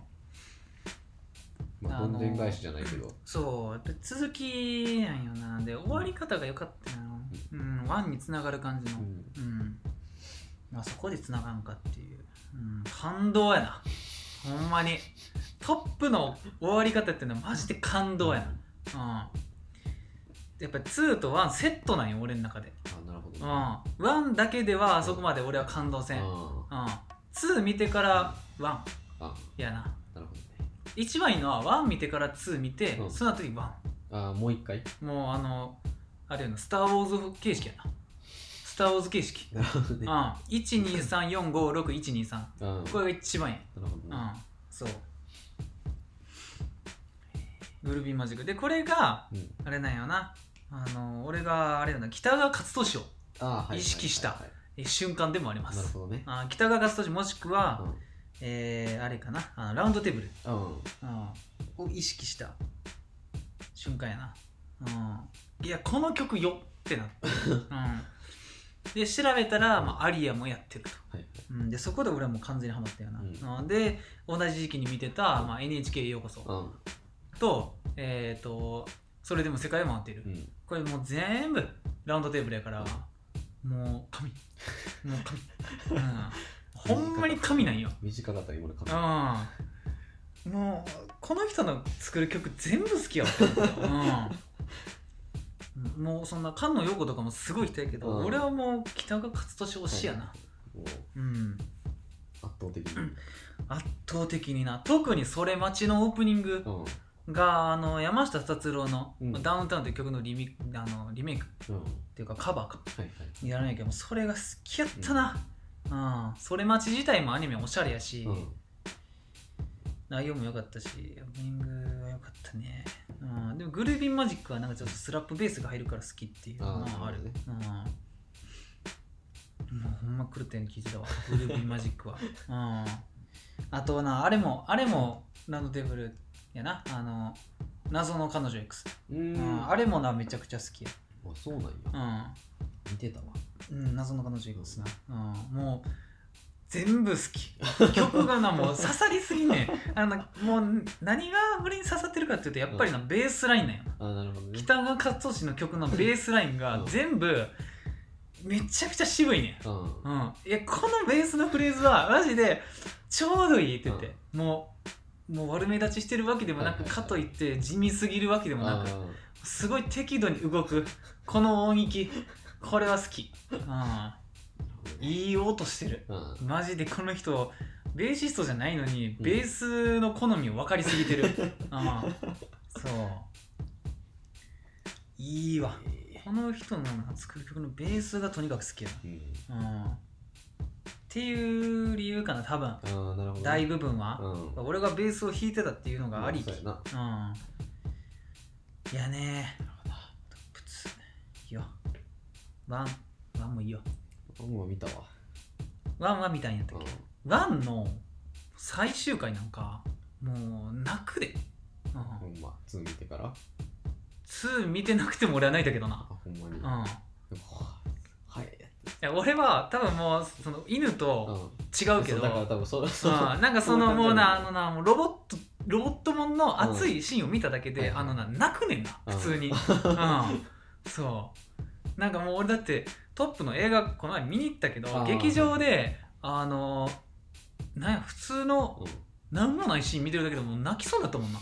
Speaker 1: まあ
Speaker 2: あ
Speaker 1: ど
Speaker 2: の
Speaker 1: んでん返しじゃないけど、
Speaker 2: そうやっぱ続きなんよなで終わり方が良かったよなうんワンにつながる感じの
Speaker 1: うん
Speaker 2: うん、まあ、そこでつながんかっていう、うん、感動やなほんまにトップの終わり方っていうのはマジで感動やなうんやっぱり2と1セットなんよ俺の中で
Speaker 1: あなるほど
Speaker 2: うん
Speaker 1: ね、あ
Speaker 2: 1だけではあそこまで俺は感動せんうん
Speaker 1: あ
Speaker 2: 2見てから1
Speaker 1: あ
Speaker 2: やな
Speaker 1: なるほどね
Speaker 2: 一番いいのは1見てから2見て、
Speaker 1: うん
Speaker 2: その後に1
Speaker 1: ああもう一回
Speaker 2: もうあのあれやなスター・ウォーズ形式やなスター・ウォーズ形式
Speaker 1: なるほど
Speaker 2: うん
Speaker 1: ね
Speaker 2: 123456123123
Speaker 1: うん
Speaker 2: これが一番いい
Speaker 1: なるほど
Speaker 2: う
Speaker 1: ね
Speaker 2: んそうグルービーマジックでこれが
Speaker 1: うん
Speaker 2: あれなんよなあの俺があれやな北川勝利を
Speaker 1: ああはいはいはいはい
Speaker 2: 意識したえ瞬間でもありま
Speaker 1: なる
Speaker 2: す
Speaker 1: ほどね
Speaker 2: あ北川勝利もしくは、えーあれかなあのラウンドテーブル
Speaker 1: うん、うん
Speaker 2: うんを意識した瞬間やな、うん、いやこの曲よってなって、うん、で調べたら、まあ、アリアもやってると、
Speaker 1: はいはい
Speaker 2: うん、でそこで俺はもう完全にハマったよな、
Speaker 1: うん
Speaker 2: うんで同じ時期に見てた「まあ、NHK へようこそ
Speaker 1: うん」
Speaker 2: と,、えー、と「それでも世界を回っている
Speaker 1: う」ん
Speaker 2: これもう全部ラウンドテーブルやからもう神もう
Speaker 1: [laughs]
Speaker 2: 神、うん、ほんまに神なんよ
Speaker 1: 短かった今の感
Speaker 2: うんもうこの人の作る曲全部好きやわ、うん、もうそんな菅野陽子とかもすごい人やけど、
Speaker 1: うん
Speaker 2: 俺はもう北川勝利推しやな、
Speaker 1: もう
Speaker 2: うん
Speaker 1: 圧倒的に
Speaker 2: 圧倒的にな特に「それ待ち」のオープニング
Speaker 1: うん
Speaker 2: があの山下達郎の「
Speaker 1: うん
Speaker 2: ダウンタウン」という曲のリミあのリメイクっ
Speaker 1: うんは
Speaker 2: ていうかカバーか
Speaker 1: いはい
Speaker 2: やらないけどもうそれが好きやったな、うんそれ待ち自体もアニメおしゃれやし、
Speaker 1: うん
Speaker 2: 内容も良かったし、オープニングは良かったね。うん、でもグルービンマジックはなんかちょっとスラップベースが入るから好きっていうのはある。うん。もうほんま狂ったように聞いてたわ、グルービンマジックは。うん。あとなあれもあれもランドテーブルやなあの謎の彼女 X、
Speaker 1: う
Speaker 2: うん
Speaker 1: ん
Speaker 2: あれもなめちゃくちゃ好きや
Speaker 1: あそうなんや
Speaker 2: うん
Speaker 1: 見てたわ
Speaker 2: うん、謎の彼女いくつな、うん、もう全部好き曲がなも
Speaker 1: [laughs]
Speaker 2: う刺さりすぎんねんあのもう何が俺に刺さってるかっていうとやっぱりな、ベースラインなんよ
Speaker 1: あなるほどね
Speaker 2: 北川勝利の曲のベースライン
Speaker 1: う
Speaker 2: が
Speaker 1: ん
Speaker 2: 全部めちゃくちゃ渋いねん
Speaker 1: うん
Speaker 2: うん、いやこのベースのフレーズはマジでちょうどいいって言って、もうもう悪目立ちしてるわけでもなく、
Speaker 1: はいはいはい
Speaker 2: かといって地味すぎるわけでもなく
Speaker 1: あ
Speaker 2: すごい適度に動くこの音域これは好き、うん、いい音してる
Speaker 1: ーうん
Speaker 2: マジでこの人ベーシストじゃないのにベースの好みを分かりすぎてる、うん、
Speaker 1: [laughs]
Speaker 2: そういいわ
Speaker 1: え
Speaker 2: この人の作る曲のベースがとにかく好きや
Speaker 1: ー
Speaker 2: な
Speaker 1: うん
Speaker 2: うんっていう理由かな多分
Speaker 1: あーなるほどね
Speaker 2: 大部分は、
Speaker 1: うん
Speaker 2: 俺がベースを弾いてたっていうのがありき、
Speaker 1: まあそうやな
Speaker 2: うんいやねトップ2いいよワンワンもいいよ
Speaker 1: 僕も見たわ
Speaker 2: ワンは見たんやった
Speaker 1: う
Speaker 2: っ
Speaker 1: ん
Speaker 2: けワンの最終回なんかもう泣くで、うん、
Speaker 1: ほんま2見てから
Speaker 2: 2見てなくても俺は泣いたけど
Speaker 1: あ
Speaker 2: な、
Speaker 1: ほんまに
Speaker 2: うん、い
Speaker 1: ははい
Speaker 2: や俺は多分もうその犬
Speaker 1: う
Speaker 2: と
Speaker 1: ん
Speaker 2: 違うけ
Speaker 1: そう
Speaker 2: ど、
Speaker 1: だから多分そうそう
Speaker 2: うんなんか
Speaker 1: そ
Speaker 2: その
Speaker 1: んな感じ
Speaker 2: もうな
Speaker 1: なん
Speaker 2: あ
Speaker 1: だ
Speaker 2: のなもうロボットロボットもんの熱いシーンを見ただけで、
Speaker 1: うん
Speaker 2: あのな泣くねんな
Speaker 1: うん
Speaker 2: 普通
Speaker 1: [laughs]
Speaker 2: に、うん、そうなんかもう俺だってトップの映画この前見に行ったけど
Speaker 1: あー
Speaker 2: 劇場であのなんや普通
Speaker 1: う
Speaker 2: の
Speaker 1: ん
Speaker 2: 何もないシーン見てるだけでもう泣きそうだったもんな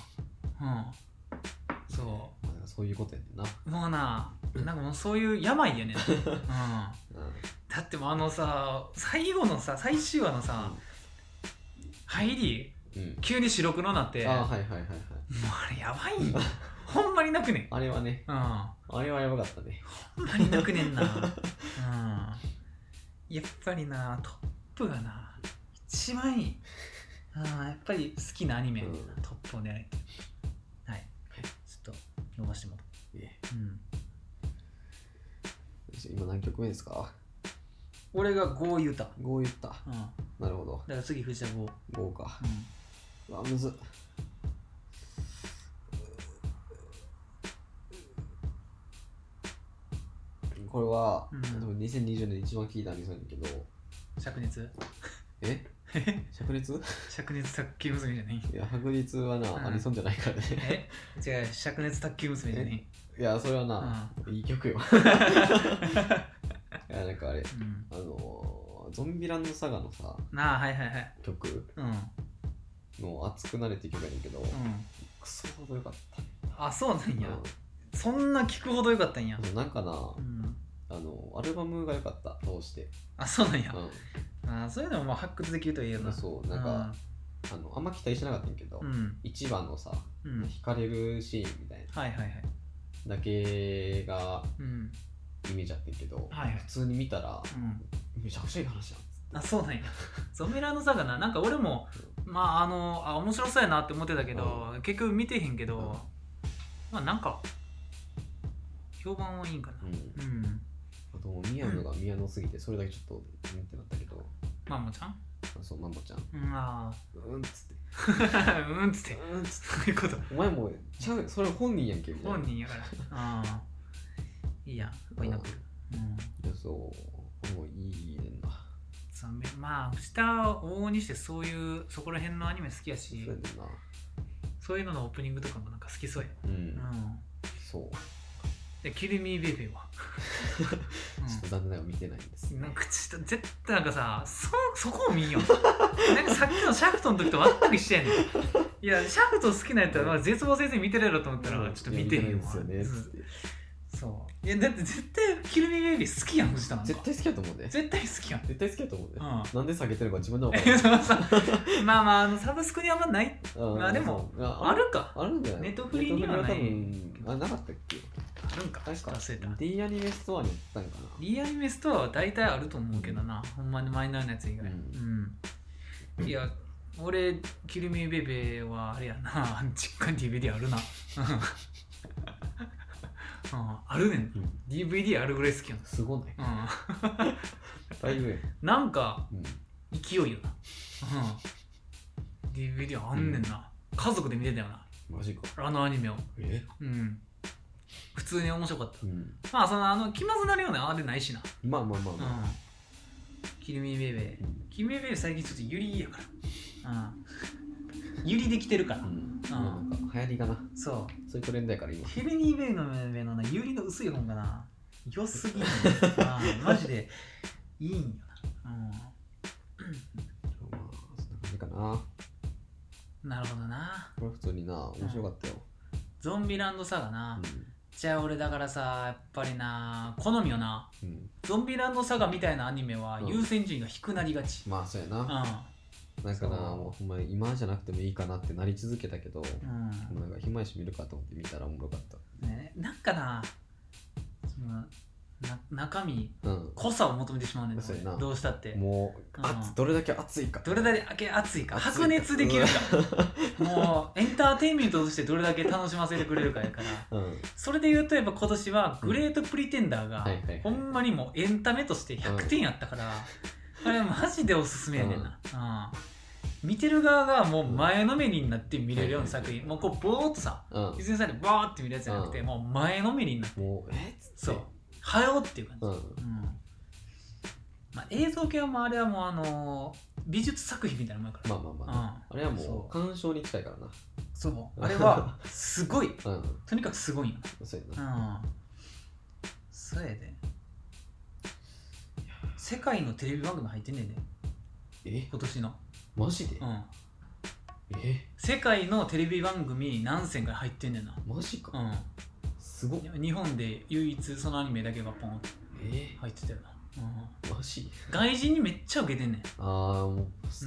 Speaker 2: うんそう
Speaker 1: まあそういうことやねんな
Speaker 2: もうななんかもうそういう
Speaker 1: [laughs]
Speaker 2: 病やねん、うん、だ
Speaker 1: う
Speaker 2: ってもうあのさ最後のさ最終話のさ、入り
Speaker 1: んうん
Speaker 2: 急に白黒なって
Speaker 1: あーはいはいはいはい
Speaker 2: もうあれやばいんよほんまに泣くねん。
Speaker 1: あれはね
Speaker 2: うん。ほ
Speaker 1: あれはやばかったね
Speaker 2: んまに泣くね [laughs] んな。うん。やっぱりな、トップがな、一番いい。うん、やっぱり好きなアニメやねんな、
Speaker 1: うん
Speaker 2: トップを狙いたい。はい。ちょっと伸ばしてもらう。
Speaker 1: いえ
Speaker 2: うん。
Speaker 1: 今何曲目ですか
Speaker 2: 俺が5言うた。
Speaker 1: 5言った
Speaker 2: うん。だ
Speaker 1: なるほど
Speaker 2: から次、藤田5。うん。
Speaker 1: 5かうわむずっこれは、
Speaker 2: うん
Speaker 1: 多分2020年一番聞いたアニソンやけど
Speaker 2: 灼熱 [laughs]
Speaker 1: え灼熱
Speaker 2: 灼熱卓球娘じ [laughs] ゃない
Speaker 1: いや白熱はな、
Speaker 2: うん
Speaker 1: アニソンじゃないからね
Speaker 2: え違う、灼熱卓球娘じゃない
Speaker 1: いやそれはな、いい曲よ [laughs] いやなんかあれ
Speaker 2: うん。
Speaker 1: あのーゾンビランドサガのさ
Speaker 2: なあ、はいはいはい。
Speaker 1: 曲
Speaker 2: うん。うん。
Speaker 1: の「熱くなれ」って曲やねんけど、クソほどよかった
Speaker 2: あ、そうなんや。
Speaker 1: う
Speaker 2: そんな聞くほど良かったんや。
Speaker 1: んなんかな
Speaker 2: うん。
Speaker 1: あのアルバムが良かった通して、
Speaker 2: あ、そうなんや。
Speaker 1: う
Speaker 2: あそういうのもまあ発掘できるといいよ
Speaker 1: ん
Speaker 2: な。
Speaker 1: そうなんか、あのあんま期待してなかったんやけど、
Speaker 2: うん。
Speaker 1: 一番のさ
Speaker 2: うん。うん。
Speaker 1: 惹かれるシーンみたい
Speaker 2: はいはいはい。
Speaker 1: なだけが
Speaker 2: うん。
Speaker 1: イメージあってんけど、
Speaker 2: はいはい
Speaker 1: 普通に見たら
Speaker 2: うん。
Speaker 1: めちゃくちゃいい話やん
Speaker 2: あ、そうなんや。ゾメラの差がな、なんか俺も、まああの、あ、面白そうやなって思ってたけど、結局見てへんけど、
Speaker 1: うん
Speaker 2: まあなんか、評判はいいんかな。
Speaker 1: うん
Speaker 2: うん。
Speaker 1: あともう宮野が宮野すぎてそれだけちょっとうんってなったけど
Speaker 2: まあもちゃん
Speaker 1: そうマンボちゃん
Speaker 2: うん、あ
Speaker 1: うんっつっ
Speaker 2: あ。 [laughs] うんっつってて。
Speaker 1: うんっつって
Speaker 2: そういうこと。
Speaker 1: お前もうちゃうそれ本人やんけみたいな
Speaker 2: 本人やから。ああ。いいやん。こいなく。うん。
Speaker 1: いやそうもういいねんな
Speaker 2: そうめまあ下は往々にしてそういうそこら辺のアニメ好きや
Speaker 1: そう
Speaker 2: し
Speaker 1: やねんな
Speaker 2: そういうののオープニングとかもなんか好きそうや
Speaker 1: うん、
Speaker 2: うん
Speaker 1: そう
Speaker 2: でキルミーベイベ
Speaker 1: [laughs]
Speaker 2: ーは、
Speaker 1: ちょっと残念ながら見てないんです、
Speaker 2: うん、なんかちょっと絶対なんかさそそこを見んよなんかさっきのシャフトの時と全く一緒やねんいやシャフト好きなやつはまあ絶望先生見てるやろと思ったらちょっと見てへ
Speaker 1: いや
Speaker 2: ん
Speaker 1: 見
Speaker 2: わ
Speaker 1: ないんですよねつっ
Speaker 2: うん
Speaker 1: て
Speaker 2: そういやだって絶対キルミーベイベー好きやん藤田なんか
Speaker 1: 絶対好きだと思うね
Speaker 2: 絶対好きやん
Speaker 1: 絶対好きだと思うね、
Speaker 2: う
Speaker 1: なんで下げてるか自分でも分か
Speaker 2: そうそうまあまああのサブスクにあんまない
Speaker 1: らんうん
Speaker 2: まあでも
Speaker 1: そうあ
Speaker 2: あるか
Speaker 1: あるんじゃない
Speaker 2: ネットフリには
Speaker 1: ネッ
Speaker 2: ない
Speaker 1: トフリは多分あなかったっけ
Speaker 2: あるんか
Speaker 1: 確
Speaker 2: ちょ
Speaker 1: か
Speaker 2: っと忘れた
Speaker 1: D アニメストアに行ったんかな
Speaker 2: D アニメストアは大体あると思うけどな、ほんまにマイナーなやつ以外、
Speaker 1: う
Speaker 2: うんいや俺キルミーベベはあれやな [laughs] 実家に DVD あるな [laughs] うんうんあるねん
Speaker 1: うん
Speaker 2: DVD あるぐらい好きや
Speaker 1: すごない
Speaker 2: なうん
Speaker 1: だいぶ
Speaker 2: なんか
Speaker 1: うん
Speaker 2: 勢いよな、 DVD あんねんな、家族で見てたよな
Speaker 1: マジか
Speaker 2: あのアニメを
Speaker 1: え
Speaker 2: うん普通に面白かった
Speaker 1: うん
Speaker 2: まあそのあの気まずなるようなあれないしな
Speaker 1: まあまあまあ
Speaker 2: う
Speaker 1: まあ、
Speaker 2: んキリミベベ
Speaker 1: うん
Speaker 2: キリミベベ最近ちょっとユリやからうんユリできてるから、
Speaker 1: うんまあなんか流行りかな
Speaker 2: そう
Speaker 1: そういうトレンドやから今
Speaker 2: キルニーベイの上のな、有利の薄い本がな、良す [laughs] ぎるんだよああマジで、いいんよな。
Speaker 1: まあそんな感じかな
Speaker 2: うん、なるほどな。
Speaker 1: これ普通にな面白かったよ、
Speaker 2: ゾンビランドサガな。
Speaker 1: う
Speaker 2: じゃあ俺だからさ、やっぱりな、好みよな。
Speaker 1: んうん、
Speaker 2: ゾンビランドサガみたいなアニメは
Speaker 1: うん
Speaker 2: 優先順位が低くなりがち。
Speaker 1: まあそうやな、
Speaker 2: うん。
Speaker 1: なんかな
Speaker 2: そう
Speaker 1: もうほんまに今じゃなくてもいいかなってなり続けたけど、
Speaker 2: うん。
Speaker 1: なんか暇やし見るかと思って見たらおもろかっ
Speaker 2: ね、なんかな、そのな中身、
Speaker 1: たうん
Speaker 2: 濃さを求めてしまうねん
Speaker 1: そうやな
Speaker 2: 俺どうしたって。
Speaker 1: もう、
Speaker 2: うん
Speaker 1: あどれだけ熱いか
Speaker 2: どれだけ熱いか
Speaker 1: 熱い
Speaker 2: 白熱できるか [laughs] もうエンターテインメントとしてどれだけ楽しませてくれるかやから
Speaker 1: うん
Speaker 2: それで言うとやっぱ今年は「グレート・プリテンダー」が
Speaker 1: はいはいはい
Speaker 2: ほんまにもうエンタメとして100点やったから、あれマジでおすすめやねんな、うん見てる側がもう前のめりになって見れるような作品、
Speaker 1: うん
Speaker 2: もうこうボーっとさ
Speaker 1: うん
Speaker 2: 泉さんでバーって見るやつじゃなくて、
Speaker 1: う
Speaker 2: もう前のめりになって
Speaker 1: もうえっつって
Speaker 2: そうはよっていう感じ、
Speaker 1: うん
Speaker 2: うんまあ、映像系はもうあれはもうあのー美術作品みたいなもんやから、
Speaker 1: まあまあまあ、あれは
Speaker 2: そ
Speaker 1: もう
Speaker 2: う
Speaker 1: 鑑賞に近いからな
Speaker 2: そう
Speaker 1: [laughs]
Speaker 2: あれはすごい
Speaker 1: うん
Speaker 2: とにかくすごいんや
Speaker 1: そうやな、
Speaker 2: なうんそうやで世界のテレビ番組入ってんねんで
Speaker 1: え
Speaker 2: 今年の
Speaker 1: マジで、
Speaker 2: うん
Speaker 1: え
Speaker 2: 世界のテレビ番組何選か入ってんねんな
Speaker 1: マジか、
Speaker 2: う
Speaker 1: すごっ
Speaker 2: ん日本で唯一そのアニメだけがポンって
Speaker 1: え
Speaker 2: 入ってたよな、うん、
Speaker 1: マジ
Speaker 2: 外人にめっちゃ受けてんねん
Speaker 1: ああもう好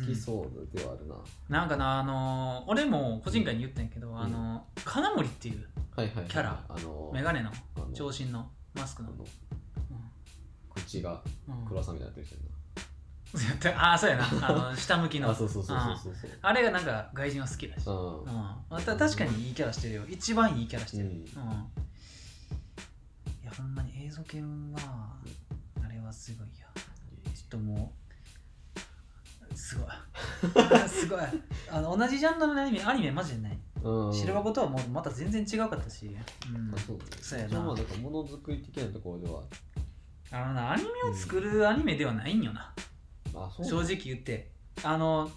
Speaker 1: きそうではあるな、
Speaker 2: なんかなあのー俺も個人会に言ったんやけど、
Speaker 1: ん
Speaker 2: あのー金森っていう
Speaker 1: はいはいはい、
Speaker 2: キャラ
Speaker 1: あの
Speaker 2: メガネの
Speaker 1: あの
Speaker 2: 長身のマスク
Speaker 1: あ
Speaker 2: の、
Speaker 1: の口が
Speaker 2: うんうん [laughs]
Speaker 1: 黒さみたいになってる人や
Speaker 2: 絶対ああそうやなあの下向き
Speaker 1: な、
Speaker 2: の
Speaker 1: あそうそうそうそうそう
Speaker 2: あれがなんか外人は好きだし、うん
Speaker 1: そううん
Speaker 2: また確かにいいキャラしてるよ一番いいキャラして
Speaker 1: う
Speaker 2: る、うんんいやほんまに映像系はあれはすごいよちょっともうすごい
Speaker 1: [laughs]
Speaker 2: あすごいあの同じジャンルのアニメアニメマジでない
Speaker 1: うん
Speaker 2: シルバーゴとはもうまた全然違うかったし、うん
Speaker 1: あ、そう
Speaker 2: そうやな
Speaker 1: じゃあまあなんかものづくり的なところでは
Speaker 2: あのなアニメを作るアニメではないんよな、
Speaker 1: あそう
Speaker 2: 正直言ってあの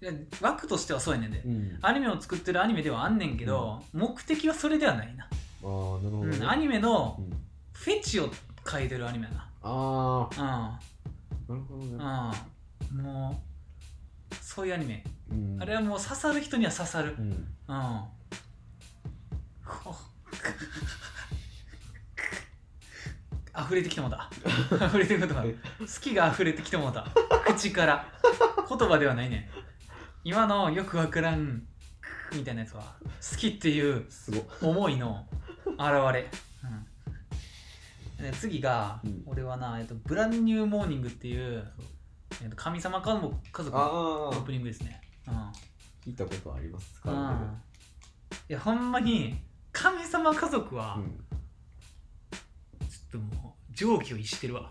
Speaker 2: いや枠としてはそうやねんで、
Speaker 1: うん、あ
Speaker 2: アニメを作ってるアニメではあんねんけど、目的はそれではないな、
Speaker 1: あーなるほど、ね
Speaker 2: うんアニメの
Speaker 1: うん
Speaker 2: フェチを変えてるアニメや
Speaker 1: あ
Speaker 2: な
Speaker 1: あなるほどね、
Speaker 2: うんうんもうそういうアニメ、
Speaker 1: うん、
Speaker 2: あれはもう刺さる人には刺さる
Speaker 1: うん
Speaker 2: うんほ溢れてきてもうた溢れてくるとか
Speaker 1: え
Speaker 2: 好きが溢れてきてもうた口から言葉ではないねん今のよくわからんみたいなやつは好きっていう
Speaker 1: すごっ
Speaker 2: 思いの現れ、うん、で次が、
Speaker 1: うん
Speaker 2: 俺はな、えっと「ブランドニューモーニング」っていう、えっと、神様家族家族の
Speaker 1: あ
Speaker 2: オー
Speaker 1: あ
Speaker 2: プニングですねうん
Speaker 1: 聞いたことはあります
Speaker 2: う
Speaker 1: か
Speaker 2: んいやほんまに神様家族は
Speaker 1: うん
Speaker 2: ちょっともう常軌を逸してるわ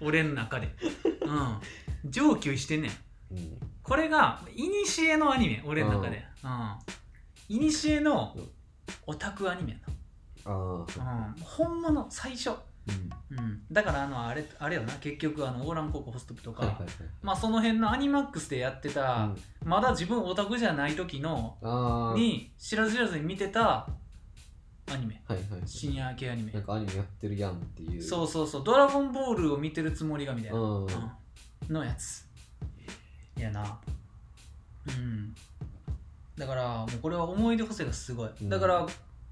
Speaker 2: 俺の中でうん常軌を逸してんねん
Speaker 1: うん
Speaker 2: これがいにしえのアニメ俺の中でうんいにしえの
Speaker 1: うん
Speaker 2: オタクアニメや
Speaker 1: ああそう
Speaker 2: な、うん、本物最初、
Speaker 1: うん
Speaker 2: うん、だからあのあれあれよな結局あのオーラン高校ホストプとか、
Speaker 1: はいはいはい
Speaker 2: まあその辺のアニマックスでやってた
Speaker 1: うん、
Speaker 2: まだ自分オタクじゃない時の
Speaker 1: ああはい
Speaker 2: に知らず知らずに見てたアニメ
Speaker 1: はい
Speaker 2: 深夜系アニメ
Speaker 1: なんかアニメやってるやんっていう
Speaker 2: そうそうそう「ドラゴンボール」を見てるつもりがみたいな、
Speaker 1: うん
Speaker 2: うんのやついやなうんだからもうこれは思い出補正がすごい
Speaker 1: うん
Speaker 2: だから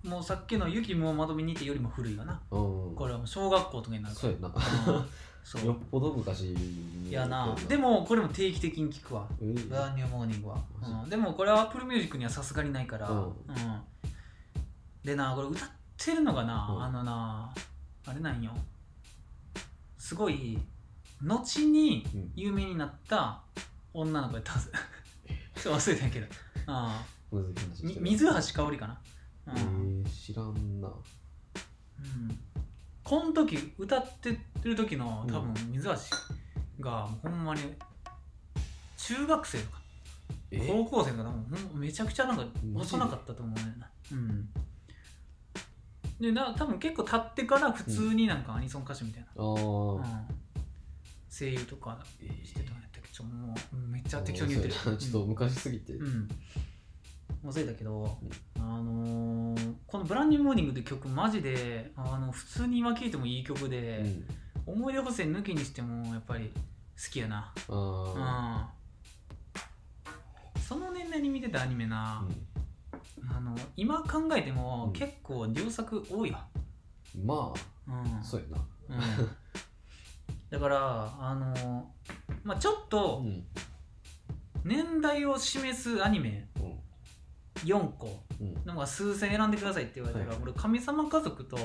Speaker 2: もうさっきの「雪もまとめにて」よりも古いよな
Speaker 1: うん
Speaker 2: これはもう小学校とかになるか
Speaker 1: そうや
Speaker 2: ら
Speaker 1: な [laughs]
Speaker 2: うんそう
Speaker 1: よっぽど昔に
Speaker 2: いやなでもこれも定期的に聞くわ
Speaker 1: うん
Speaker 2: ブランニューモーニングは
Speaker 1: マジ、
Speaker 2: うん、でもこれは Apple Music にはさすがにないから、
Speaker 1: う
Speaker 2: うんんでなこれ歌ってるのがな、
Speaker 1: うん
Speaker 2: あのなあれなんよすごい後に
Speaker 1: うん
Speaker 2: 有名になった女の子やった
Speaker 1: [laughs]
Speaker 2: はずちょっと忘れたんやけど、
Speaker 1: むずい話 [laughs]
Speaker 2: うん、
Speaker 1: して
Speaker 2: み
Speaker 1: る
Speaker 2: 水橋かおりかな、
Speaker 1: え
Speaker 2: うん
Speaker 1: ー知らんな
Speaker 2: うんこの時歌ってる時の多分水橋がほんまに中学生とか
Speaker 1: え
Speaker 2: 高校生とか多分ほんめちゃくちゃなんか
Speaker 1: マジで
Speaker 2: 幼かったと思うねんなうんでな多分結構経ってから普通になんかアニソン歌手みたいな、
Speaker 1: あ
Speaker 2: うん
Speaker 1: ー
Speaker 2: 声優とか
Speaker 1: えー
Speaker 2: してたんやったけどちょもうめっちゃ適当に言ってる
Speaker 1: そうやな [laughs] ちょっと昔すぎて、
Speaker 2: うん忘れたけど、あのーこの「ブランニューモーニング」って曲マジであの普通に今聴いてもいい曲
Speaker 1: う
Speaker 2: で、
Speaker 1: ん
Speaker 2: 思い出補正抜きにしてもやっぱり好きやな
Speaker 1: あ
Speaker 2: うんその年代に見てたアニメ
Speaker 1: あ、
Speaker 2: な、
Speaker 1: う
Speaker 2: あの今考えて
Speaker 1: う
Speaker 2: も
Speaker 1: ん
Speaker 2: 結構良作多いわ、
Speaker 1: ん、ま
Speaker 2: うん
Speaker 1: あそうやな
Speaker 2: うんだからあのまあちょっ
Speaker 1: う
Speaker 2: と
Speaker 1: ん
Speaker 2: 年代を示すアニメ
Speaker 1: うん
Speaker 2: 4個
Speaker 1: うん
Speaker 2: なんか数選選んでくださいって言われたから、
Speaker 1: はい
Speaker 2: 俺「神様家族」
Speaker 1: う
Speaker 2: と
Speaker 1: ん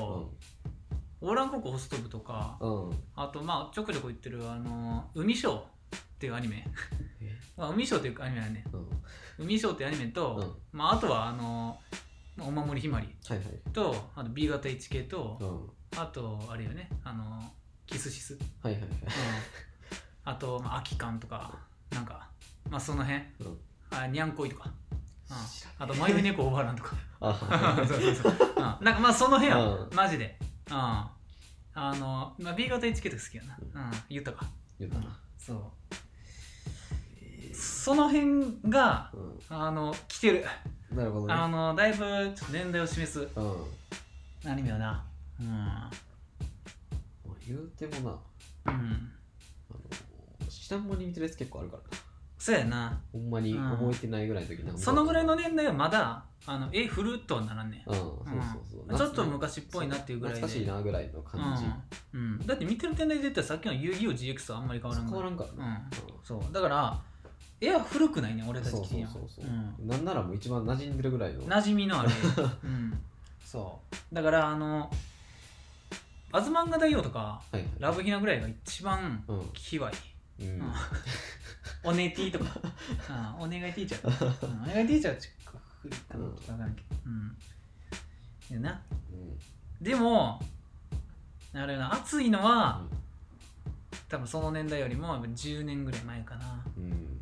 Speaker 2: 「オーラン高校ホスト部」とか
Speaker 1: うん
Speaker 2: あとまあちょくちょく言ってる「あの海ショー」っていうアニメ
Speaker 1: え
Speaker 2: まあ海ショーっていうアニメだね
Speaker 1: うん
Speaker 2: 海ショーっていうアニメと、
Speaker 1: うん
Speaker 2: まあ、あとはあのまあお守りひまり
Speaker 1: はいはい
Speaker 2: とあと B 型 HK と
Speaker 1: うん
Speaker 2: あとあれよねあのキスシス、うん、
Speaker 1: はいはいはい
Speaker 2: あと、まあ、空き缶とかなんかまあその辺
Speaker 1: うん
Speaker 2: あにゃんこいとか、うん、
Speaker 1: 知らん
Speaker 2: あと迷い猫オーバーラン
Speaker 1: [laughs]
Speaker 2: とか
Speaker 1: あ
Speaker 2: そうそうそう、うん、なんかまあその辺や、
Speaker 1: う
Speaker 2: マジでうんあの、まあ、B 型 HK とか好きやな、うん、言ったか、
Speaker 1: 言
Speaker 2: う
Speaker 1: うんたな、
Speaker 2: そう
Speaker 1: え
Speaker 2: その辺が
Speaker 1: ーう
Speaker 2: あの来てる
Speaker 1: んなるほど
Speaker 2: あ
Speaker 1: ね
Speaker 2: のだいぶちょっと年代を示す
Speaker 1: うん
Speaker 2: アニメよなうん
Speaker 1: まあ言うてもなあ
Speaker 2: うん
Speaker 1: の知らん間に見てるやつ結構あるからな
Speaker 2: そうやな
Speaker 1: ほんまに
Speaker 2: うん
Speaker 1: 覚えてないぐらいの時な
Speaker 2: そのぐらいの
Speaker 1: ね
Speaker 2: 年代はまだあのえ古っとはならんね
Speaker 1: うんそうそうそう
Speaker 2: ちょっと昔っぽいなっていうぐらいで
Speaker 1: 懐かしいなぐらいの感じ
Speaker 2: うん、うん、だって見てる年代で言ったらさっきの遊戯王 GX とあんまり変わらん
Speaker 1: 変わらんから
Speaker 2: う
Speaker 1: な
Speaker 2: そうだから絵は古くないね俺
Speaker 1: うん
Speaker 2: たち
Speaker 1: そう
Speaker 2: 的
Speaker 1: そ
Speaker 2: に
Speaker 1: う
Speaker 2: は
Speaker 1: そうそ
Speaker 2: ん
Speaker 1: うなんならもう一番馴染んでるぐらいの
Speaker 2: 馴染みのある、
Speaker 1: [laughs]
Speaker 2: うん、そうだからあの「アズマンガ大王」とか
Speaker 1: はいは
Speaker 2: 「
Speaker 1: い
Speaker 2: ラブヒナ」ぐらいが一番
Speaker 1: うん
Speaker 2: キワい、
Speaker 1: うん
Speaker 2: うんおねティーとか、うん、お願いティーチャー、うん、お願いティーチャーはちょっと古いかなわからんけどうんやな
Speaker 1: うん
Speaker 2: でもあれな熱いのは多分その年代よりもやっぱ10年ぐらい前か
Speaker 1: うん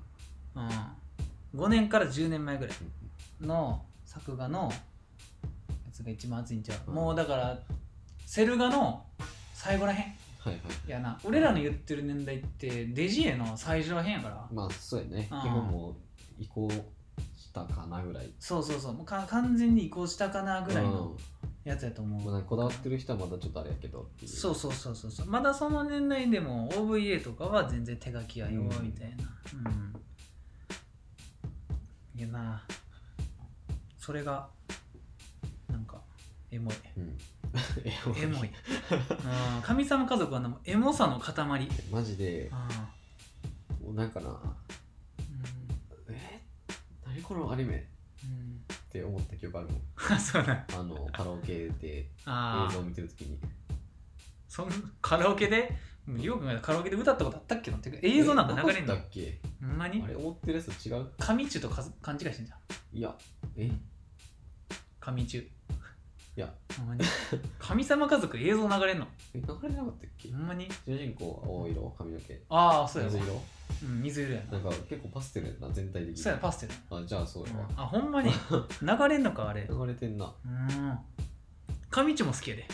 Speaker 2: な、うん、5年から10年前ぐらいの作画のやつが一番熱いんちゃう、
Speaker 1: うん
Speaker 2: もうだからセル画の最後らへん
Speaker 1: はいはい
Speaker 2: やな俺らの言ってる年代ってデジエの最初らへんやから
Speaker 1: まあそうやね
Speaker 2: うん
Speaker 1: 今も移行したかなぐらい
Speaker 2: そうそうそうもうか完全に移行したかなぐらいの
Speaker 1: うん
Speaker 2: やつやと思う、
Speaker 1: まあなんかこだわってる人はまだちょっとあれやけどっていう
Speaker 2: そうそうそうそうそうまだその年代でも OVA とかは全然手書きやよみたいなうん、いやなそれがなんかエモい
Speaker 1: うんえもう
Speaker 2: [laughs] エモい、うん、神様家族はなエモさの塊うん
Speaker 1: マジでもうなんかなえ何このアニメ
Speaker 2: うん
Speaker 1: って思った記憶あるもん
Speaker 2: うん [laughs] そうなん
Speaker 1: あのカラオケで
Speaker 2: あ
Speaker 1: 映像
Speaker 2: あ
Speaker 1: を見てるときに
Speaker 2: そのカラオケでもうよく考えたらカラオケで歌ったことあったっけなってか映像なんか流れん
Speaker 1: だ
Speaker 2: の
Speaker 1: っけ
Speaker 2: ほんまに
Speaker 1: あれ思ってるやつ違う
Speaker 2: 神中とかず勘違いしてんじゃん
Speaker 1: いやえ
Speaker 2: 神中
Speaker 1: いや
Speaker 2: ほん
Speaker 1: [laughs]
Speaker 2: まに神様家族映像流れんの
Speaker 1: え流れてなかったっけ
Speaker 2: ほんまに
Speaker 1: 主人公青色髪の毛
Speaker 2: ああそうやわ
Speaker 1: 水色
Speaker 2: うん水色や
Speaker 1: な
Speaker 2: な
Speaker 1: んか結構パステルやな全体的に
Speaker 2: そうやパステル
Speaker 1: あじゃあそうやわ
Speaker 2: あほんま
Speaker 1: [laughs]
Speaker 2: に流れんのかあれう
Speaker 1: 流れてんな
Speaker 2: ーん上地も好き
Speaker 1: [laughs]
Speaker 2: やで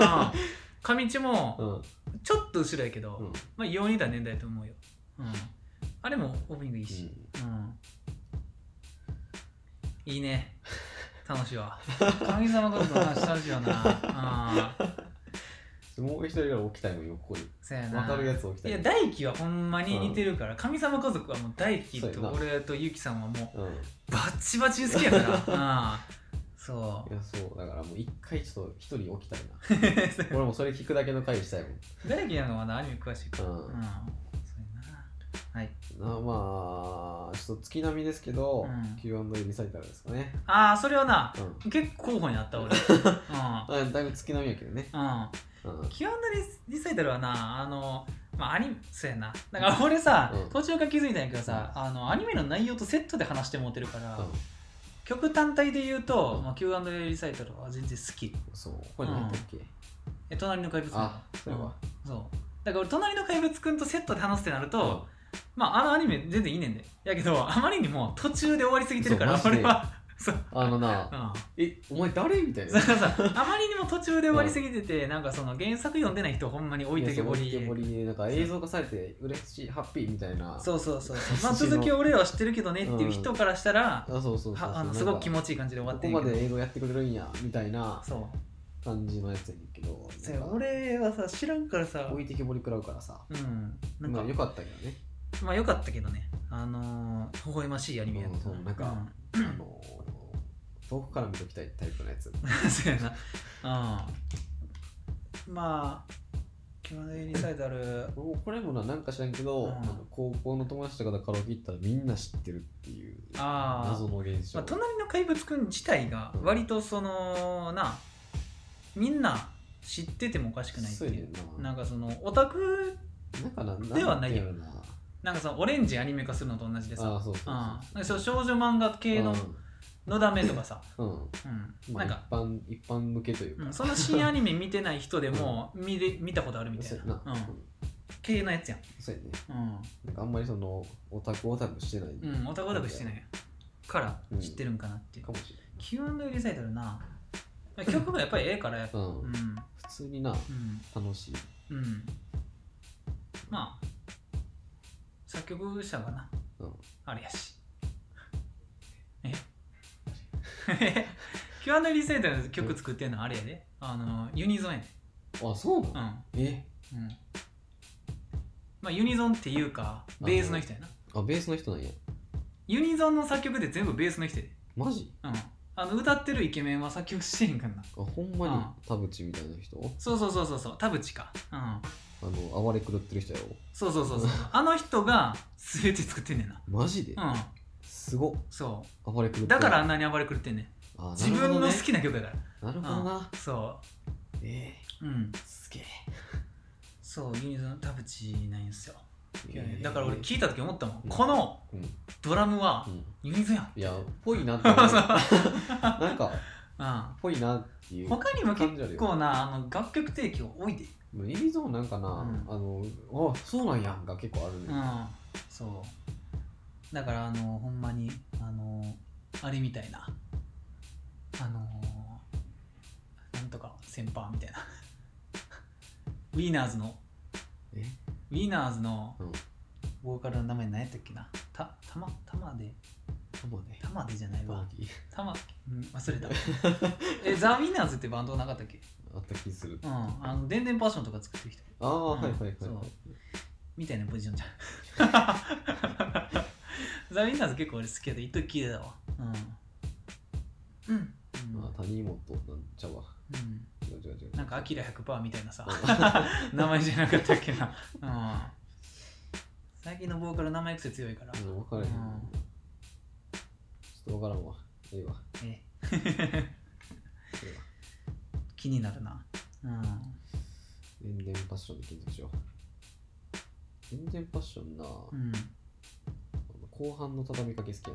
Speaker 2: ああ上地
Speaker 1: う
Speaker 2: も
Speaker 1: んうん
Speaker 2: ちょっと後ろやけど、まあ異様にいた年代やと思うよ、うん、あれもオープニングいいし、うんいいね楽しい
Speaker 1: [laughs]
Speaker 2: わ神様家族の話楽しいよなああ
Speaker 1: うんもう一人が置きたいもんよここに
Speaker 2: そうやな
Speaker 1: 分かるやつ置きた
Speaker 2: い
Speaker 1: い
Speaker 2: や大輝はほんまに似てるから、神様家族はもう大輝
Speaker 1: そうやな
Speaker 2: と俺とゆきさんはも
Speaker 1: うんいう
Speaker 2: バッチバチに好きや
Speaker 1: [laughs]
Speaker 2: からああそう [laughs]
Speaker 1: やそうだからもう一回ちょっと一人置きたいな俺もそれ聞くだけの回したいもん
Speaker 2: 大輝なんかまだアニメ詳しいから
Speaker 1: うん
Speaker 2: うんそうやなはい
Speaker 1: なまあちょっと月並みですけど、
Speaker 2: うん
Speaker 1: Q&A リサイタルですかね
Speaker 2: ああそれはな
Speaker 1: うん
Speaker 2: 結構候補に
Speaker 1: [laughs]
Speaker 2: あった俺うん
Speaker 1: あだいぶ月並みやけどね
Speaker 2: うん
Speaker 1: うん
Speaker 2: キュアンダリリサイタルはなあのまあアニメそうやなだから俺さ、
Speaker 1: うん
Speaker 2: 途中から気づいたんやけどさ、あのアニメの内容とセットで話してもうてるから、
Speaker 1: う
Speaker 2: 曲単体で言うと、
Speaker 1: うん
Speaker 2: まあ、Q&A リサイタルは全然好き
Speaker 1: んそうこれ何やったっけ、
Speaker 2: え隣の怪物
Speaker 1: あそれは、
Speaker 2: そうだから俺隣の怪物くんとセットで話すってなると、まああのアニメ全然いいねんでやけどあまりにも途中で終わりすぎてるから
Speaker 1: そうマジ
Speaker 2: 俺
Speaker 1: で
Speaker 2: は [laughs] そう
Speaker 1: あのな
Speaker 2: うん
Speaker 1: えお前誰みたい
Speaker 2: そ
Speaker 1: な
Speaker 2: うそうそうあまりにも途中で終わりすぎてて、なんかその原作読んでない人ほんまに置いてけぼり
Speaker 1: いやそう置いてぼりでなんか映像化されて嬉しいハッピーみたいな
Speaker 2: そうそうそう
Speaker 1: [laughs]
Speaker 2: そうまあ続きは俺らは知ってるけどねっていう人からしたら、
Speaker 1: あそうそうそうそう
Speaker 2: はあのすごく気
Speaker 1: ち
Speaker 2: 持ちいい感じで終わ
Speaker 1: こ
Speaker 2: って
Speaker 1: こ
Speaker 2: んけ
Speaker 1: ま
Speaker 2: ど
Speaker 1: で映像やってくれるんやみたいな
Speaker 2: そう
Speaker 1: 感じのやつやねんけど
Speaker 2: そう
Speaker 1: なんか
Speaker 2: 俺はさ知らんからさ
Speaker 1: 置いてけぼり食らうからさ
Speaker 2: うんなん
Speaker 1: ま
Speaker 2: か
Speaker 1: あよかったけど
Speaker 2: [clears throat]
Speaker 1: ね
Speaker 2: まあ良かったけどねあのー、微笑ましいアニメやった
Speaker 1: うんそうなんか
Speaker 2: うん
Speaker 1: あのー遠くから見ときたいタイプのやつ
Speaker 2: そうやな。うん。まあ、今日のリサイタル、
Speaker 1: もうこれもななんか知らんけど、
Speaker 2: うん
Speaker 1: あの高校の友達とかでカラオケ行ったらみんな知ってるっていう
Speaker 2: あー
Speaker 1: 謎の現象、
Speaker 2: まあ、隣の怪物くん自体が、割とその、な、みんな知っててもおかしくないって
Speaker 1: そうや
Speaker 2: い
Speaker 1: ね
Speaker 2: う。
Speaker 1: んな
Speaker 2: なんかその、オタク、
Speaker 1: なんかな
Speaker 2: ではないよ
Speaker 1: んてうのか
Speaker 2: なんかその、オレンジアニメ化するのと同じで
Speaker 1: なあ
Speaker 2: さ、
Speaker 1: ーそうそう
Speaker 2: うん。
Speaker 1: そう
Speaker 2: なんかその少女漫画系ののだめとかさ、
Speaker 1: うん、うん
Speaker 2: うん。
Speaker 1: ま
Speaker 2: な
Speaker 1: あ、
Speaker 2: んか、
Speaker 1: 一般一般向けというか、
Speaker 2: うん、その新アニメ見てない人でも見れ見たことあるみた
Speaker 1: そう
Speaker 2: [laughs] い
Speaker 1: やな、、
Speaker 2: なう
Speaker 1: うん
Speaker 2: ん、系のやつやん、
Speaker 1: そうやね
Speaker 2: うん、
Speaker 1: なんかあんまりそのオタクオタクしてない、
Speaker 2: うん、オタクオタクしてないから知ってるんかなっていう
Speaker 1: かもしれない
Speaker 2: Q&A リサイタルな曲もやっぱりええからやっぱ
Speaker 1: うん
Speaker 2: うんう
Speaker 1: 普通になん楽しい
Speaker 2: うんまあ作曲者がな、
Speaker 1: うん
Speaker 2: あれやしえ [laughs] Q&A リサイタルの曲作ってんのあれやであのユニゾンやで
Speaker 1: あそうな
Speaker 2: う
Speaker 1: の、
Speaker 2: ん
Speaker 1: え
Speaker 2: うんまあユニゾンっていうかベースの人やな
Speaker 1: あベースの人なんや
Speaker 2: ユニゾンの作曲で全部ベースの人やで
Speaker 1: マジ
Speaker 2: うんあの歌ってるイケメンは作曲してへんかんな
Speaker 1: あほんまに田淵みたいな人
Speaker 2: そうそうそうそうそう田淵かうん
Speaker 1: あの暴れ狂ってる人やろ
Speaker 2: そうそ
Speaker 1: [laughs]
Speaker 2: うそうそうあの人が全て作ってんねんな
Speaker 1: マジで、
Speaker 2: うん
Speaker 1: すごっ
Speaker 2: そ
Speaker 1: 暴れ狂って
Speaker 2: う
Speaker 1: る
Speaker 2: だからあんなに暴れ狂ってんねん
Speaker 1: あ
Speaker 2: 自分の好きな曲だか
Speaker 1: なるほどね
Speaker 2: ら、
Speaker 1: なるほど
Speaker 2: う
Speaker 1: なん
Speaker 2: そ
Speaker 1: え
Speaker 2: ううん
Speaker 1: ー、すげえ
Speaker 2: そうユニゾンの田淵なんですよいや
Speaker 1: えー
Speaker 2: だから俺聞いた時思ったもん、
Speaker 1: うん
Speaker 2: この
Speaker 1: うん
Speaker 2: ドラムは
Speaker 1: うん
Speaker 2: ユニゾンやん
Speaker 1: いや
Speaker 2: [laughs]
Speaker 1: ぽいなって思うなんか
Speaker 2: うん
Speaker 1: ぽいなっていう
Speaker 2: 他にも
Speaker 1: 感じある
Speaker 2: 結
Speaker 1: よ
Speaker 2: 構なあの楽曲提供多いで
Speaker 1: ユニゾーンなんかな、
Speaker 2: うん
Speaker 1: あのあそうなんやんが結構あるね、
Speaker 2: うんそうだからあのほんまにあのあれみたいなあのなんとか先輩みたいなウィーナーズの
Speaker 1: え
Speaker 2: ウィーナーズの
Speaker 1: うん
Speaker 2: ボーカルの名前何やったっけなたたまたまで
Speaker 1: たまね
Speaker 2: たまでじゃない
Speaker 1: バ
Speaker 2: わ
Speaker 1: ーディー
Speaker 2: たま、うん、忘れたえザ・ウィーナーズってバンドなかったっけ
Speaker 1: あった気する
Speaker 2: うんあの電電パッションとか作ってる人
Speaker 1: ああ、
Speaker 2: うん
Speaker 1: はいはいはい
Speaker 2: そ
Speaker 1: は
Speaker 2: う
Speaker 1: い
Speaker 2: みたいなポジションじ [laughs] ゃん。ザ・ウィンナーズ結構俺好きやで、一時聞いてたわ。うん。うん。
Speaker 1: まあ谷本なんちゃうわ
Speaker 2: うん、
Speaker 1: 違う違う違う
Speaker 2: なんか、アキラ100%みたいなさ、
Speaker 1: う
Speaker 2: [laughs] 名前じゃなかったっけな。うん。最近のボーカル名前癖強いから。
Speaker 1: ん分からへん、
Speaker 2: うん
Speaker 1: ちょっと分からんわええわええ
Speaker 2: え
Speaker 1: わ
Speaker 2: 気になるな。うん。
Speaker 1: 全然パッションで検索しよう全然パッションな、
Speaker 2: うん。
Speaker 1: 後半の畳みかけ好きやね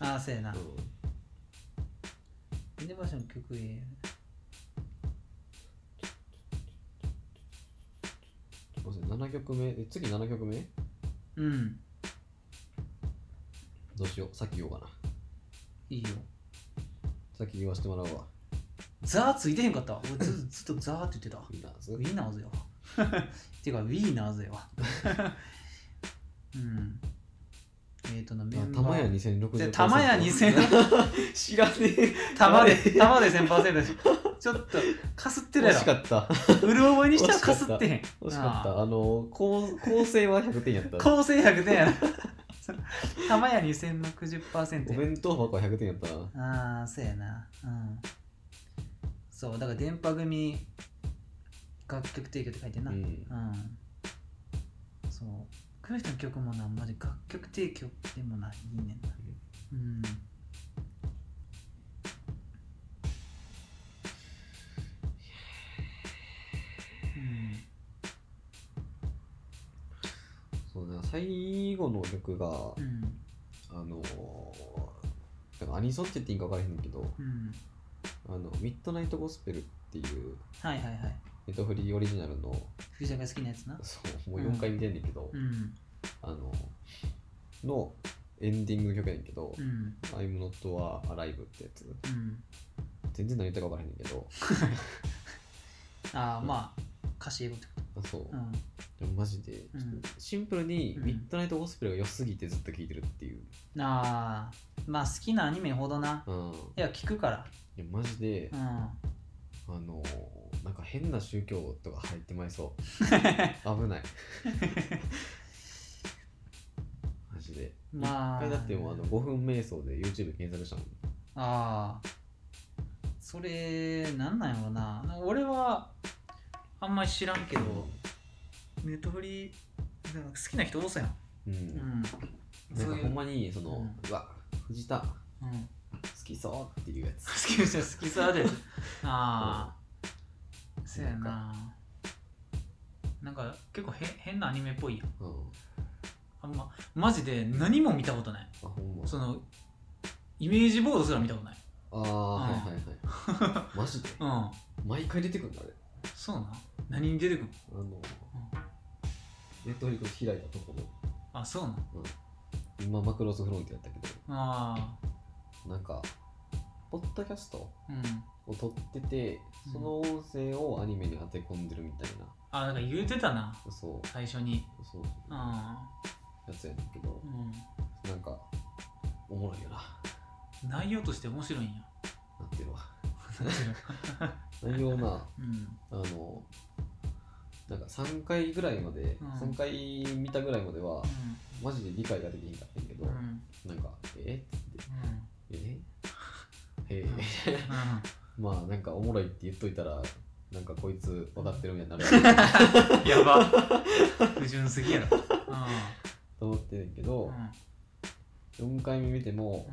Speaker 1: んな
Speaker 2: ああ、そうやな。
Speaker 1: うん
Speaker 2: 電電パッションの曲え
Speaker 1: すいません7曲目え次7曲目
Speaker 2: えうん。
Speaker 1: どうしようさっき言おうかない
Speaker 2: いよ。
Speaker 1: さっき言わせてもらうわ
Speaker 2: ザーついてへんかった。俺ずっとずっとザーって言ってた。
Speaker 1: みんな
Speaker 2: ウィーナーズよ。てか、ウィーナーズよ。うん。えっ、ー、とな、メンバー。
Speaker 1: 玉屋2060
Speaker 2: で玉
Speaker 1: [laughs]
Speaker 2: 屋
Speaker 1: 2000知らねえ
Speaker 2: 玉で、玉で1000%でしょ。ちょっと、かすってる
Speaker 1: 惜
Speaker 2: や
Speaker 1: しか
Speaker 2: ろ。
Speaker 1: った
Speaker 2: うる覚えにしてはかすってへん。
Speaker 1: [laughs] 惜しかっ
Speaker 2: あ
Speaker 1: たあの構構成は100点や [laughs] った
Speaker 2: あ構成100点やな。 [laughs] 玉屋2060%
Speaker 1: お
Speaker 2: や。
Speaker 1: 弁当箱は100点やったな
Speaker 2: ああ、そうやな。うん。そう、だから、電波組楽曲提供って書いてんな。
Speaker 1: うん
Speaker 2: うんそうこの人の曲もなマジ楽曲提供でもないいねんなうん
Speaker 1: そうだな最後の曲が
Speaker 2: うんうん
Speaker 1: あのだからアニソンって言っていいんか分からへんねんけど
Speaker 2: うん
Speaker 1: あのミッドナイトゴスペルっていう
Speaker 2: はいはいはい
Speaker 1: ネットフリーオリジナルの
Speaker 2: 藤田が好きなやつな
Speaker 1: そうもう4回見てんねんけど、
Speaker 2: うん
Speaker 1: あののエンディングの曲やねんけど
Speaker 2: うん
Speaker 1: 「I'm not alive」ってやつ
Speaker 2: うん
Speaker 1: 全然何言ったか分からへんねんけど
Speaker 2: ああまあ歌詞英語ってこ
Speaker 1: あそう、
Speaker 2: とうん
Speaker 1: でもマジで、
Speaker 2: うん
Speaker 1: シンプルに
Speaker 2: うん
Speaker 1: ミッドナイトゴスペルが良すぎてずっと聴いてるっていう、
Speaker 2: ああまあ好きなアニメほどな
Speaker 1: うん、い
Speaker 2: いや聞くから
Speaker 1: やマジで
Speaker 2: う、ん
Speaker 1: あのーなんか変な宗教とか入ってまいそう
Speaker 2: [laughs]
Speaker 1: 危ないマジで
Speaker 2: まあ
Speaker 1: 一回だってもうあの5分瞑想で YouTube 検索したもん
Speaker 2: ああそれなんなんやろなな俺はあんまり知らんけどネットフリなんか好きな人多そうやん
Speaker 1: うん、
Speaker 2: うん
Speaker 1: なん
Speaker 2: そう
Speaker 1: か
Speaker 2: い
Speaker 1: ほ
Speaker 2: うん
Speaker 1: まにその、う
Speaker 2: うん
Speaker 1: わ藤田好
Speaker 2: うん、
Speaker 1: きそうっていうやつ
Speaker 2: 好きですよ好きそ
Speaker 1: [laughs]
Speaker 2: うでああそうやななんか結構へ変なアニメっぽいやん
Speaker 1: うん、うん、
Speaker 2: あんまマジで何も見たことない
Speaker 1: あほんま
Speaker 2: そのイメージボードすら見たことない
Speaker 1: ああはいはいはいマジで
Speaker 2: うん
Speaker 1: 毎回出てくるんだね
Speaker 2: そうなん何に出てくる
Speaker 1: あのネットフリックス開いたところ
Speaker 2: あそうなん
Speaker 1: 今マクロスフロンティアやったけ
Speaker 2: あ
Speaker 1: どなんかポッドキャスト
Speaker 2: あうん
Speaker 1: を撮ってて
Speaker 2: うん
Speaker 1: その音声をアニメに当て込んでるみたいな、
Speaker 2: あなんか言うてたな
Speaker 1: そう
Speaker 2: 最初に
Speaker 1: そう
Speaker 2: うん
Speaker 1: やつやねんけど、
Speaker 2: う
Speaker 1: なんかおもろいよな
Speaker 2: うん内容として面 [laughs] 白いんや
Speaker 1: なんていうのは内容な
Speaker 2: うん
Speaker 1: あのなんか3回ぐらいまで、
Speaker 2: うん
Speaker 1: 3回見たぐらいまではマジで理解ができなかったんやけど、
Speaker 2: うんうん
Speaker 1: なんかえっつって
Speaker 2: うん
Speaker 1: えへえ
Speaker 2: うん
Speaker 1: まあなんかおもろいって言っといたらなんかこいつ分かってるみたいになる
Speaker 2: [laughs] うんやば不純すぎやろ
Speaker 1: と思ってるけ
Speaker 2: うん
Speaker 1: ど
Speaker 2: うん
Speaker 1: 4回目見ても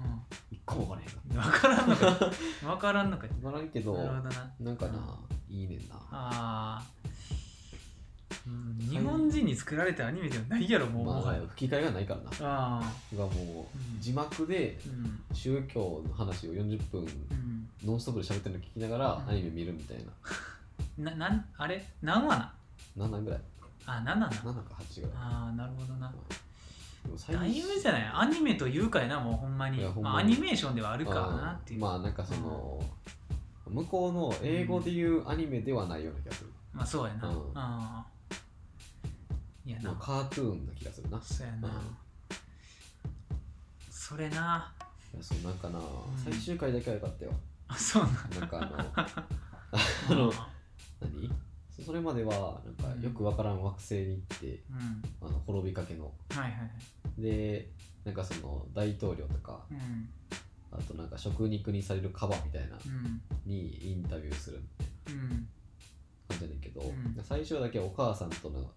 Speaker 2: う
Speaker 1: 1個も分からへんかっ
Speaker 2: ん分からんのか分
Speaker 1: た分
Speaker 2: からんのか
Speaker 1: からんけど
Speaker 2: なるほどな
Speaker 1: なんかないいねんな
Speaker 2: あーうん日本人に作られたアニメではないやろもう
Speaker 1: ま
Speaker 2: もは
Speaker 1: あ
Speaker 2: や
Speaker 1: 吹き替えがないからな
Speaker 2: あ
Speaker 1: がも
Speaker 2: うん
Speaker 1: う字幕で
Speaker 2: ーうん
Speaker 1: 宗教の話を40分
Speaker 2: うん
Speaker 1: ノンストップで喋ってるの聞きながら
Speaker 2: うん
Speaker 1: アニメ見るみたい
Speaker 2: ななんあれ何話な
Speaker 1: な7ぐらい
Speaker 2: あ何な
Speaker 1: 7
Speaker 2: の
Speaker 1: か8ぐらい
Speaker 2: ああなるほどな
Speaker 1: でも最
Speaker 2: だいぶじゃないアニメというかやなもうほんまに
Speaker 1: いやほんま
Speaker 2: ま
Speaker 1: に
Speaker 2: あ、アニメーションではあるからなっていうま
Speaker 1: まあなんかその向こうの英語で言うアニメではないような気がする
Speaker 2: あ、そうやな
Speaker 1: うん
Speaker 2: うんいや
Speaker 1: まあ
Speaker 2: な
Speaker 1: カートゥーンな気がするな
Speaker 2: そうやな、
Speaker 1: うん
Speaker 2: それない
Speaker 1: やそうなんかな、
Speaker 2: ん
Speaker 1: 最終回だけは良かったよ
Speaker 2: あそうな
Speaker 1: なんかあ
Speaker 2: う
Speaker 1: の [laughs] あの
Speaker 2: ん
Speaker 1: 何そそれまではなん
Speaker 2: うん
Speaker 1: かよくわからん惑星に行って、
Speaker 2: うん
Speaker 1: あの滅びかけの
Speaker 2: はいはいはい
Speaker 1: でなんかその大統領とか
Speaker 2: うん
Speaker 1: あとなんか食肉にされるカバみたいな
Speaker 2: うん
Speaker 1: にインタビューする
Speaker 2: うん
Speaker 1: 感じだけど、
Speaker 2: うん
Speaker 1: 最初だけお母さんとの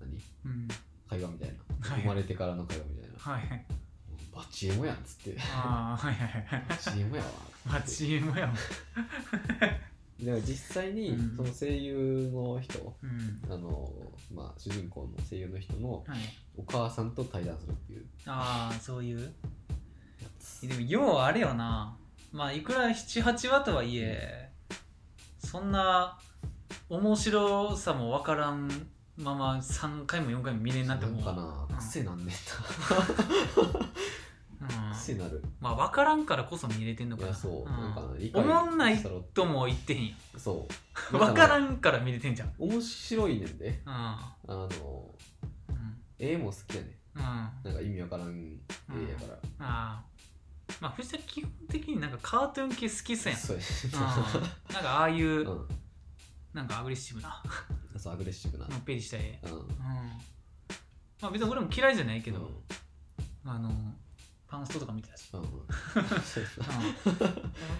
Speaker 1: 何
Speaker 2: うん
Speaker 1: 会話みたいな
Speaker 2: はい
Speaker 1: 生まれてからの会話みたいな
Speaker 2: はいはい
Speaker 1: 「バチエモやん」っつって
Speaker 2: ああはいはいは
Speaker 1: [laughs] 「バ
Speaker 2: い
Speaker 1: チエモやわ」
Speaker 2: まあチームやもん
Speaker 1: でも実際に
Speaker 2: うん
Speaker 1: その声優の人、
Speaker 2: うん
Speaker 1: あのまあ、主人公の声優の人の
Speaker 2: はい
Speaker 1: お母さんと対談するっていう
Speaker 2: ああそういう
Speaker 1: やつ
Speaker 2: でも要はあれよなまあいくら78話とはいえそんな面白さも分からんまま3回も4回も見れんなって思う
Speaker 1: なんか
Speaker 2: うん
Speaker 1: な癖なんねん
Speaker 2: うん
Speaker 1: な癖なる
Speaker 2: まあ分からんからこそ見れてんの
Speaker 1: い
Speaker 2: かな
Speaker 1: やそう、
Speaker 2: ん
Speaker 1: なんかな理
Speaker 2: おもんない
Speaker 1: したろ
Speaker 2: とも言ってへんやん
Speaker 1: そう
Speaker 2: 分から
Speaker 1: ん
Speaker 2: んから見れてんじゃん
Speaker 1: 面白いねんで
Speaker 2: う
Speaker 1: あの
Speaker 2: んうん
Speaker 1: 絵も好きやね
Speaker 2: うんあ
Speaker 1: んなんか意味わからん絵やから、
Speaker 2: あまあ藤田基本的になんかカートゥーン系好きそうやん
Speaker 1: そうや
Speaker 2: うんなんかああいうう、
Speaker 1: ん、
Speaker 2: なんかアグレッシブな
Speaker 1: そうアグレッシブな
Speaker 2: のっぺりした絵
Speaker 1: うん、
Speaker 2: うんまあ別に俺も嫌いじゃないけど、
Speaker 1: うんうん
Speaker 2: あのパンストとか見
Speaker 1: [laughs]
Speaker 2: てたし、 [laughs] う
Speaker 1: あ
Speaker 2: ん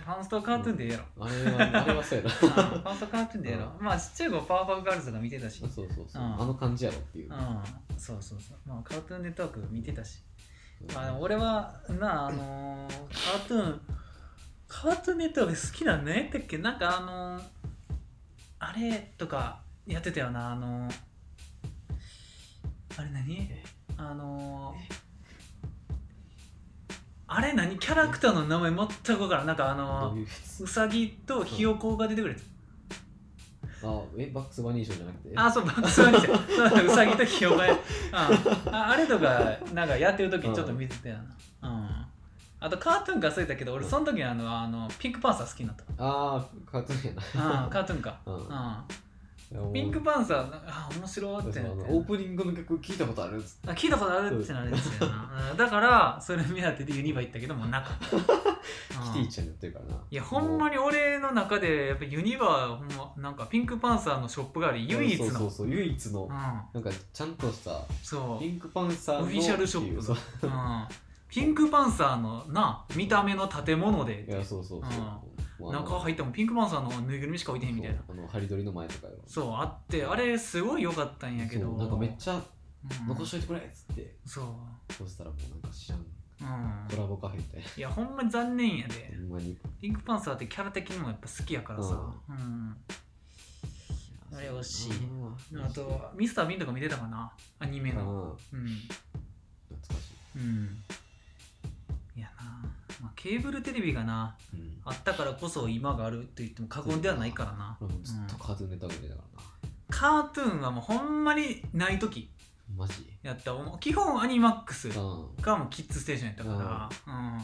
Speaker 2: パンストカートゥーンでええやろ、
Speaker 1: れはあれはそうやな
Speaker 2: うんパンストカートゥーンでええやろ、まあちっちゃい頃パワーパフガールズとか見てたし、う、
Speaker 1: そうんそうそう、
Speaker 2: うん
Speaker 1: あの感じやろっていう、
Speaker 2: そうそうそうまあカートゥーンネットワーク見てたし、
Speaker 1: うん
Speaker 2: まあでも俺はなああのーカートゥーンカートゥーンネットワーク好きなんねってっけなんかあのーあれとかやってたよなあのーあれ何あのーあれ何キャラクターの名前全く分からんなんかあ
Speaker 1: ど
Speaker 2: の
Speaker 1: うい
Speaker 2: ー
Speaker 1: うやつ
Speaker 2: うさぎとひよこが出てくるやつ
Speaker 1: あえバックスバニー賞じゃなくて
Speaker 2: あ、そう、バックスワンですよ。 [laughs] そううさぎとひよこや。うんああれとか、なんかやってる時にちょっと見てたよな。うん。あと、カートゥーンが好きだけど、俺、その時あの、あのピンクパンサー好きになった。
Speaker 1: あーカートゥーン
Speaker 2: うん、
Speaker 1: や
Speaker 2: カートゥーンか。
Speaker 1: うん
Speaker 2: う
Speaker 1: な、
Speaker 2: ん。ピンクパンサー、あ、面白い
Speaker 1: ン
Speaker 2: ってなって。
Speaker 1: オープニングの曲聞いたことあるっつって
Speaker 2: あ聞いたことあるってなるんですよな。うんだから、それ目当てでユニバ行ったけど、もうなか
Speaker 1: [laughs]
Speaker 2: った。
Speaker 1: キティちゃんやってるからない
Speaker 2: いや、ほんま
Speaker 1: に
Speaker 2: に俺の中で、やっぱユニバはほんま、なんかピンクパンサーのショップがあり、唯一
Speaker 1: そうそう
Speaker 2: の。
Speaker 1: そう唯一の
Speaker 2: うん。
Speaker 1: なんかちゃんとした
Speaker 2: そう
Speaker 1: ピ。ンクパンサーの
Speaker 2: オフィシャルショップ
Speaker 1: そう
Speaker 2: うんピンクパンサーのな見た目の建物で
Speaker 1: いやそうそうそう、もうあの
Speaker 2: 中入ってもピンクパンサーのぬいぐるみしか置いてへんみたいな
Speaker 1: そうあのハリドリの前とかよ
Speaker 2: そうあってあれすごい良かったんやけど
Speaker 1: そうなんかめっちゃ
Speaker 2: うん
Speaker 1: 残しといてくれっつって、
Speaker 2: そう
Speaker 1: そうしたらもうなんか知らん
Speaker 2: うん
Speaker 1: コラボカフェみたい
Speaker 2: いやほんま残念やで
Speaker 1: なほんまに
Speaker 2: ピンクパンサーってキャラ的にもやっぱ好きやからさうんあれ惜しいあとミスター・ビーンとか見てたかなアニメ
Speaker 1: うん
Speaker 2: の
Speaker 1: 懐か
Speaker 2: うん
Speaker 1: しい、
Speaker 2: うんいやなまあケーブルテレビがな
Speaker 1: うん、
Speaker 2: あったからこそ今があると言っても過言ではないからな
Speaker 1: 俺もずっとカートゥーンネタ見てたからな、
Speaker 2: カートゥーンはもうほんまにない時
Speaker 1: マジ
Speaker 2: やったもう基本アニマックス
Speaker 1: うん
Speaker 2: がもうキッズステーションやったから、うんあ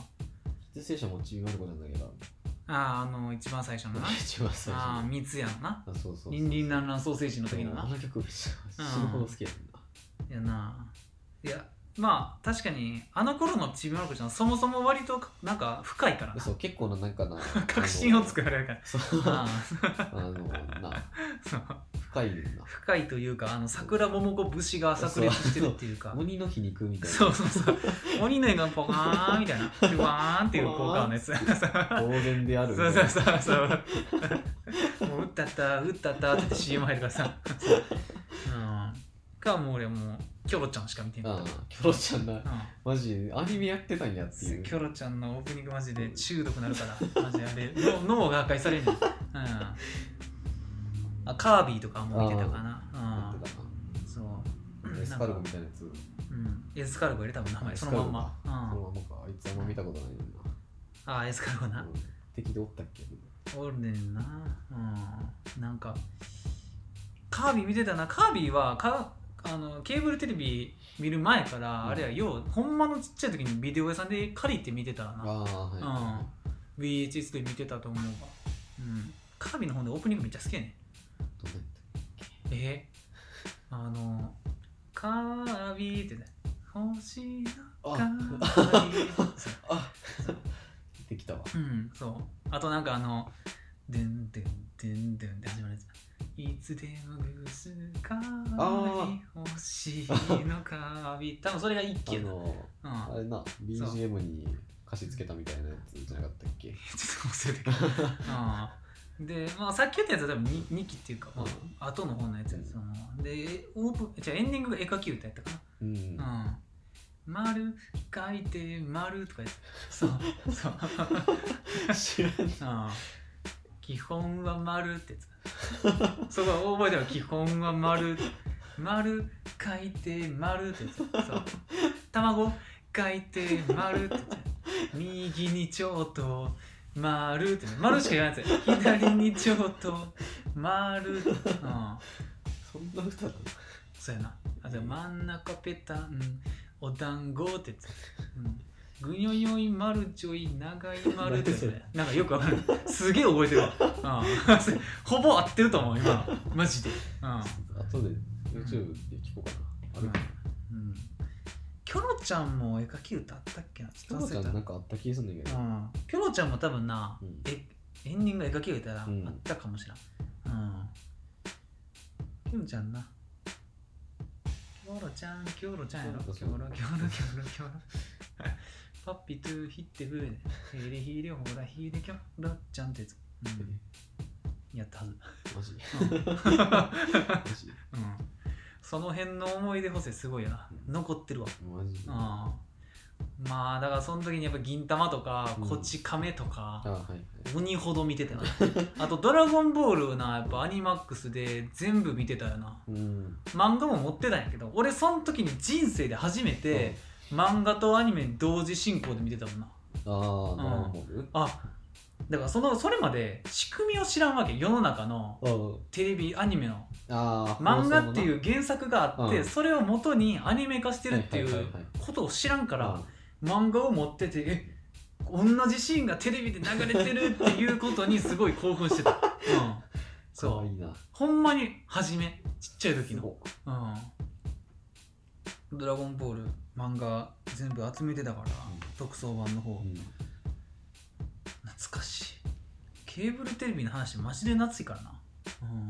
Speaker 1: キッズステーションもちびまる子なんだけど
Speaker 2: ああの一番最初のな
Speaker 1: 一番最
Speaker 2: ああ
Speaker 1: 初の
Speaker 2: 三つやのな
Speaker 1: あそうそう
Speaker 2: リンリンランランソーセージの時の
Speaker 1: あ
Speaker 2: な
Speaker 1: の曲めっちゃ死ぬほど好きやも
Speaker 2: やないやまあ確かにあの頃のちびまる子ちゃんそもそも割となんか深いから
Speaker 1: んな
Speaker 2: な
Speaker 1: そう結構ななんかな
Speaker 2: [laughs] 確信を
Speaker 1: く
Speaker 2: 作られるから
Speaker 1: そう
Speaker 2: あ
Speaker 1: あ
Speaker 2: あ
Speaker 1: のな
Speaker 2: [laughs] そう
Speaker 1: 深いねん
Speaker 2: 深いというかあの桜桃子節が炸裂してるっていう
Speaker 1: な
Speaker 2: か
Speaker 1: 鬼の皮肉みたいな
Speaker 2: そうそうそう鬼の絵がポカーンみたいなふわーンっていう効果のやつ
Speaker 1: 当然であるみ
Speaker 2: そ
Speaker 1: た
Speaker 2: う
Speaker 1: い
Speaker 2: そ
Speaker 1: な
Speaker 2: うそうそう。もう打ったった打ったったって CM 入るからさ。うん。かもう俺もうキョロちゃんしか見てな
Speaker 1: う
Speaker 2: か
Speaker 1: ん
Speaker 2: っ
Speaker 1: キョロちゃんな
Speaker 2: た。
Speaker 1: マジアニメやってたんやってい
Speaker 2: うん。
Speaker 1: う
Speaker 2: キョロちゃんのオープニングマジで中毒なるから。マジやべえ。脳脳が破壊されるねん。うん。あカービィとかも見てたか
Speaker 1: や
Speaker 2: な。
Speaker 1: って
Speaker 2: うん。そう。
Speaker 1: たなエスカルゴみたいなやつ
Speaker 2: うん。エスカルゴ入れたもん名前そのまんま。う
Speaker 1: その
Speaker 2: ん。
Speaker 1: ままかあいつあんま見たことないよ
Speaker 2: あエスカルゴ
Speaker 1: な
Speaker 2: な。
Speaker 1: うん敵でおったっけ
Speaker 2: おるねんなうんなんかカービィ見てたなカービィはかあのケーブルテレビ見る前から、
Speaker 1: うん
Speaker 2: あれはようほんまのちっちゃい時にビデオ屋さんで借りて見てたな、
Speaker 1: ああは
Speaker 2: うん VHS で見てたと思うわ、うん、カービィの方でオープニングめっちゃ好きやね
Speaker 1: いどんなんやった
Speaker 2: んえあのカービィってね星のカービィ
Speaker 1: [laughs]
Speaker 2: そう
Speaker 1: あ [laughs] できたわ。
Speaker 2: うん、そう。あとなんかあの、でんでんでんでんって始まるやつ。いつでもぐすかわい星のカビ。多分それが一
Speaker 1: あ
Speaker 2: 気やな。うん。
Speaker 1: の、あれな、
Speaker 2: そう
Speaker 1: BGM に歌詞つけたみたいなやつじゃなかったっけ
Speaker 2: ちょっと忘れたけど。うん。で、まあさっき言ったやつは多分 2, 二期っていうか、ま
Speaker 1: う
Speaker 2: あ後の方のやつやそので、オープン、じゃあエンディングが絵描き歌やったかな。
Speaker 1: うん。
Speaker 2: うん。丸書いて丸とかやつ。そう。そう。
Speaker 1: 知らん。
Speaker 2: ああ基本は丸ってやつそこは覚えてる基本は丸丸書いて丸ってやつそう卵書いて丸ってやつ右にちょっと丸って丸しか言わないやつ左にちょっと丸うん
Speaker 1: そんな歌なの
Speaker 2: そうやなあと真ん中ペタンお団子ってやつうんぐよよい丸ちょい長い丸ってやつ
Speaker 1: [laughs]
Speaker 2: ねなんかよくわかるすげえ覚えてるわ、うん、 [laughs] ほぼ合ってると思う今マジで、う
Speaker 1: 後で YouTube で聞こうかな。あ
Speaker 2: ん
Speaker 1: れ
Speaker 2: うん、キョロちゃんも絵描き歌あったっけなち
Speaker 1: キ
Speaker 2: ょ
Speaker 1: ョ
Speaker 2: っ
Speaker 1: ロち
Speaker 2: と忘
Speaker 1: ゃ
Speaker 2: れ
Speaker 1: ん
Speaker 2: た
Speaker 1: なんかあった気がするんだけど。
Speaker 2: うんキョロちゃんも多分な、
Speaker 1: うん
Speaker 2: えエンディング絵描き歌あ
Speaker 1: うん
Speaker 2: ったかもしれん、うん、キョロちゃんなキョロちゃんキョロちゃんやろキ
Speaker 1: キ
Speaker 2: ョ
Speaker 1: ョ
Speaker 2: ロ
Speaker 1: ロ
Speaker 2: キョロキョロキョロ [laughs] パッピトゥーヒッテブーでヒレヒレほらヒレキョロちゃんってやつ、うん、やったはず、
Speaker 1: マジ
Speaker 2: う
Speaker 1: マジ
Speaker 2: んうんその辺の思い出補正すごいよな残ってるわ
Speaker 1: マ
Speaker 2: [laughs]
Speaker 1: ジ
Speaker 2: うん
Speaker 1: あ
Speaker 2: まあだからその時にやっぱ銀魂とか、
Speaker 1: うん
Speaker 2: こっち亀とか、
Speaker 1: はいはい。
Speaker 2: 鬼ほど見てたな [laughs] あと「ドラゴンボール」なやっぱアニマックスで全部見てたよな
Speaker 1: うん。
Speaker 2: 漫画も持ってたんやけど俺その時に人生で初めて漫画とアニメ同時進行で見てたもんな
Speaker 1: ああ、ドラゴンボール
Speaker 2: あだからそのそれまで仕組みを知らんわけ世の中の
Speaker 1: うん
Speaker 2: テレビアニメの
Speaker 1: ああ
Speaker 2: 漫画っていうう原作があって、
Speaker 1: うん
Speaker 2: それを元にアニメ化してるってい
Speaker 1: はいは
Speaker 2: う
Speaker 1: いはいはい
Speaker 2: ことを知らん
Speaker 1: か
Speaker 2: か、
Speaker 1: ら
Speaker 2: 漫画を持っててえ同じシーンがテレビで流れてるっていうことにすごい興
Speaker 1: [laughs]
Speaker 2: 奮してた、うん、
Speaker 1: かわ
Speaker 2: そ
Speaker 1: いういな
Speaker 2: ほんまに初めちっちゃい時
Speaker 1: す
Speaker 2: の
Speaker 1: ごい
Speaker 2: うん、ドラゴンボール漫画全部集めてたから、特装版の方、
Speaker 1: うん
Speaker 2: 懐かしいケーブルテレビの話マジで懐いからなうん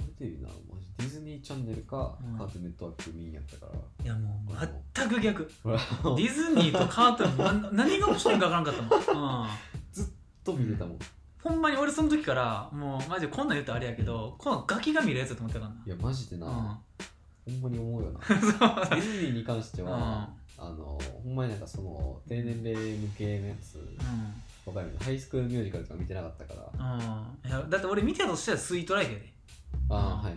Speaker 1: なんていうなマジディズニーチャンネルか、
Speaker 2: うん
Speaker 1: カートゥーンネットワーク見んやったから
Speaker 2: いやもう全く
Speaker 1: [laughs]
Speaker 2: 逆
Speaker 1: ほら
Speaker 2: ディズニーとカートゥーンな何が面白いんか分からんかったもん、うん、
Speaker 1: 飛び出たもん、い
Speaker 2: ほんまに俺その時からもうマジでこんなん言うとあれやけどこのガキが見るやつだと思ってたか
Speaker 1: やマジでな、
Speaker 2: らな
Speaker 1: ほんまに思う
Speaker 2: [laughs]
Speaker 1: よな
Speaker 2: うんそう
Speaker 1: ディズニーに関しては、あのほんまになんかその低年齢向けのやつ
Speaker 2: う
Speaker 1: わかるよハイスクールミュージカルとか見てなかったから
Speaker 2: んうんいやだって俺見てたとしたらスイートライフやで
Speaker 1: ああーはいはいはいはい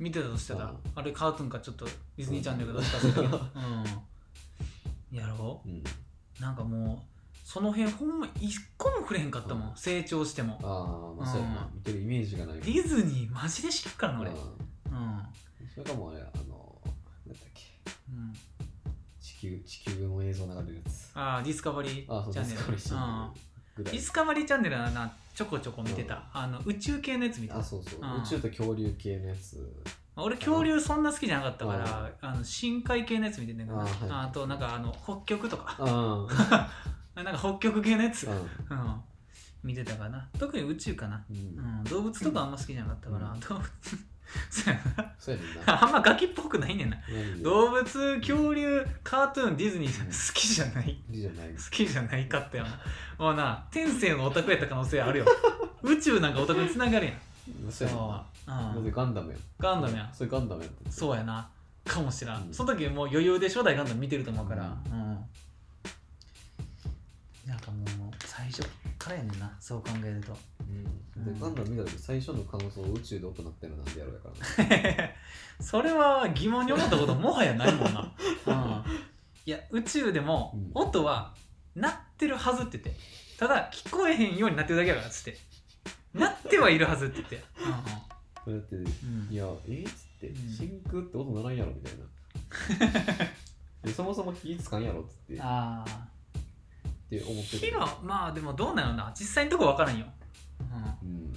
Speaker 2: 見てたとしたら
Speaker 1: うん
Speaker 2: あれカートゥーンかちょっとディズニーチャンネルかどっちかするけど、うん、やろ
Speaker 1: うん
Speaker 2: うなんかもうその辺ほんま一個も触れへんかったもん、
Speaker 1: うん
Speaker 2: 成長しても
Speaker 1: ああまあそうやな、見てるイメージがない
Speaker 2: ディズニーマジで知るからな俺、うん
Speaker 1: うんそれかもうあれあのなんだっけ
Speaker 2: うん、
Speaker 1: 地球地球の映像流れるやつ
Speaker 2: ああディスカバリ
Speaker 1: ああそ
Speaker 2: ー
Speaker 1: う
Speaker 2: チ
Speaker 1: デ
Speaker 2: ャ
Speaker 1: ィ
Speaker 2: ンネ
Speaker 1: スカバリー
Speaker 2: ル
Speaker 1: チ
Speaker 2: う
Speaker 1: ャ
Speaker 2: ん
Speaker 1: ンネルぐら
Speaker 2: デ
Speaker 1: い
Speaker 2: ィスカバリーチャンネルはなちょこちょこ見てた、
Speaker 1: うん
Speaker 2: あの宇宙系のやつ見てた
Speaker 1: あそうそう、
Speaker 2: うん
Speaker 1: 宇宙と恐竜系のやつ
Speaker 2: まあ俺恐竜そんな好きじゃなかったからあの深海系のやつ見てんだけどな
Speaker 1: あーはい
Speaker 2: あとなんかあの北極とか [laughs]
Speaker 1: あ
Speaker 2: なんか北極系のやつ、
Speaker 1: あ、うん
Speaker 2: うん、見てたかな特に宇宙かな、
Speaker 1: う、
Speaker 2: うんん、動物とかあんま好きじゃなかったから、
Speaker 1: うん
Speaker 2: 動物 [laughs] そうや
Speaker 1: そうやねんな。
Speaker 2: なあんまガキっぽくないねんな
Speaker 1: 何で
Speaker 2: 動物恐竜カートゥーンディズニー
Speaker 1: うん
Speaker 2: 好きじゃない
Speaker 1: いいじゃない
Speaker 2: 好きじゃないかったよなもうな天性のオタクやった可能性あるよ宇宙なんかオタクにつながるや
Speaker 1: [laughs]
Speaker 2: ん
Speaker 1: そうやねんな。
Speaker 2: う
Speaker 1: だっ
Speaker 2: ん
Speaker 1: てガンダムやん。
Speaker 2: ガンダムやん
Speaker 1: それガンダムやん。
Speaker 2: そうやなかもしらん、
Speaker 1: うん
Speaker 2: その時もう余裕で初代ガンダム見てると思うから、うんなんかもう最初からやねんなそう考え
Speaker 1: [laughs]
Speaker 2: ると
Speaker 1: うん。
Speaker 2: うん
Speaker 1: で、ガンダム見た時最初の可能性を宇宙で行ったのなんでやろうや
Speaker 2: [laughs]
Speaker 1: からな。
Speaker 2: それは疑問に思ったこともはやないも
Speaker 1: [laughs]
Speaker 2: んな、うん、いや宇宙でも
Speaker 1: うん
Speaker 2: 音は鳴ってるはずって言ってただ聞こえへんようになってるだけやからっつって鳴ってはいるはずって言って、
Speaker 1: それだって、
Speaker 2: うんうんうん
Speaker 1: いや、えっつって、
Speaker 2: うん
Speaker 1: 真空って音ならんやろみたいな。
Speaker 2: [laughs]
Speaker 1: でそもそも火つかんやろっつって、っ
Speaker 2: ああ
Speaker 1: て思って
Speaker 2: 火はまあでもどうなのな実際のとこ分からんよ、うん
Speaker 1: うん。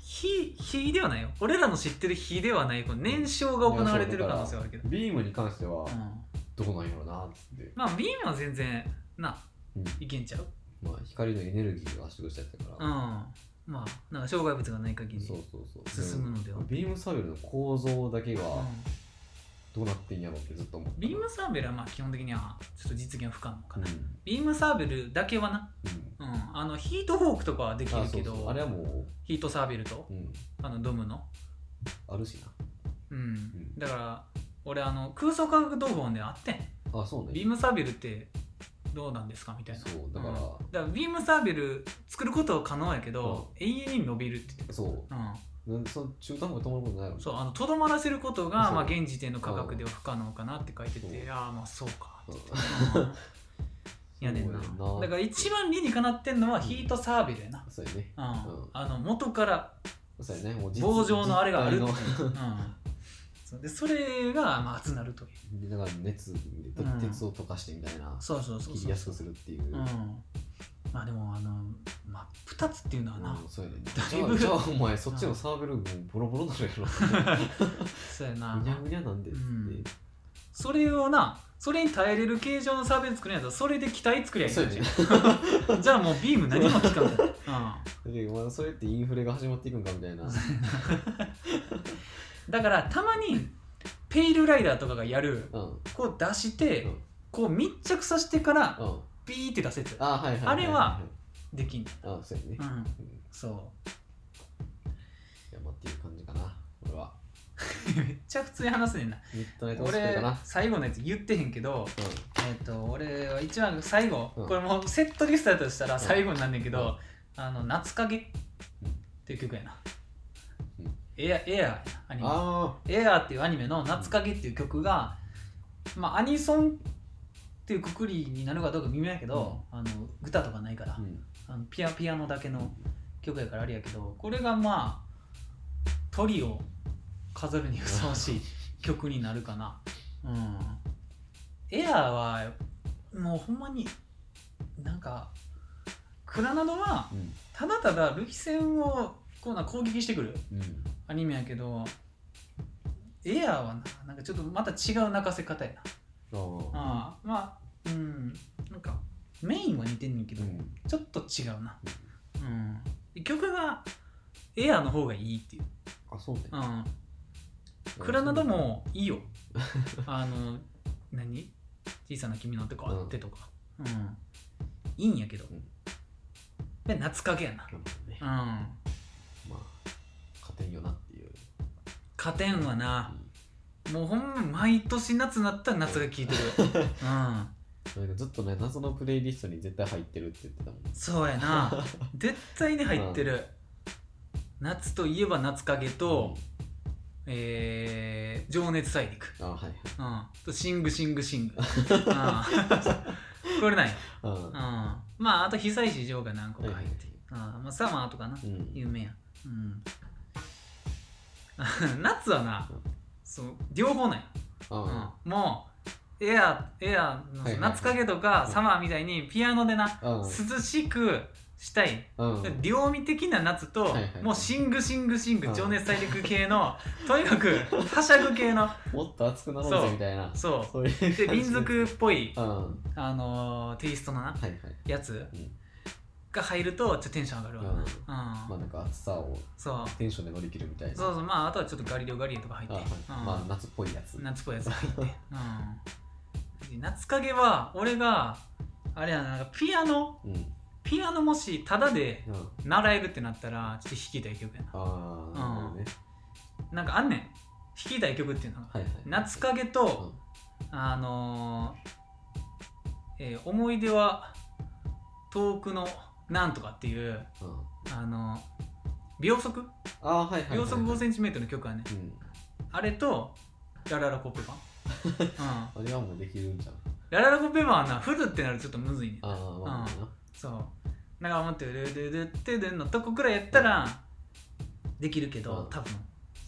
Speaker 2: 火火ではないよ俺らの知ってる火ではないこの燃焼が行われてる可能性はあるけど、
Speaker 1: ビームに関しては
Speaker 2: う、ん、
Speaker 1: どうなんやろなっつって。
Speaker 2: まあビームは全然な
Speaker 1: うん
Speaker 2: いけんちゃう
Speaker 1: まあ、光のエネルギーが圧縮しちゃった
Speaker 2: う
Speaker 1: か
Speaker 2: ん
Speaker 1: ら。
Speaker 2: まあなんか障害物がない限り
Speaker 1: そうそうそう。
Speaker 2: 進むのでは
Speaker 1: ビームサーベルの構造だけが
Speaker 2: うん
Speaker 1: どうなってんやろってずっと思ってた
Speaker 2: ビームサーベルはまあ基本的にはちょっと実現不可能
Speaker 1: う
Speaker 2: か
Speaker 1: ん
Speaker 2: な、ビームサーベルだけはな、
Speaker 1: うん
Speaker 2: うん、あのヒートフォークとかはできる
Speaker 1: あそ
Speaker 2: け
Speaker 1: う
Speaker 2: ど
Speaker 1: そうあれはも
Speaker 2: ヒートサーベルと
Speaker 1: う、うん、
Speaker 2: あのドムの
Speaker 1: あるし
Speaker 2: うん、
Speaker 1: ん
Speaker 2: だから俺あの空想科学同本であってん
Speaker 1: なあそう
Speaker 2: ビ
Speaker 1: ね
Speaker 2: ームサーベルってどうなんですかみたいな
Speaker 1: そうだから、
Speaker 2: だからビームサーベル作ることは可能やけど、永遠に伸びるって言って
Speaker 1: そ
Speaker 2: たうん
Speaker 1: うなんでその中途半端に止まることないの
Speaker 2: そうあのとどまらせることが、
Speaker 1: そう
Speaker 2: まあ、現時点の価格では不可能かなって書いてて
Speaker 1: そう
Speaker 2: ああまあそう
Speaker 1: [laughs]
Speaker 2: か
Speaker 1: うん
Speaker 2: うんやねんな
Speaker 1: そうやな
Speaker 2: だから一番理にかなってんのはヒートサーベルやな、
Speaker 1: そうやね
Speaker 2: うん
Speaker 1: うん
Speaker 2: あの元から
Speaker 1: そうやねもう実
Speaker 2: 棒状のあれがあるっていう、
Speaker 1: 実
Speaker 2: うん、そうでそれが、まあ、熱なるという
Speaker 1: 体のだ [laughs] から熱でと
Speaker 2: うん
Speaker 1: 鉄を溶かしてみたいな、
Speaker 2: そうそうそう
Speaker 1: 切
Speaker 2: そ
Speaker 1: り
Speaker 2: う
Speaker 1: や、すくするっていう、
Speaker 2: うん、まあでもあの真っ二つっていうのはな、
Speaker 1: うんそうやね
Speaker 2: だいぶ
Speaker 1: じゃあじゃあお前そっちのサーベルもうボロボロになるや
Speaker 2: そうやな
Speaker 1: ろぐにゃぐにゃなんでっつって、
Speaker 2: それをなそれに耐えれる形状のサーベル作るんやったらそれで機体作りゃいいん
Speaker 1: そうや
Speaker 2: だ
Speaker 1: ね
Speaker 2: よじゃあもうビーム何も効か
Speaker 1: [laughs]
Speaker 2: んから、
Speaker 1: でお前それってインフレが始まっていくんかみたいな
Speaker 2: うん、だからたまにペイルライダーとかがやる
Speaker 1: うんうん
Speaker 2: こう出して、
Speaker 1: うん
Speaker 2: こう密着させてから
Speaker 1: あ
Speaker 2: ピーって出せって
Speaker 1: はいはいいいい
Speaker 2: あれはできんね
Speaker 1: あそうやね、
Speaker 2: ん、うん、
Speaker 1: う
Speaker 2: [laughs]
Speaker 1: んい
Speaker 2: そ
Speaker 1: やまあっていう感じかな俺は
Speaker 2: うめっちゃ普通に話すねんな
Speaker 1: ミッドナイトホスピタル
Speaker 2: 俺
Speaker 1: かな
Speaker 2: 最後のやつ言ってへんけどえっ、と俺は一番最後、
Speaker 1: うん
Speaker 2: これもうセットリストだとしたら最後になんねんけど、あの夏影っていう曲やな、
Speaker 1: うん
Speaker 2: エアエアやなア
Speaker 1: う
Speaker 2: ニ
Speaker 1: ん、あ
Speaker 2: メエアっていうアニメの夏影っていう曲が、まあアニソンっていうくくりになるかどうか微妙やけど、あの歌とかないから、
Speaker 1: あ、うん、
Speaker 2: あのピアピアノだけの曲やからあれやけどこれがまあトリを飾るにふさわしい曲になるかなうんエアーはもうほんまになんかクラナドは
Speaker 1: うん
Speaker 2: ただただルキ戦をこうな攻撃してくる
Speaker 1: うん
Speaker 2: アニメやけどエアーはななんかちょっとまた違う泣かせ方やな
Speaker 1: あ
Speaker 2: ああまあうんなんかメインは似てんねんけ
Speaker 1: ーう
Speaker 2: ど、
Speaker 1: ん
Speaker 2: ちょっと違うなうん曲がエアーの方がいいっていう、
Speaker 1: あそうね
Speaker 2: うん、クラナドもいいよあの何小さな君の手こうやってとか、うんいいんやけど、
Speaker 1: うん
Speaker 2: で夏影やな
Speaker 1: なるほどね
Speaker 2: うん
Speaker 1: まあ勝てんよなっていう
Speaker 2: 加点はな
Speaker 1: うん
Speaker 2: もうほんま毎年夏なったら夏が効いてるうん
Speaker 1: なんかずっとね謎のプレイリストに絶対入ってるって言ってたもん
Speaker 2: そうやな絶対に入ってる、夏といえば夏影と、えー情熱大陸、
Speaker 1: うんあはいはい
Speaker 2: うん、とシングシングシング、うん、 [laughs] これない、うん、
Speaker 1: あ
Speaker 2: まああと久石譲が何個か入ってる、うんまあ、サマーとかな
Speaker 1: ーうん
Speaker 2: 有名や、うん、 [laughs] 夏はな
Speaker 1: うん
Speaker 2: そう両方なんや
Speaker 1: あ
Speaker 2: うんもうエアエアの
Speaker 1: はいはい
Speaker 2: 夏影とか
Speaker 1: うん
Speaker 2: サマーみたいにピアノでな
Speaker 1: ーうん
Speaker 2: 涼しくしたい
Speaker 1: うん
Speaker 2: 両味的な夏と、
Speaker 1: いはいはい
Speaker 2: もうシングシングシング
Speaker 1: うん
Speaker 2: 情熱大陸系の
Speaker 1: [laughs]
Speaker 2: とにかくはしゃぐ系の
Speaker 1: もっと熱くなろう
Speaker 2: そう
Speaker 1: ぜみたいな
Speaker 2: そ
Speaker 1: そういう感
Speaker 2: う
Speaker 1: じ
Speaker 2: で民族っぽい
Speaker 1: う、んは
Speaker 2: あのーテイストのない
Speaker 1: はい
Speaker 2: やつ
Speaker 1: うん
Speaker 2: が入るとちょっとテンション上がるわな、
Speaker 1: うん
Speaker 2: うん
Speaker 1: まあなんか暑さを
Speaker 2: そう
Speaker 1: テンションで乗り切るみたいな
Speaker 2: そうそうまああとはちょっとガリレオガリレオとか入っ
Speaker 1: あは
Speaker 2: て、
Speaker 1: い
Speaker 2: うん
Speaker 1: まあ夏っぽいやつ
Speaker 2: 夏っぽいやつ入って、うん、夏影は俺があれやななんかピアノ
Speaker 1: うんうん
Speaker 2: ピアノもしタダで習えるってなったらちょっと弾きたい曲やな
Speaker 1: ああなるほどね
Speaker 2: なんかあんねん弾きたい曲っていうのが
Speaker 1: はいはい
Speaker 2: 夏影と、あのーえー思い出は遠くのなんとかっていう、
Speaker 1: うん
Speaker 2: あのー秒速
Speaker 1: ああはいはいはい
Speaker 2: 秒速 5cm の曲はね、
Speaker 1: うん
Speaker 2: あれとラララコッペパン、うん、
Speaker 1: あれはもうできるんじゃん
Speaker 2: ラララコッペパンはなフルってなるとちょっとむずいねん
Speaker 1: ああまあな
Speaker 2: そうなんか思ってるルルルってでのとこくらいやったらできるけ
Speaker 1: う
Speaker 2: ど、
Speaker 1: ん
Speaker 2: 多分、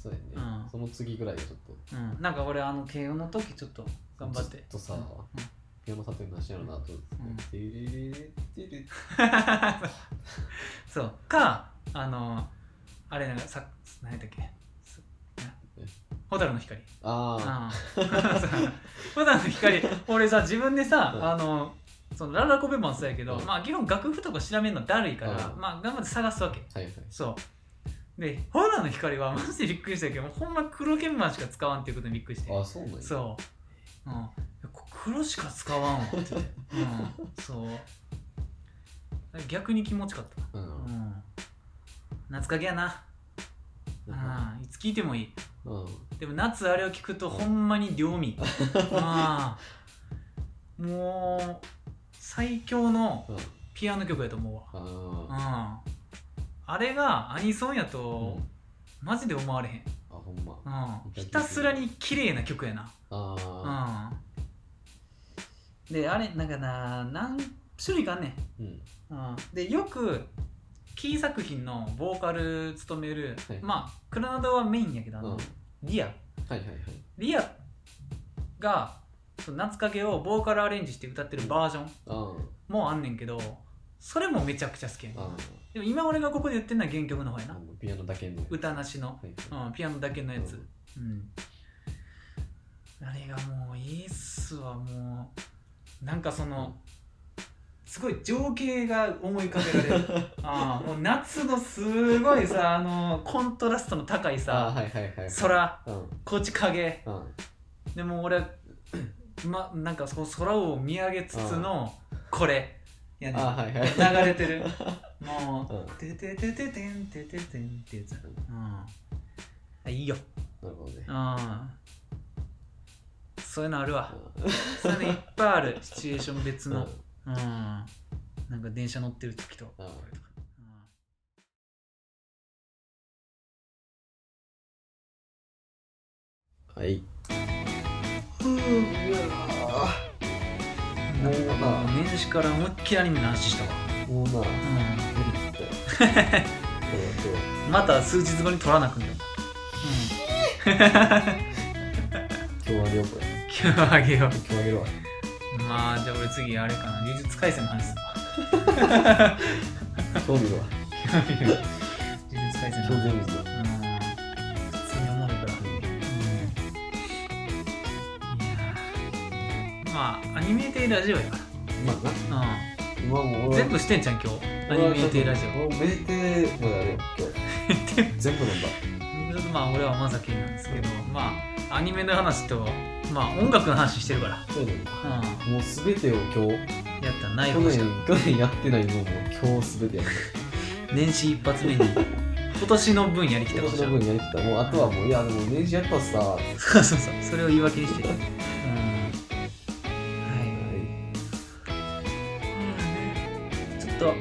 Speaker 1: そうや
Speaker 2: う
Speaker 1: ね
Speaker 2: ん
Speaker 1: その次ぐらいはちょっと
Speaker 2: うん、なんか俺あの慶応の時ちょっと頑張っ
Speaker 1: [laughs] ず
Speaker 2: て
Speaker 1: っとさ
Speaker 2: うん
Speaker 1: ピアノ立てるのしやろうなと思
Speaker 2: うん
Speaker 1: っててれれれてれ
Speaker 2: そうかあのあれなんかさ何やったっけすな
Speaker 1: え
Speaker 2: 蛍の光
Speaker 1: あ
Speaker 2: あ [laughs] あ蛍の光俺さ自分でさ、
Speaker 1: うん
Speaker 2: あのそのララコベもそうやけど、
Speaker 1: うん
Speaker 2: まあ基本楽譜とか調べるのだるいから、
Speaker 1: うん
Speaker 2: まあ頑張って探すわけ
Speaker 1: あはいはい
Speaker 2: そうで蛍の光はマジでびっくりしたけどもうほんま黒鍵盤しか使わんっていうことにびっくりして
Speaker 1: ああそうなんや
Speaker 2: そう、うん、こ黒しか使わんわって言って、うん、そう逆に気持ちかった
Speaker 1: うん
Speaker 2: うん夏影やな、
Speaker 1: なんか
Speaker 2: うん、いつ聞いてもいい
Speaker 1: うん
Speaker 2: でも夏あれを聞くとほんまに両味ああもう最強の
Speaker 1: うん
Speaker 2: ピアノ曲やと思うわ、うん、
Speaker 1: あ
Speaker 2: あれがアニソンや
Speaker 1: あ
Speaker 2: と
Speaker 1: うん
Speaker 2: マジで思われへん、
Speaker 1: あほんま
Speaker 2: うん、ひたすらに綺麗な曲やな
Speaker 1: ああ
Speaker 2: うん、であれなんかな何種類かあんね
Speaker 1: うん
Speaker 2: ん、うん、でよくキー作品のボーカル務める、
Speaker 1: はい
Speaker 2: まあクラナドはメインやけどあ
Speaker 1: うん
Speaker 2: の、
Speaker 1: はい
Speaker 2: リア
Speaker 1: はいはい
Speaker 2: リアがその夏影をボーカルアレンジして歌ってるバージョン
Speaker 1: あ
Speaker 2: もあんねんけどそれもめちゃくちゃ好きやねん
Speaker 1: ああ
Speaker 2: でも今俺がここで言ってんのは原曲の方や
Speaker 1: あ
Speaker 2: な
Speaker 1: のピアノだけのは
Speaker 2: 歌なしの、
Speaker 1: いは
Speaker 2: うん、ピアノだけの
Speaker 1: い
Speaker 2: やつ、うん、あれがもういいっすわもうなんかそのすごい情景が思い浮かべ
Speaker 1: [laughs]
Speaker 2: られるああもう夏のすごいさあのコントラストの高い
Speaker 1: ああ
Speaker 2: さ
Speaker 1: はいはいはい
Speaker 2: 空
Speaker 1: うん
Speaker 2: こっち影
Speaker 1: うん
Speaker 2: でも俺 [clears throat] は、ま、なんかその空を見上げつつのこれやね
Speaker 1: ああはいはい
Speaker 2: 流れ
Speaker 1: [laughs]
Speaker 2: てるもう
Speaker 1: うん
Speaker 2: 「てててててんてててん」ってやつうんあいいよ
Speaker 1: なるほどね
Speaker 2: うんそういうのあるわ
Speaker 1: うん
Speaker 2: そういうのいっぱいあるシチュエーション別
Speaker 1: うん
Speaker 2: のうんなんか電車乗ってる時とか
Speaker 1: うん
Speaker 2: うん
Speaker 1: はいもう
Speaker 2: もう
Speaker 1: な
Speaker 2: 年始から思いっきりアニメの話したわ
Speaker 1: もうな無理
Speaker 2: う
Speaker 1: だよそうそ
Speaker 2: ん、また数日後に取らなくても、
Speaker 1: う今日あげようこれ
Speaker 2: うん、今日あげよ
Speaker 1: 今日あげるわ
Speaker 2: うまあじゃあ俺次あれかな呪術廻戦の話するわ
Speaker 1: [laughs] 今日見るわ
Speaker 2: 呪術廻戦の
Speaker 1: 今日
Speaker 2: 話
Speaker 1: 全部見るわ
Speaker 2: うん普通におもろいからうんいやーまあアニメーラジオやか
Speaker 1: まあな
Speaker 2: ら、
Speaker 1: 今も
Speaker 2: うん、
Speaker 1: 俺
Speaker 2: 全部してんじゃん今日アニメーラジ
Speaker 1: もうメーテーまであるよ今日全部飲んだ
Speaker 2: オちょっとまあ俺はまさきなんですけどまあアニメの話とまあ音楽の話してるから
Speaker 1: そうやね
Speaker 2: うん
Speaker 1: もう全てを今日
Speaker 2: やったらない
Speaker 1: 去
Speaker 2: 方し
Speaker 1: 年去
Speaker 2: か
Speaker 1: 年やってないもんもう今日全てやった
Speaker 2: 年始一発目に今年の分やりきた
Speaker 1: 今
Speaker 2: こ
Speaker 1: 年
Speaker 2: とじゃ
Speaker 1: の
Speaker 2: ん
Speaker 1: 分やりきったもうあとはもういやでも年始やったしさは
Speaker 2: そうそうそうそれを言い訳にしてるうんはい
Speaker 1: い
Speaker 2: ちょっと、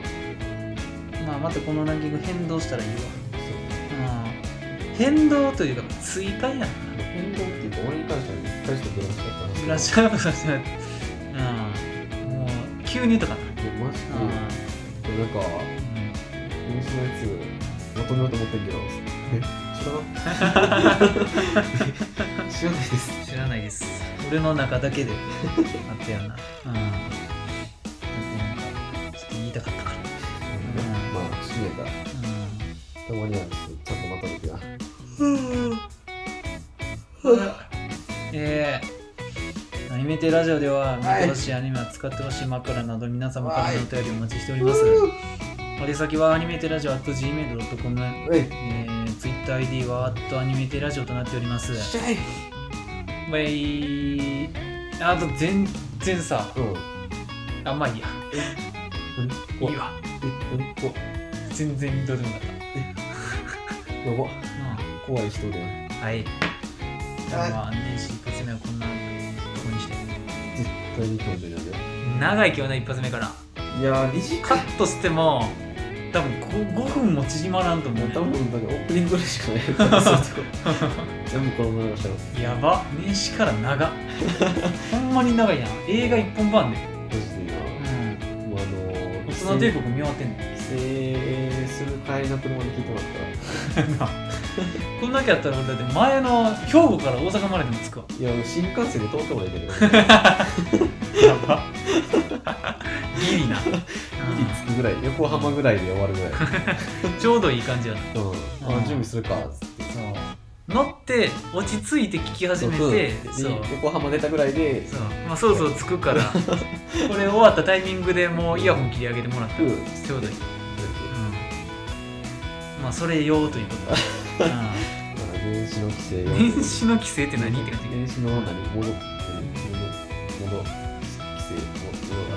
Speaker 2: まあ、またこのランキング変動したらいいわ。うん、変動というか、追加やな。
Speaker 1: 変動っていうか俺に関しては一回しかブラッシュやった
Speaker 2: ブラッシュアップさせない。うん、もう、急にとかな。
Speaker 1: もうマジで
Speaker 2: う
Speaker 1: で
Speaker 2: ん
Speaker 1: なんかニュースのやつ求めようと思ってんけどえ知らな知らないです
Speaker 2: 知らないです。俺の中だけであったよな。うん。だってなんか、ちょっと言いたかったから。
Speaker 1: まあ趣味やからたまにはちゃんとまとめてな
Speaker 2: うん。えーアニメテラジオでは見
Speaker 1: はい
Speaker 2: てほしいアニメを使ってほしい枕など皆様から
Speaker 1: はい
Speaker 2: のお便りをお待ちしております。宛先はアニメテラジオ at gmail.com、
Speaker 1: えい
Speaker 2: えー、TwitterID は at アニメテラジオとなっております。
Speaker 1: しゃい
Speaker 2: ウェイあと全然さ、
Speaker 1: うん
Speaker 2: あ、まあいいや。
Speaker 1: え
Speaker 2: いいわ。
Speaker 1: えこ
Speaker 2: 全然どうでもよかっ
Speaker 1: やば
Speaker 2: た。う
Speaker 1: 怖い人だよ
Speaker 2: ん、はい。じゃあまあ年始一発目はこんなとこにして。
Speaker 1: 絶対に今日中にあげよ
Speaker 2: 長いけどね、一発目から。
Speaker 1: ういやー短
Speaker 2: カットしても多分 5, 分も縮まらんと思
Speaker 1: も
Speaker 2: う、
Speaker 1: う
Speaker 2: ね、
Speaker 1: 多分だけどオープニングぐらいしかないからそういうとこ全部このまま流したら
Speaker 2: やば年始から [laughs] 長ほんまに長いやん映画一本版で、
Speaker 1: マジでな
Speaker 2: う
Speaker 1: もうあのー
Speaker 2: ん、大人帝国見終わってんね
Speaker 1: 帰省する帰りの車で聞いてもらっ
Speaker 2: んなあ [laughs] こんだけやったら俺だって前の兵庫から大阪まででも着くわ
Speaker 1: たらいや新幹線で通ってもらえてるよ [laughs]
Speaker 2: やばギリな
Speaker 1: ギリ着くぐらい横浜ぐらいで終わるぐらい
Speaker 2: うんちょうどいい感じやな
Speaker 1: うんあ準備するかっつって
Speaker 2: そう乗って落ち着いて聞き始め
Speaker 1: そう
Speaker 2: て
Speaker 1: で
Speaker 2: そう
Speaker 1: 横浜出たぐらいで
Speaker 2: そう、まあ、そろそろ着くからこれ終わったタイミングでもうイヤホン切り上げてもらった
Speaker 1: う
Speaker 2: ら
Speaker 1: ん
Speaker 2: ちょうどいい、うん、まあそれ用ということで、
Speaker 1: 年始の帰省
Speaker 2: う
Speaker 1: が
Speaker 2: ん、年始の規制って何って感じ
Speaker 1: 年始の何戻って戻戻帰省戻戻ら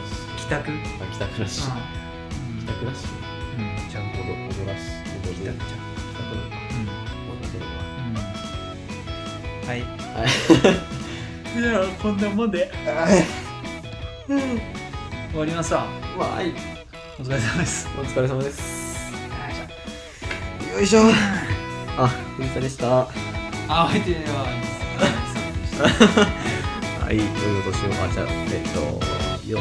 Speaker 1: し
Speaker 2: 帰宅うん、うん、
Speaker 1: あ帰宅らしい帰宅らしい
Speaker 2: ちゃう
Speaker 1: 戻 [laughs] 戻らし戻
Speaker 2: 帰
Speaker 1: る帰
Speaker 2: 宅ちゃ
Speaker 1: 宅なのか
Speaker 2: う、うん
Speaker 1: 戻ってるの
Speaker 2: うん、はい
Speaker 1: は
Speaker 2: [laughs] じゃあこんなもんで
Speaker 1: はい
Speaker 2: 終わりますわ
Speaker 1: まあはい
Speaker 2: お疲れ様です
Speaker 1: お疲れ様ですよいしょあ藤田でしたは
Speaker 2: あおいてはい
Speaker 1: い良いお年をあじゃあえっと4分